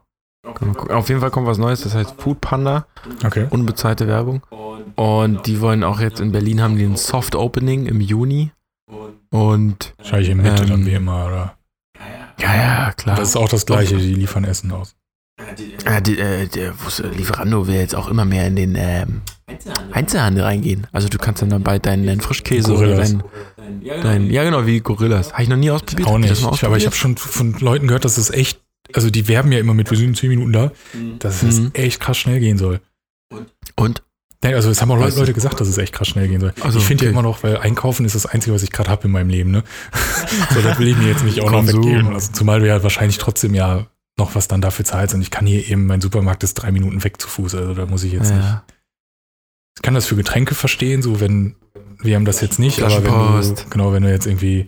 [SPEAKER 1] Kann man gucken. Auf jeden Fall kommt was Neues. Das heißt Food Panda.
[SPEAKER 2] Okay.
[SPEAKER 1] Unbezahlte Werbung. Und die wollen auch jetzt in Berlin haben die ein Soft Opening im Juni. Und
[SPEAKER 2] Wahrscheinlich in Mitte
[SPEAKER 1] Ähm,
[SPEAKER 2] dann wie immer, oder?
[SPEAKER 1] ja, ja, klar.
[SPEAKER 2] Das ist auch das Gleiche, die liefern Essen aus.
[SPEAKER 1] Äh, die, äh, der wo ist, äh, Lieferando will jetzt auch immer mehr in den ähm, Einzelhandel reingehen. Also du kannst dann, dann bald deinen, deinen Frischkäse
[SPEAKER 2] Gorillas.
[SPEAKER 1] oder deinen, deinen, ja genau, wie Gorillas. Habe ich noch nie ausprobiert.
[SPEAKER 2] Auch
[SPEAKER 1] Habt ihr
[SPEAKER 2] nicht.
[SPEAKER 1] das mal
[SPEAKER 2] Ich, aber ich habe
[SPEAKER 1] ausprobiert?
[SPEAKER 2] schon von Leuten gehört, dass es echt, also die werben ja immer mit, wir sind in 10 Minuten da, dass es
[SPEAKER 1] Mhm.
[SPEAKER 2] echt krass schnell gehen soll.
[SPEAKER 1] Und?
[SPEAKER 2] Nein, also es haben auch
[SPEAKER 1] Weißt
[SPEAKER 2] Leute,
[SPEAKER 1] du?
[SPEAKER 2] Leute gesagt, dass es echt krass schnell gehen soll.
[SPEAKER 1] Also,
[SPEAKER 2] ich finde ja
[SPEAKER 1] okay.
[SPEAKER 2] immer noch, weil Einkaufen ist das Einzige, was ich gerade habe in meinem Leben. Ne? [LAUGHS] so, das will ich mir jetzt nicht auch noch
[SPEAKER 1] Konsum.
[SPEAKER 2] weggeben. Also, zumal du ja wahrscheinlich trotzdem ja noch was dann dafür zahlst. Und ich kann hier eben, mein Supermarkt ist drei Minuten weg zu Fuß. Also da muss ich jetzt nicht.
[SPEAKER 1] Ja.
[SPEAKER 2] Ich kann das für Getränke verstehen, so wenn, wir haben das jetzt nicht, aber wenn du,
[SPEAKER 1] Flaschenpost.
[SPEAKER 2] genau, wenn du jetzt irgendwie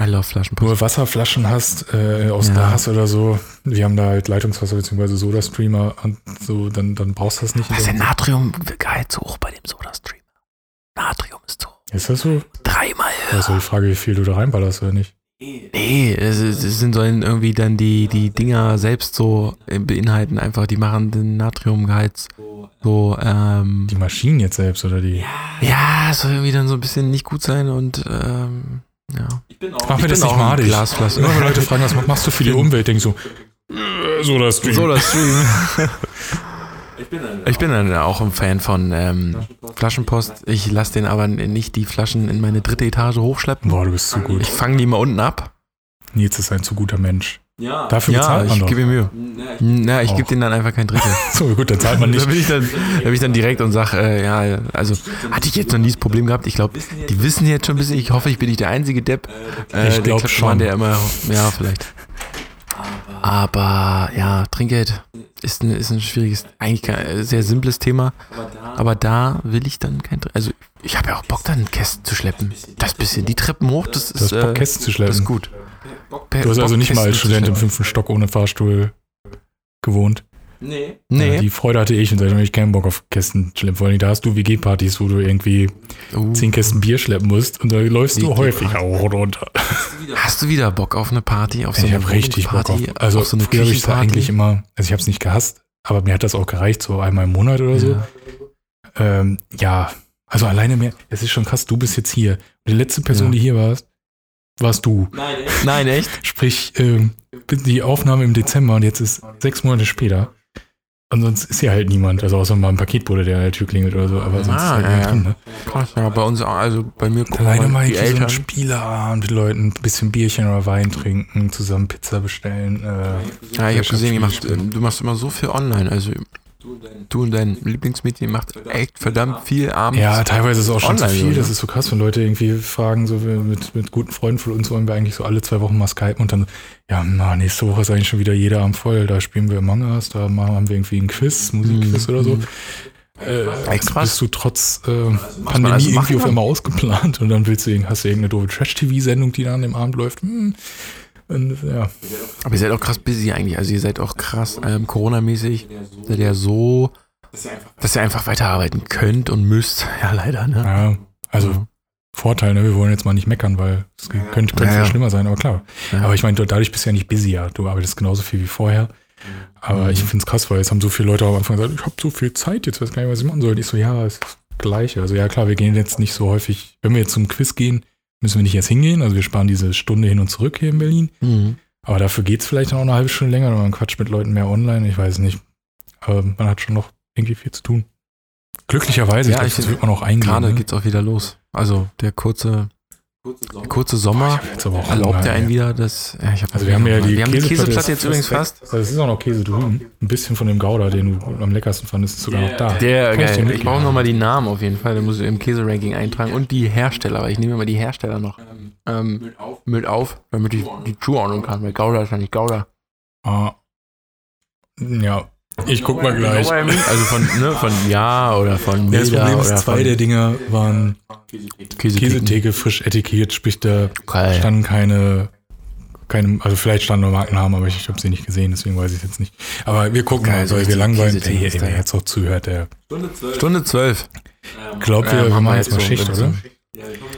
[SPEAKER 1] I love Flaschenpost.
[SPEAKER 2] nur Wasserflaschen hast, äh, aus
[SPEAKER 1] Ja.
[SPEAKER 2] Glas oder so, wir haben da halt Leitungswasser beziehungsweise Soda-Streamer und so, dann, dann brauchst du das nicht.
[SPEAKER 1] Was ist denn Natriumgehalt zu hoch bei dem Soda-Stream? Natrium ist zu hoch.
[SPEAKER 2] Ist das so?
[SPEAKER 1] Dreimal höher.
[SPEAKER 2] Also die Frage, wie viel du da reinballerst oder nicht.
[SPEAKER 1] Nee, es, ist- es sind sollen irgendwie dann die, die Dinger selbst so äh, beinhalten, einfach die machen den Natriumgehalt so, ähm,
[SPEAKER 2] Die Maschinen jetzt selbst oder die?
[SPEAKER 1] ja, es soll irgendwie dann so ein bisschen nicht gut sein und, ähm, ja.
[SPEAKER 2] Machen wir
[SPEAKER 1] Ich bin auch ein
[SPEAKER 2] madig.
[SPEAKER 1] Glasflasche.
[SPEAKER 2] Immer wenn Leute fragen, was machst du für die Umwelt, denkst du, äh, Soda Stream.
[SPEAKER 1] Stream. [LAUGHS] ich bin dann auch ein Fan von ähm, Flaschenpost. Ich lasse den aber nicht die Flaschen in meine dritte Etage hochschleppen.
[SPEAKER 2] Boah, du bist zu gut.
[SPEAKER 1] Ich fange die mal unten ab.
[SPEAKER 2] Nils ist ein zu guter Mensch.
[SPEAKER 4] Ja.
[SPEAKER 2] Dafür bezahlt man
[SPEAKER 1] ich
[SPEAKER 2] doch.
[SPEAKER 1] gebe mir Mühe. Na, Hm, ich gebe
[SPEAKER 2] Auch.
[SPEAKER 1] denen dann einfach kein Drittel.
[SPEAKER 2] So, gut, dann [LAUGHS] zahlt
[SPEAKER 1] [LAUGHS]
[SPEAKER 2] man
[SPEAKER 1] da,
[SPEAKER 2] nicht.
[SPEAKER 1] bin ich dann, da bin ich dann direkt und sage, äh, ja, also hatte ich jetzt noch nie das Problem gehabt. Ich glaube, die wissen jetzt schon ein bisschen. Ich hoffe, ich bin nicht der einzige Depp. Äh,
[SPEAKER 2] Ich
[SPEAKER 1] der
[SPEAKER 2] glaub
[SPEAKER 1] Kleptoman,
[SPEAKER 2] schon.
[SPEAKER 1] Der immer, ja, vielleicht. Aber ja, Trinkgeld ist äh, ein, ist ein schwieriges, eigentlich kein, sehr simples Thema. Aber da will ich dann kein Trinkgeld. Also Ich habe ja auch Bock, dann Kästen zu schleppen. Das bisschen die Treppen hoch, das
[SPEAKER 2] Du
[SPEAKER 1] ist,
[SPEAKER 2] hast Bock,
[SPEAKER 1] äh,
[SPEAKER 2] Kästen zu
[SPEAKER 1] das
[SPEAKER 2] schleppen.
[SPEAKER 1] ist gut.
[SPEAKER 2] Du hast also nicht mal als Student im
[SPEAKER 1] Film.
[SPEAKER 2] fünften Stock ohne Fahrstuhl gewohnt. Ja,
[SPEAKER 1] Nee.
[SPEAKER 2] die Freude hatte ich und seitdem habe ich keinen Bock auf Kästen zu schleppen. Vor allem, da hast du WG-Partys, wo du irgendwie
[SPEAKER 1] Uh,
[SPEAKER 2] zehn Kästen Bier schleppen musst und da läufst du
[SPEAKER 1] WG-Party.
[SPEAKER 2] häufig auch und runter. Also
[SPEAKER 1] hast du wieder Bock auf eine Party? Auf so
[SPEAKER 2] ich
[SPEAKER 1] eine
[SPEAKER 2] habe richtig Bock auf.
[SPEAKER 1] Wohnungsparty,
[SPEAKER 2] Also
[SPEAKER 1] auf so eine
[SPEAKER 2] früher habe ich es
[SPEAKER 1] Küchenparty?
[SPEAKER 2] eigentlich immer, also ich habe es nicht gehasst, aber mir hat das auch gereicht, so einmal im Monat oder so.
[SPEAKER 1] Ja.
[SPEAKER 2] Ähm, ja, also alleine mir, es ist schon krass, du bist jetzt hier. Die letzte Person,
[SPEAKER 1] Ja.
[SPEAKER 2] die hier warst, warst du.
[SPEAKER 1] Nein, echt?
[SPEAKER 2] Sprich, ähm, die Aufnahme im Dezember und jetzt ist sechs Monate später. Und sonst ist hier halt niemand. Also außer mal ein Paketbote, der an der Tür klingelt oder so. Aber sonst ist
[SPEAKER 1] Ah,
[SPEAKER 2] halt
[SPEAKER 1] ja,
[SPEAKER 2] niemand
[SPEAKER 1] ja.
[SPEAKER 2] drin. Ne?
[SPEAKER 1] Krass, ja, bei uns, also bei mir gucken
[SPEAKER 2] Alleine mal
[SPEAKER 1] die
[SPEAKER 2] irgendwie so
[SPEAKER 1] Eltern.
[SPEAKER 2] einen Spieleabend mit Leuten, ein bisschen Bierchen oder Wein trinken, zusammen Pizza bestellen. Äh,
[SPEAKER 1] Ja, ich habe gesehen, ihr macht,
[SPEAKER 2] Spiele
[SPEAKER 1] ähm, du machst immer so viel online. Also du und dein Lieblingsmädchen macht echt verdammt viel abends.
[SPEAKER 2] ja, teilweise ist es auch schon zu
[SPEAKER 1] Online,
[SPEAKER 2] viel.
[SPEAKER 1] oder?
[SPEAKER 2] Das ist so krass, wenn Leute irgendwie fragen, so wir- mit, mit guten Freunden von uns wollen wir eigentlich so alle zwei Wochen mal skypen und dann, ja, na, nächste Woche ist eigentlich schon wieder jeder Abend voll. Da spielen wir Among Us, da machen, haben wir irgendwie einen Quiz, Musikquiz
[SPEAKER 1] Mhm.
[SPEAKER 2] oder so. Äh,
[SPEAKER 1] Ey,
[SPEAKER 2] also
[SPEAKER 1] krass.
[SPEAKER 2] bist du trotz äh, Pandemie
[SPEAKER 1] alles machen
[SPEAKER 2] irgendwie auf
[SPEAKER 1] kann.
[SPEAKER 2] einmal ausgeplant und dann willst du, irgend- hast du irgendeine doofe Trash-TV-Sendung, die da an dem Abend läuft. Hm. Und, ja.
[SPEAKER 1] Aber ihr seid auch krass busy eigentlich. Also ihr seid auch krass ähm, Corona-mäßig. Seid ja so, dass ihr einfach weiterarbeiten könnt und müsst. [LAUGHS] Ja, leider, ne?
[SPEAKER 2] ja, also Vorteil, ne? wir wollen jetzt mal nicht meckern, weil es könnte, könnte
[SPEAKER 1] Ja,
[SPEAKER 2] viel
[SPEAKER 1] ja.
[SPEAKER 2] schlimmer sein, aber klar.
[SPEAKER 1] Ja.
[SPEAKER 2] Aber ich meine, du- dadurch bist du ja nicht busier. Du arbeitest genauso viel wie vorher.
[SPEAKER 1] Mhm.
[SPEAKER 2] Aber ich finde es krass, weil jetzt haben so viele Leute am Anfang gesagt, ich habe so viel Zeit, jetzt weiß gar nicht, was ich machen soll. Ich so, ja, es ist das Gleiche. Also ja, klar, wir gehen jetzt nicht so häufig. Wenn wir jetzt zum Quiz gehen, müssen wir nicht jetzt hingehen. Also wir sparen diese Stunde hin und zurück hier in Berlin.
[SPEAKER 1] Mhm.
[SPEAKER 2] Aber dafür geht es vielleicht dann auch eine halbe Stunde länger, oder man quatscht mit Leuten mehr online. Ich weiß nicht. Aber man hat schon noch irgendwie viel zu tun. Glücklicherweise,
[SPEAKER 1] Ja,
[SPEAKER 2] ich
[SPEAKER 1] ich
[SPEAKER 2] glaube, das
[SPEAKER 1] find-
[SPEAKER 2] wird man auch eingehen.
[SPEAKER 1] Gerade
[SPEAKER 2] ne?
[SPEAKER 1] geht's auch wieder los. Also der kurze, der kurze Sommer
[SPEAKER 2] Jetzt aber auch
[SPEAKER 1] erlaubt
[SPEAKER 2] Hunger,
[SPEAKER 1] ja einen
[SPEAKER 2] ey.
[SPEAKER 1] wieder das. Ja, ich hab
[SPEAKER 2] Also wir haben ja die
[SPEAKER 1] wir haben die Käseplatte
[SPEAKER 2] Käseplatte
[SPEAKER 1] jetzt übrigens fast.
[SPEAKER 2] Also es ist auch noch Käse drüben. Ein bisschen von dem Gouda, den du am leckersten fandest, ist sogar noch da.
[SPEAKER 1] Der,
[SPEAKER 2] Ah, Kann ich dir
[SPEAKER 1] geil. Ich
[SPEAKER 2] mitgeben?
[SPEAKER 1] brauche nochmal die Namen auf jeden Fall. Da muss ich im Käse-Ranking eintragen. Und die Hersteller, weil ich nehme immer die Hersteller noch ähm, mit, auf. damit ich die zuordnen kann. Weil Gouda ist ja nicht Gouda.
[SPEAKER 2] Ah. Ja, ich guck mal gleich.
[SPEAKER 1] Also von, ne, von Ja oder von
[SPEAKER 2] Ja, das
[SPEAKER 1] Meda
[SPEAKER 2] Problem
[SPEAKER 1] oder
[SPEAKER 2] ist, zwei
[SPEAKER 1] von
[SPEAKER 2] der Dinger waren
[SPEAKER 1] Käsetheke.
[SPEAKER 2] Käsetheke frisch etikettiert, sprich da
[SPEAKER 1] Geil.
[SPEAKER 2] standen keine, keine, also vielleicht standen nur Markennamen, aber ich habe sie nicht gesehen, deswegen weiß ich jetzt nicht. Aber wir gucken
[SPEAKER 1] Geil,
[SPEAKER 2] mal,
[SPEAKER 1] so
[SPEAKER 2] weil wir
[SPEAKER 1] richtig
[SPEAKER 2] langweilen.
[SPEAKER 1] Käsetheke
[SPEAKER 2] Ey,
[SPEAKER 1] also ist
[SPEAKER 2] ey,
[SPEAKER 1] da,
[SPEAKER 2] wer
[SPEAKER 1] ja.
[SPEAKER 2] jetzt noch zuhört, der
[SPEAKER 1] Stunde 12.
[SPEAKER 2] glaubt,
[SPEAKER 1] Ja,
[SPEAKER 2] wir, wir
[SPEAKER 1] machen wir
[SPEAKER 2] machen jetzt mal
[SPEAKER 1] jetzt so
[SPEAKER 2] Schicht,
[SPEAKER 1] langsam.
[SPEAKER 2] oder?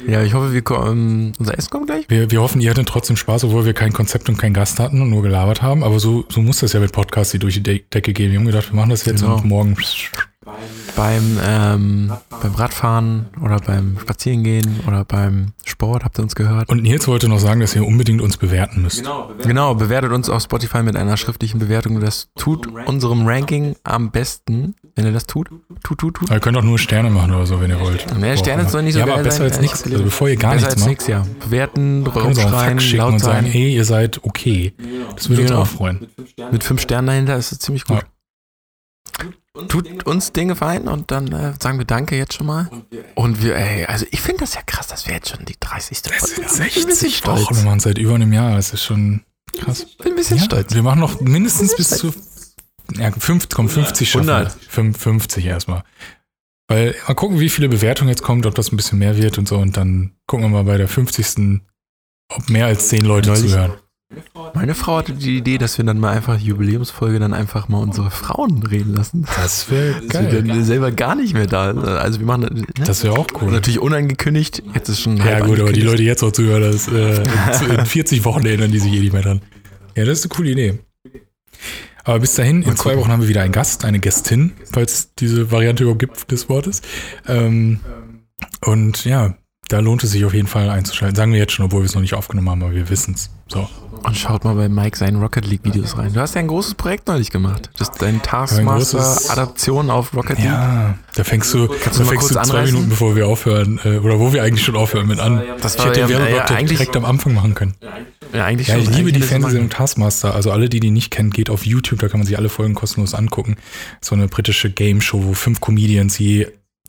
[SPEAKER 1] Ja, ich hoffe, wir kommen, unser Essen kommt gleich.
[SPEAKER 2] Wir, wir hoffen, ihr hattet trotzdem Spaß, obwohl wir kein Konzept und keinen Gast hatten und nur gelabert haben. Aber so, so muss das ja mit Podcasts, die durch die De Decke gehen. Wir haben gedacht, wir machen das jetzt
[SPEAKER 1] Genau.
[SPEAKER 2] und morgen.
[SPEAKER 1] Beim, ähm, beim Radfahren oder beim Spazierengehen oder beim Sport habt ihr uns gehört.
[SPEAKER 2] Und Nils wollte noch sagen, dass ihr unbedingt uns bewerten müsst.
[SPEAKER 1] Genau, bewertet uns auf Spotify mit einer schriftlichen Bewertung. Das tut unserem Ranking am besten, wenn ihr das tut. Tut, tut, tut.
[SPEAKER 2] Aber ihr könnt auch nur Sterne machen oder so, wenn ihr wollt.
[SPEAKER 1] Mehr Sterne ist doch nicht so
[SPEAKER 2] ja, aber
[SPEAKER 1] geil
[SPEAKER 2] besser
[SPEAKER 1] sein,
[SPEAKER 2] als
[SPEAKER 1] als
[SPEAKER 2] nichts.
[SPEAKER 1] gelesen.
[SPEAKER 2] Also bevor ihr gar
[SPEAKER 1] Besser
[SPEAKER 2] nichts
[SPEAKER 1] als
[SPEAKER 2] macht,
[SPEAKER 1] nichts, ja. Bewerten,
[SPEAKER 2] könnt ihr uns auch einen Fax
[SPEAKER 1] rumschreien,
[SPEAKER 2] schicken und
[SPEAKER 1] laut
[SPEAKER 2] sagen,
[SPEAKER 1] sein.
[SPEAKER 2] ey, ihr seid okay. Das würde
[SPEAKER 1] Genau.
[SPEAKER 2] uns auch freuen.
[SPEAKER 1] Mit fünf Sternen dahinter ist es ziemlich gut. Tut uns den Gefallen und dann äh, sagen wir Danke jetzt schon mal. Und wir, ey, also ich finde das ja krass, dass wir jetzt schon die 30.
[SPEAKER 2] Das
[SPEAKER 1] Folge
[SPEAKER 2] sind
[SPEAKER 1] haben. Ich bin ein bisschen
[SPEAKER 2] 60
[SPEAKER 1] stolz.
[SPEAKER 2] Wochen. Wir machen es seit über einem Jahr. Das ist schon krass.
[SPEAKER 1] Ich bin ein bisschen
[SPEAKER 2] Ja,
[SPEAKER 1] stolz.
[SPEAKER 2] Wir machen noch mindestens bis zu ja, 50, komm, 50 schaffen.
[SPEAKER 1] 100.
[SPEAKER 2] 55 erstmal. Weil mal gucken, wie viele Bewertungen jetzt kommt, ob das ein bisschen mehr wird und so. Und dann gucken wir mal bei der 50. ob mehr als 10 Leute
[SPEAKER 1] Neulich-
[SPEAKER 2] zuhören.
[SPEAKER 1] Meine Frau hatte die Idee, dass wir dann mal einfach Jubiläumsfolge dann einfach mal unsere Frauen reden lassen.
[SPEAKER 2] Das wäre
[SPEAKER 1] Dass wir dann selber gar nicht mehr da. Also wir machen ne?
[SPEAKER 2] Das wäre auch
[SPEAKER 1] Und
[SPEAKER 2] cool.
[SPEAKER 1] natürlich unangekündigt. Jetzt ist schon
[SPEAKER 2] Ja
[SPEAKER 1] halb
[SPEAKER 2] gut, aber die
[SPEAKER 1] angekündigt.
[SPEAKER 2] Leute, die jetzt auch zuhören, das, äh,
[SPEAKER 1] [LAUGHS]
[SPEAKER 2] in 40 Wochen erinnern die sich eh nicht mehr dran. Ja, das ist eine coole Idee. Aber bis dahin, in zwei Wochen haben wir wieder einen Gast, eine Gästin, falls diese Variante überhaupt gibt des Wortes. Ähm, und ja, da lohnt es sich auf jeden Fall einzuschalten. Sagen wir jetzt schon, obwohl wir es noch nicht aufgenommen haben, aber wir wissen es. So,
[SPEAKER 1] Und schaut mal bei Mike seinen Rocket League Videos rein. Du hast ja ein großes Projekt neulich gemacht. Das ist dein
[SPEAKER 2] großes-
[SPEAKER 1] Taskmaster Adaption auf Rocket League.
[SPEAKER 2] ja, da fängst
[SPEAKER 1] du
[SPEAKER 2] du, da
[SPEAKER 1] mal
[SPEAKER 2] fängst du
[SPEAKER 1] kurz
[SPEAKER 2] zwei
[SPEAKER 1] anreißen?
[SPEAKER 2] Minuten, bevor wir aufhören, äh, oder wo wir eigentlich schon aufhören mit an.
[SPEAKER 1] Das
[SPEAKER 2] Ich hätte den
[SPEAKER 1] ja,
[SPEAKER 2] Werbeblock
[SPEAKER 1] ja,
[SPEAKER 2] doch
[SPEAKER 1] eigentlich,
[SPEAKER 2] direkt am Anfang machen können.
[SPEAKER 1] ja, eigentlich
[SPEAKER 2] Ja,
[SPEAKER 1] schon.
[SPEAKER 2] ich liebe
[SPEAKER 1] Eigentlich
[SPEAKER 2] die
[SPEAKER 1] hätte ich das
[SPEAKER 2] Fernsehsendung
[SPEAKER 1] machen-
[SPEAKER 2] Taskmaster. Also alle, die die nicht kennen, geht auf YouTube, da kann man sich alle Folgen kostenlos angucken. So eine britische Game Show, wo fünf Comedians je,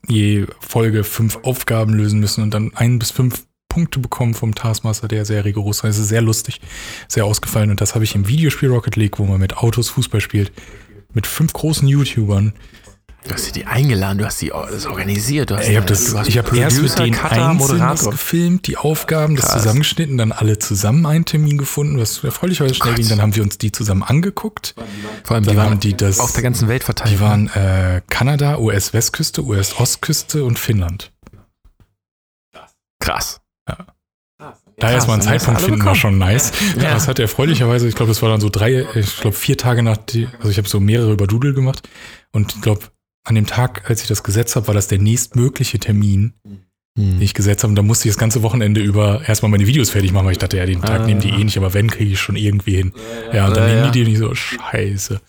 [SPEAKER 2] je Folge fünf Aufgaben lösen müssen und dann ein bis fünf Punkte bekommen vom Taskmaster, der sehr rigoros ist. Es ist sehr lustig, sehr ausgefallen. Und das habe ich im Videospiel Rocket League, wo man mit Autos Fußball spielt, mit fünf großen YouTubern
[SPEAKER 1] Du hast die eingeladen, du hast die alles organisiert. Du hast
[SPEAKER 2] Ich habe
[SPEAKER 1] äh,
[SPEAKER 2] das,
[SPEAKER 1] du hast
[SPEAKER 2] ich habe erst mit
[SPEAKER 1] Producer,
[SPEAKER 2] den
[SPEAKER 1] Cutter,
[SPEAKER 2] Einzelnen das
[SPEAKER 1] Moderator.
[SPEAKER 2] gefilmt, die Aufgaben, das
[SPEAKER 1] Krass.
[SPEAKER 2] zusammengeschnitten, dann alle zusammen einen Termin gefunden, was erfreulicherweise schnell
[SPEAKER 1] Gott.
[SPEAKER 2] ging. Dann haben wir uns die zusammen angeguckt.
[SPEAKER 1] Vor allem,
[SPEAKER 2] Dann
[SPEAKER 1] die
[SPEAKER 2] haben
[SPEAKER 1] waren
[SPEAKER 2] die das,
[SPEAKER 1] auf der ganzen Welt ne? verteilt.
[SPEAKER 2] die waren äh, Kanada, US-Westküste, US-Ostküste und Finnland.
[SPEAKER 1] krass.
[SPEAKER 2] Da
[SPEAKER 1] Krass,
[SPEAKER 2] erstmal einen
[SPEAKER 1] dann hast du
[SPEAKER 2] Zeitpunkt
[SPEAKER 1] alle
[SPEAKER 2] finden war schon nice.
[SPEAKER 1] Ja.
[SPEAKER 2] Das hat erfreulicherweise, ich glaube, das war dann so drei, ich glaube vier Tage nach, die, also ich habe so mehrere über Doodle gemacht und ich glaube, an dem Tag, als ich das gesetzt habe, war das der nächstmögliche Termin,
[SPEAKER 1] Mhm.
[SPEAKER 2] den ich gesetzt habe. Und da musste ich das ganze Wochenende über erstmal meine Videos fertig machen, weil ich dachte, ja, den Tag
[SPEAKER 1] Ah.
[SPEAKER 2] nehmen die eh nicht, aber wenn, kriege ich schon irgendwie hin. Ja, und dann
[SPEAKER 1] Ja,
[SPEAKER 2] nehmen
[SPEAKER 1] ja.
[SPEAKER 2] die die nicht so, scheiße.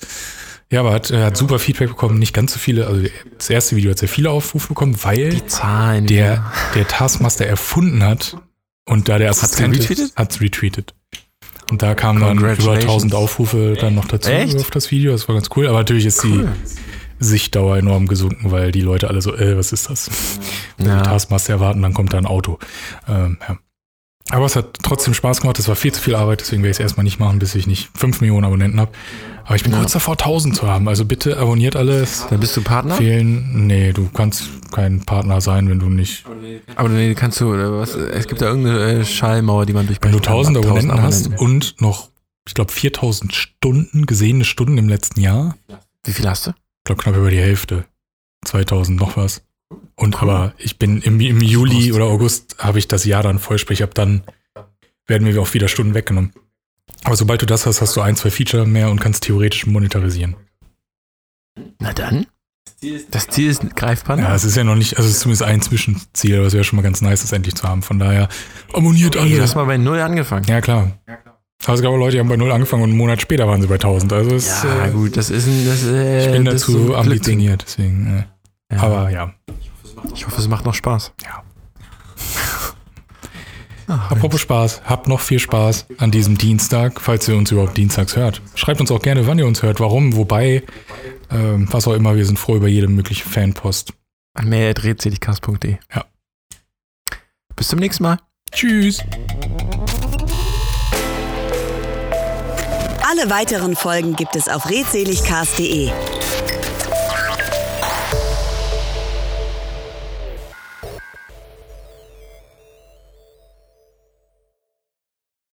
[SPEAKER 2] Ja, aber hat, äh, hat super Feedback bekommen, nicht ganz so viele, also das erste Video hat sehr viele Aufrufe bekommen, weil
[SPEAKER 1] Die Zahlen.
[SPEAKER 2] der, der Taskmaster erfunden hat und da der Assistent
[SPEAKER 1] retweetet?
[SPEAKER 2] hat es retweetet. Und da kamen dann über
[SPEAKER 1] Congratulations.
[SPEAKER 2] 1000 Aufrufe dann noch dazu
[SPEAKER 1] Echt?
[SPEAKER 2] auf das Video. Das war ganz cool. Aber natürlich ist die Sichtdauer enorm gesunken, weil die Leute alle so, äh, was ist das? Wenn die
[SPEAKER 1] ja.
[SPEAKER 2] Taskmaster erwarten, dann kommt da ein Auto. Ähm, ja. Aber es hat trotzdem Spaß gemacht. Es war viel zu viel Arbeit, deswegen werde ich es erstmal nicht machen, bis ich nicht 5 Millionen Abonnenten habe. Aber ich bin kurz davor, 1000 zu haben. Also bitte abonniert alles.
[SPEAKER 1] Dann bist du Partner?
[SPEAKER 2] Fehlen, nee, du kannst kein Partner sein, wenn du nicht
[SPEAKER 1] Aber nee, kannst du, äh, was, es gibt da irgendeine äh, Schallmauer, die man
[SPEAKER 2] Wenn
[SPEAKER 1] durchbrechen
[SPEAKER 2] du 1000
[SPEAKER 1] Ab
[SPEAKER 2] Abonnenten hast
[SPEAKER 1] Abonnenten.
[SPEAKER 2] und noch, ich glaube, 4000 Stunden, gesehene Stunden im letzten Jahr,
[SPEAKER 1] Wie viel hast du?
[SPEAKER 2] ich glaube, knapp über die Hälfte. 2000 noch was. Und aber ich bin im, im Juli oder August habe ich das Jahr dann voll, sprich, ab dann werden mir auch wieder Stunden weggenommen. Aber sobald du das hast, hast du ein, zwei Feature mehr und kannst theoretisch monetarisieren.
[SPEAKER 1] Na dann. Das Ziel ist greifbar.
[SPEAKER 2] Ja, es ist ja noch nicht, also es ist zumindest ein Zwischenziel, aber es wäre schon mal ganz nice, das endlich zu haben. Von daher, abonniert alle.
[SPEAKER 1] Ey, du hast mal bei Null angefangen.
[SPEAKER 2] Ja, klar. Aber es gab auch Leute, die haben bei Null angefangen und einen Monat später waren sie bei 1000. Also es,
[SPEAKER 1] Ja,
[SPEAKER 2] äh,
[SPEAKER 1] gut, das ist ein. Das, äh,
[SPEAKER 2] ich bin
[SPEAKER 1] das ist
[SPEAKER 2] dazu
[SPEAKER 1] so ein Glückding.
[SPEAKER 2] ambitioniert, deswegen. Äh.
[SPEAKER 1] Ja.
[SPEAKER 2] Aber ja.
[SPEAKER 1] Ich hoffe, es macht noch Spaß.
[SPEAKER 2] Ja. Apropos Spaß, habt noch viel Spaß an diesem Dienstag, falls ihr uns überhaupt dienstags hört. Schreibt uns auch gerne, wann ihr uns hört, warum, wobei, ähm, was auch immer. Wir sind froh über jede mögliche Fanpost.
[SPEAKER 1] An mehr.redseligcast.de.
[SPEAKER 2] Ja.
[SPEAKER 1] Bis zum nächsten Mal.
[SPEAKER 2] Tschüss!
[SPEAKER 3] Alle weiteren Folgen gibt es auf redseligcast.de.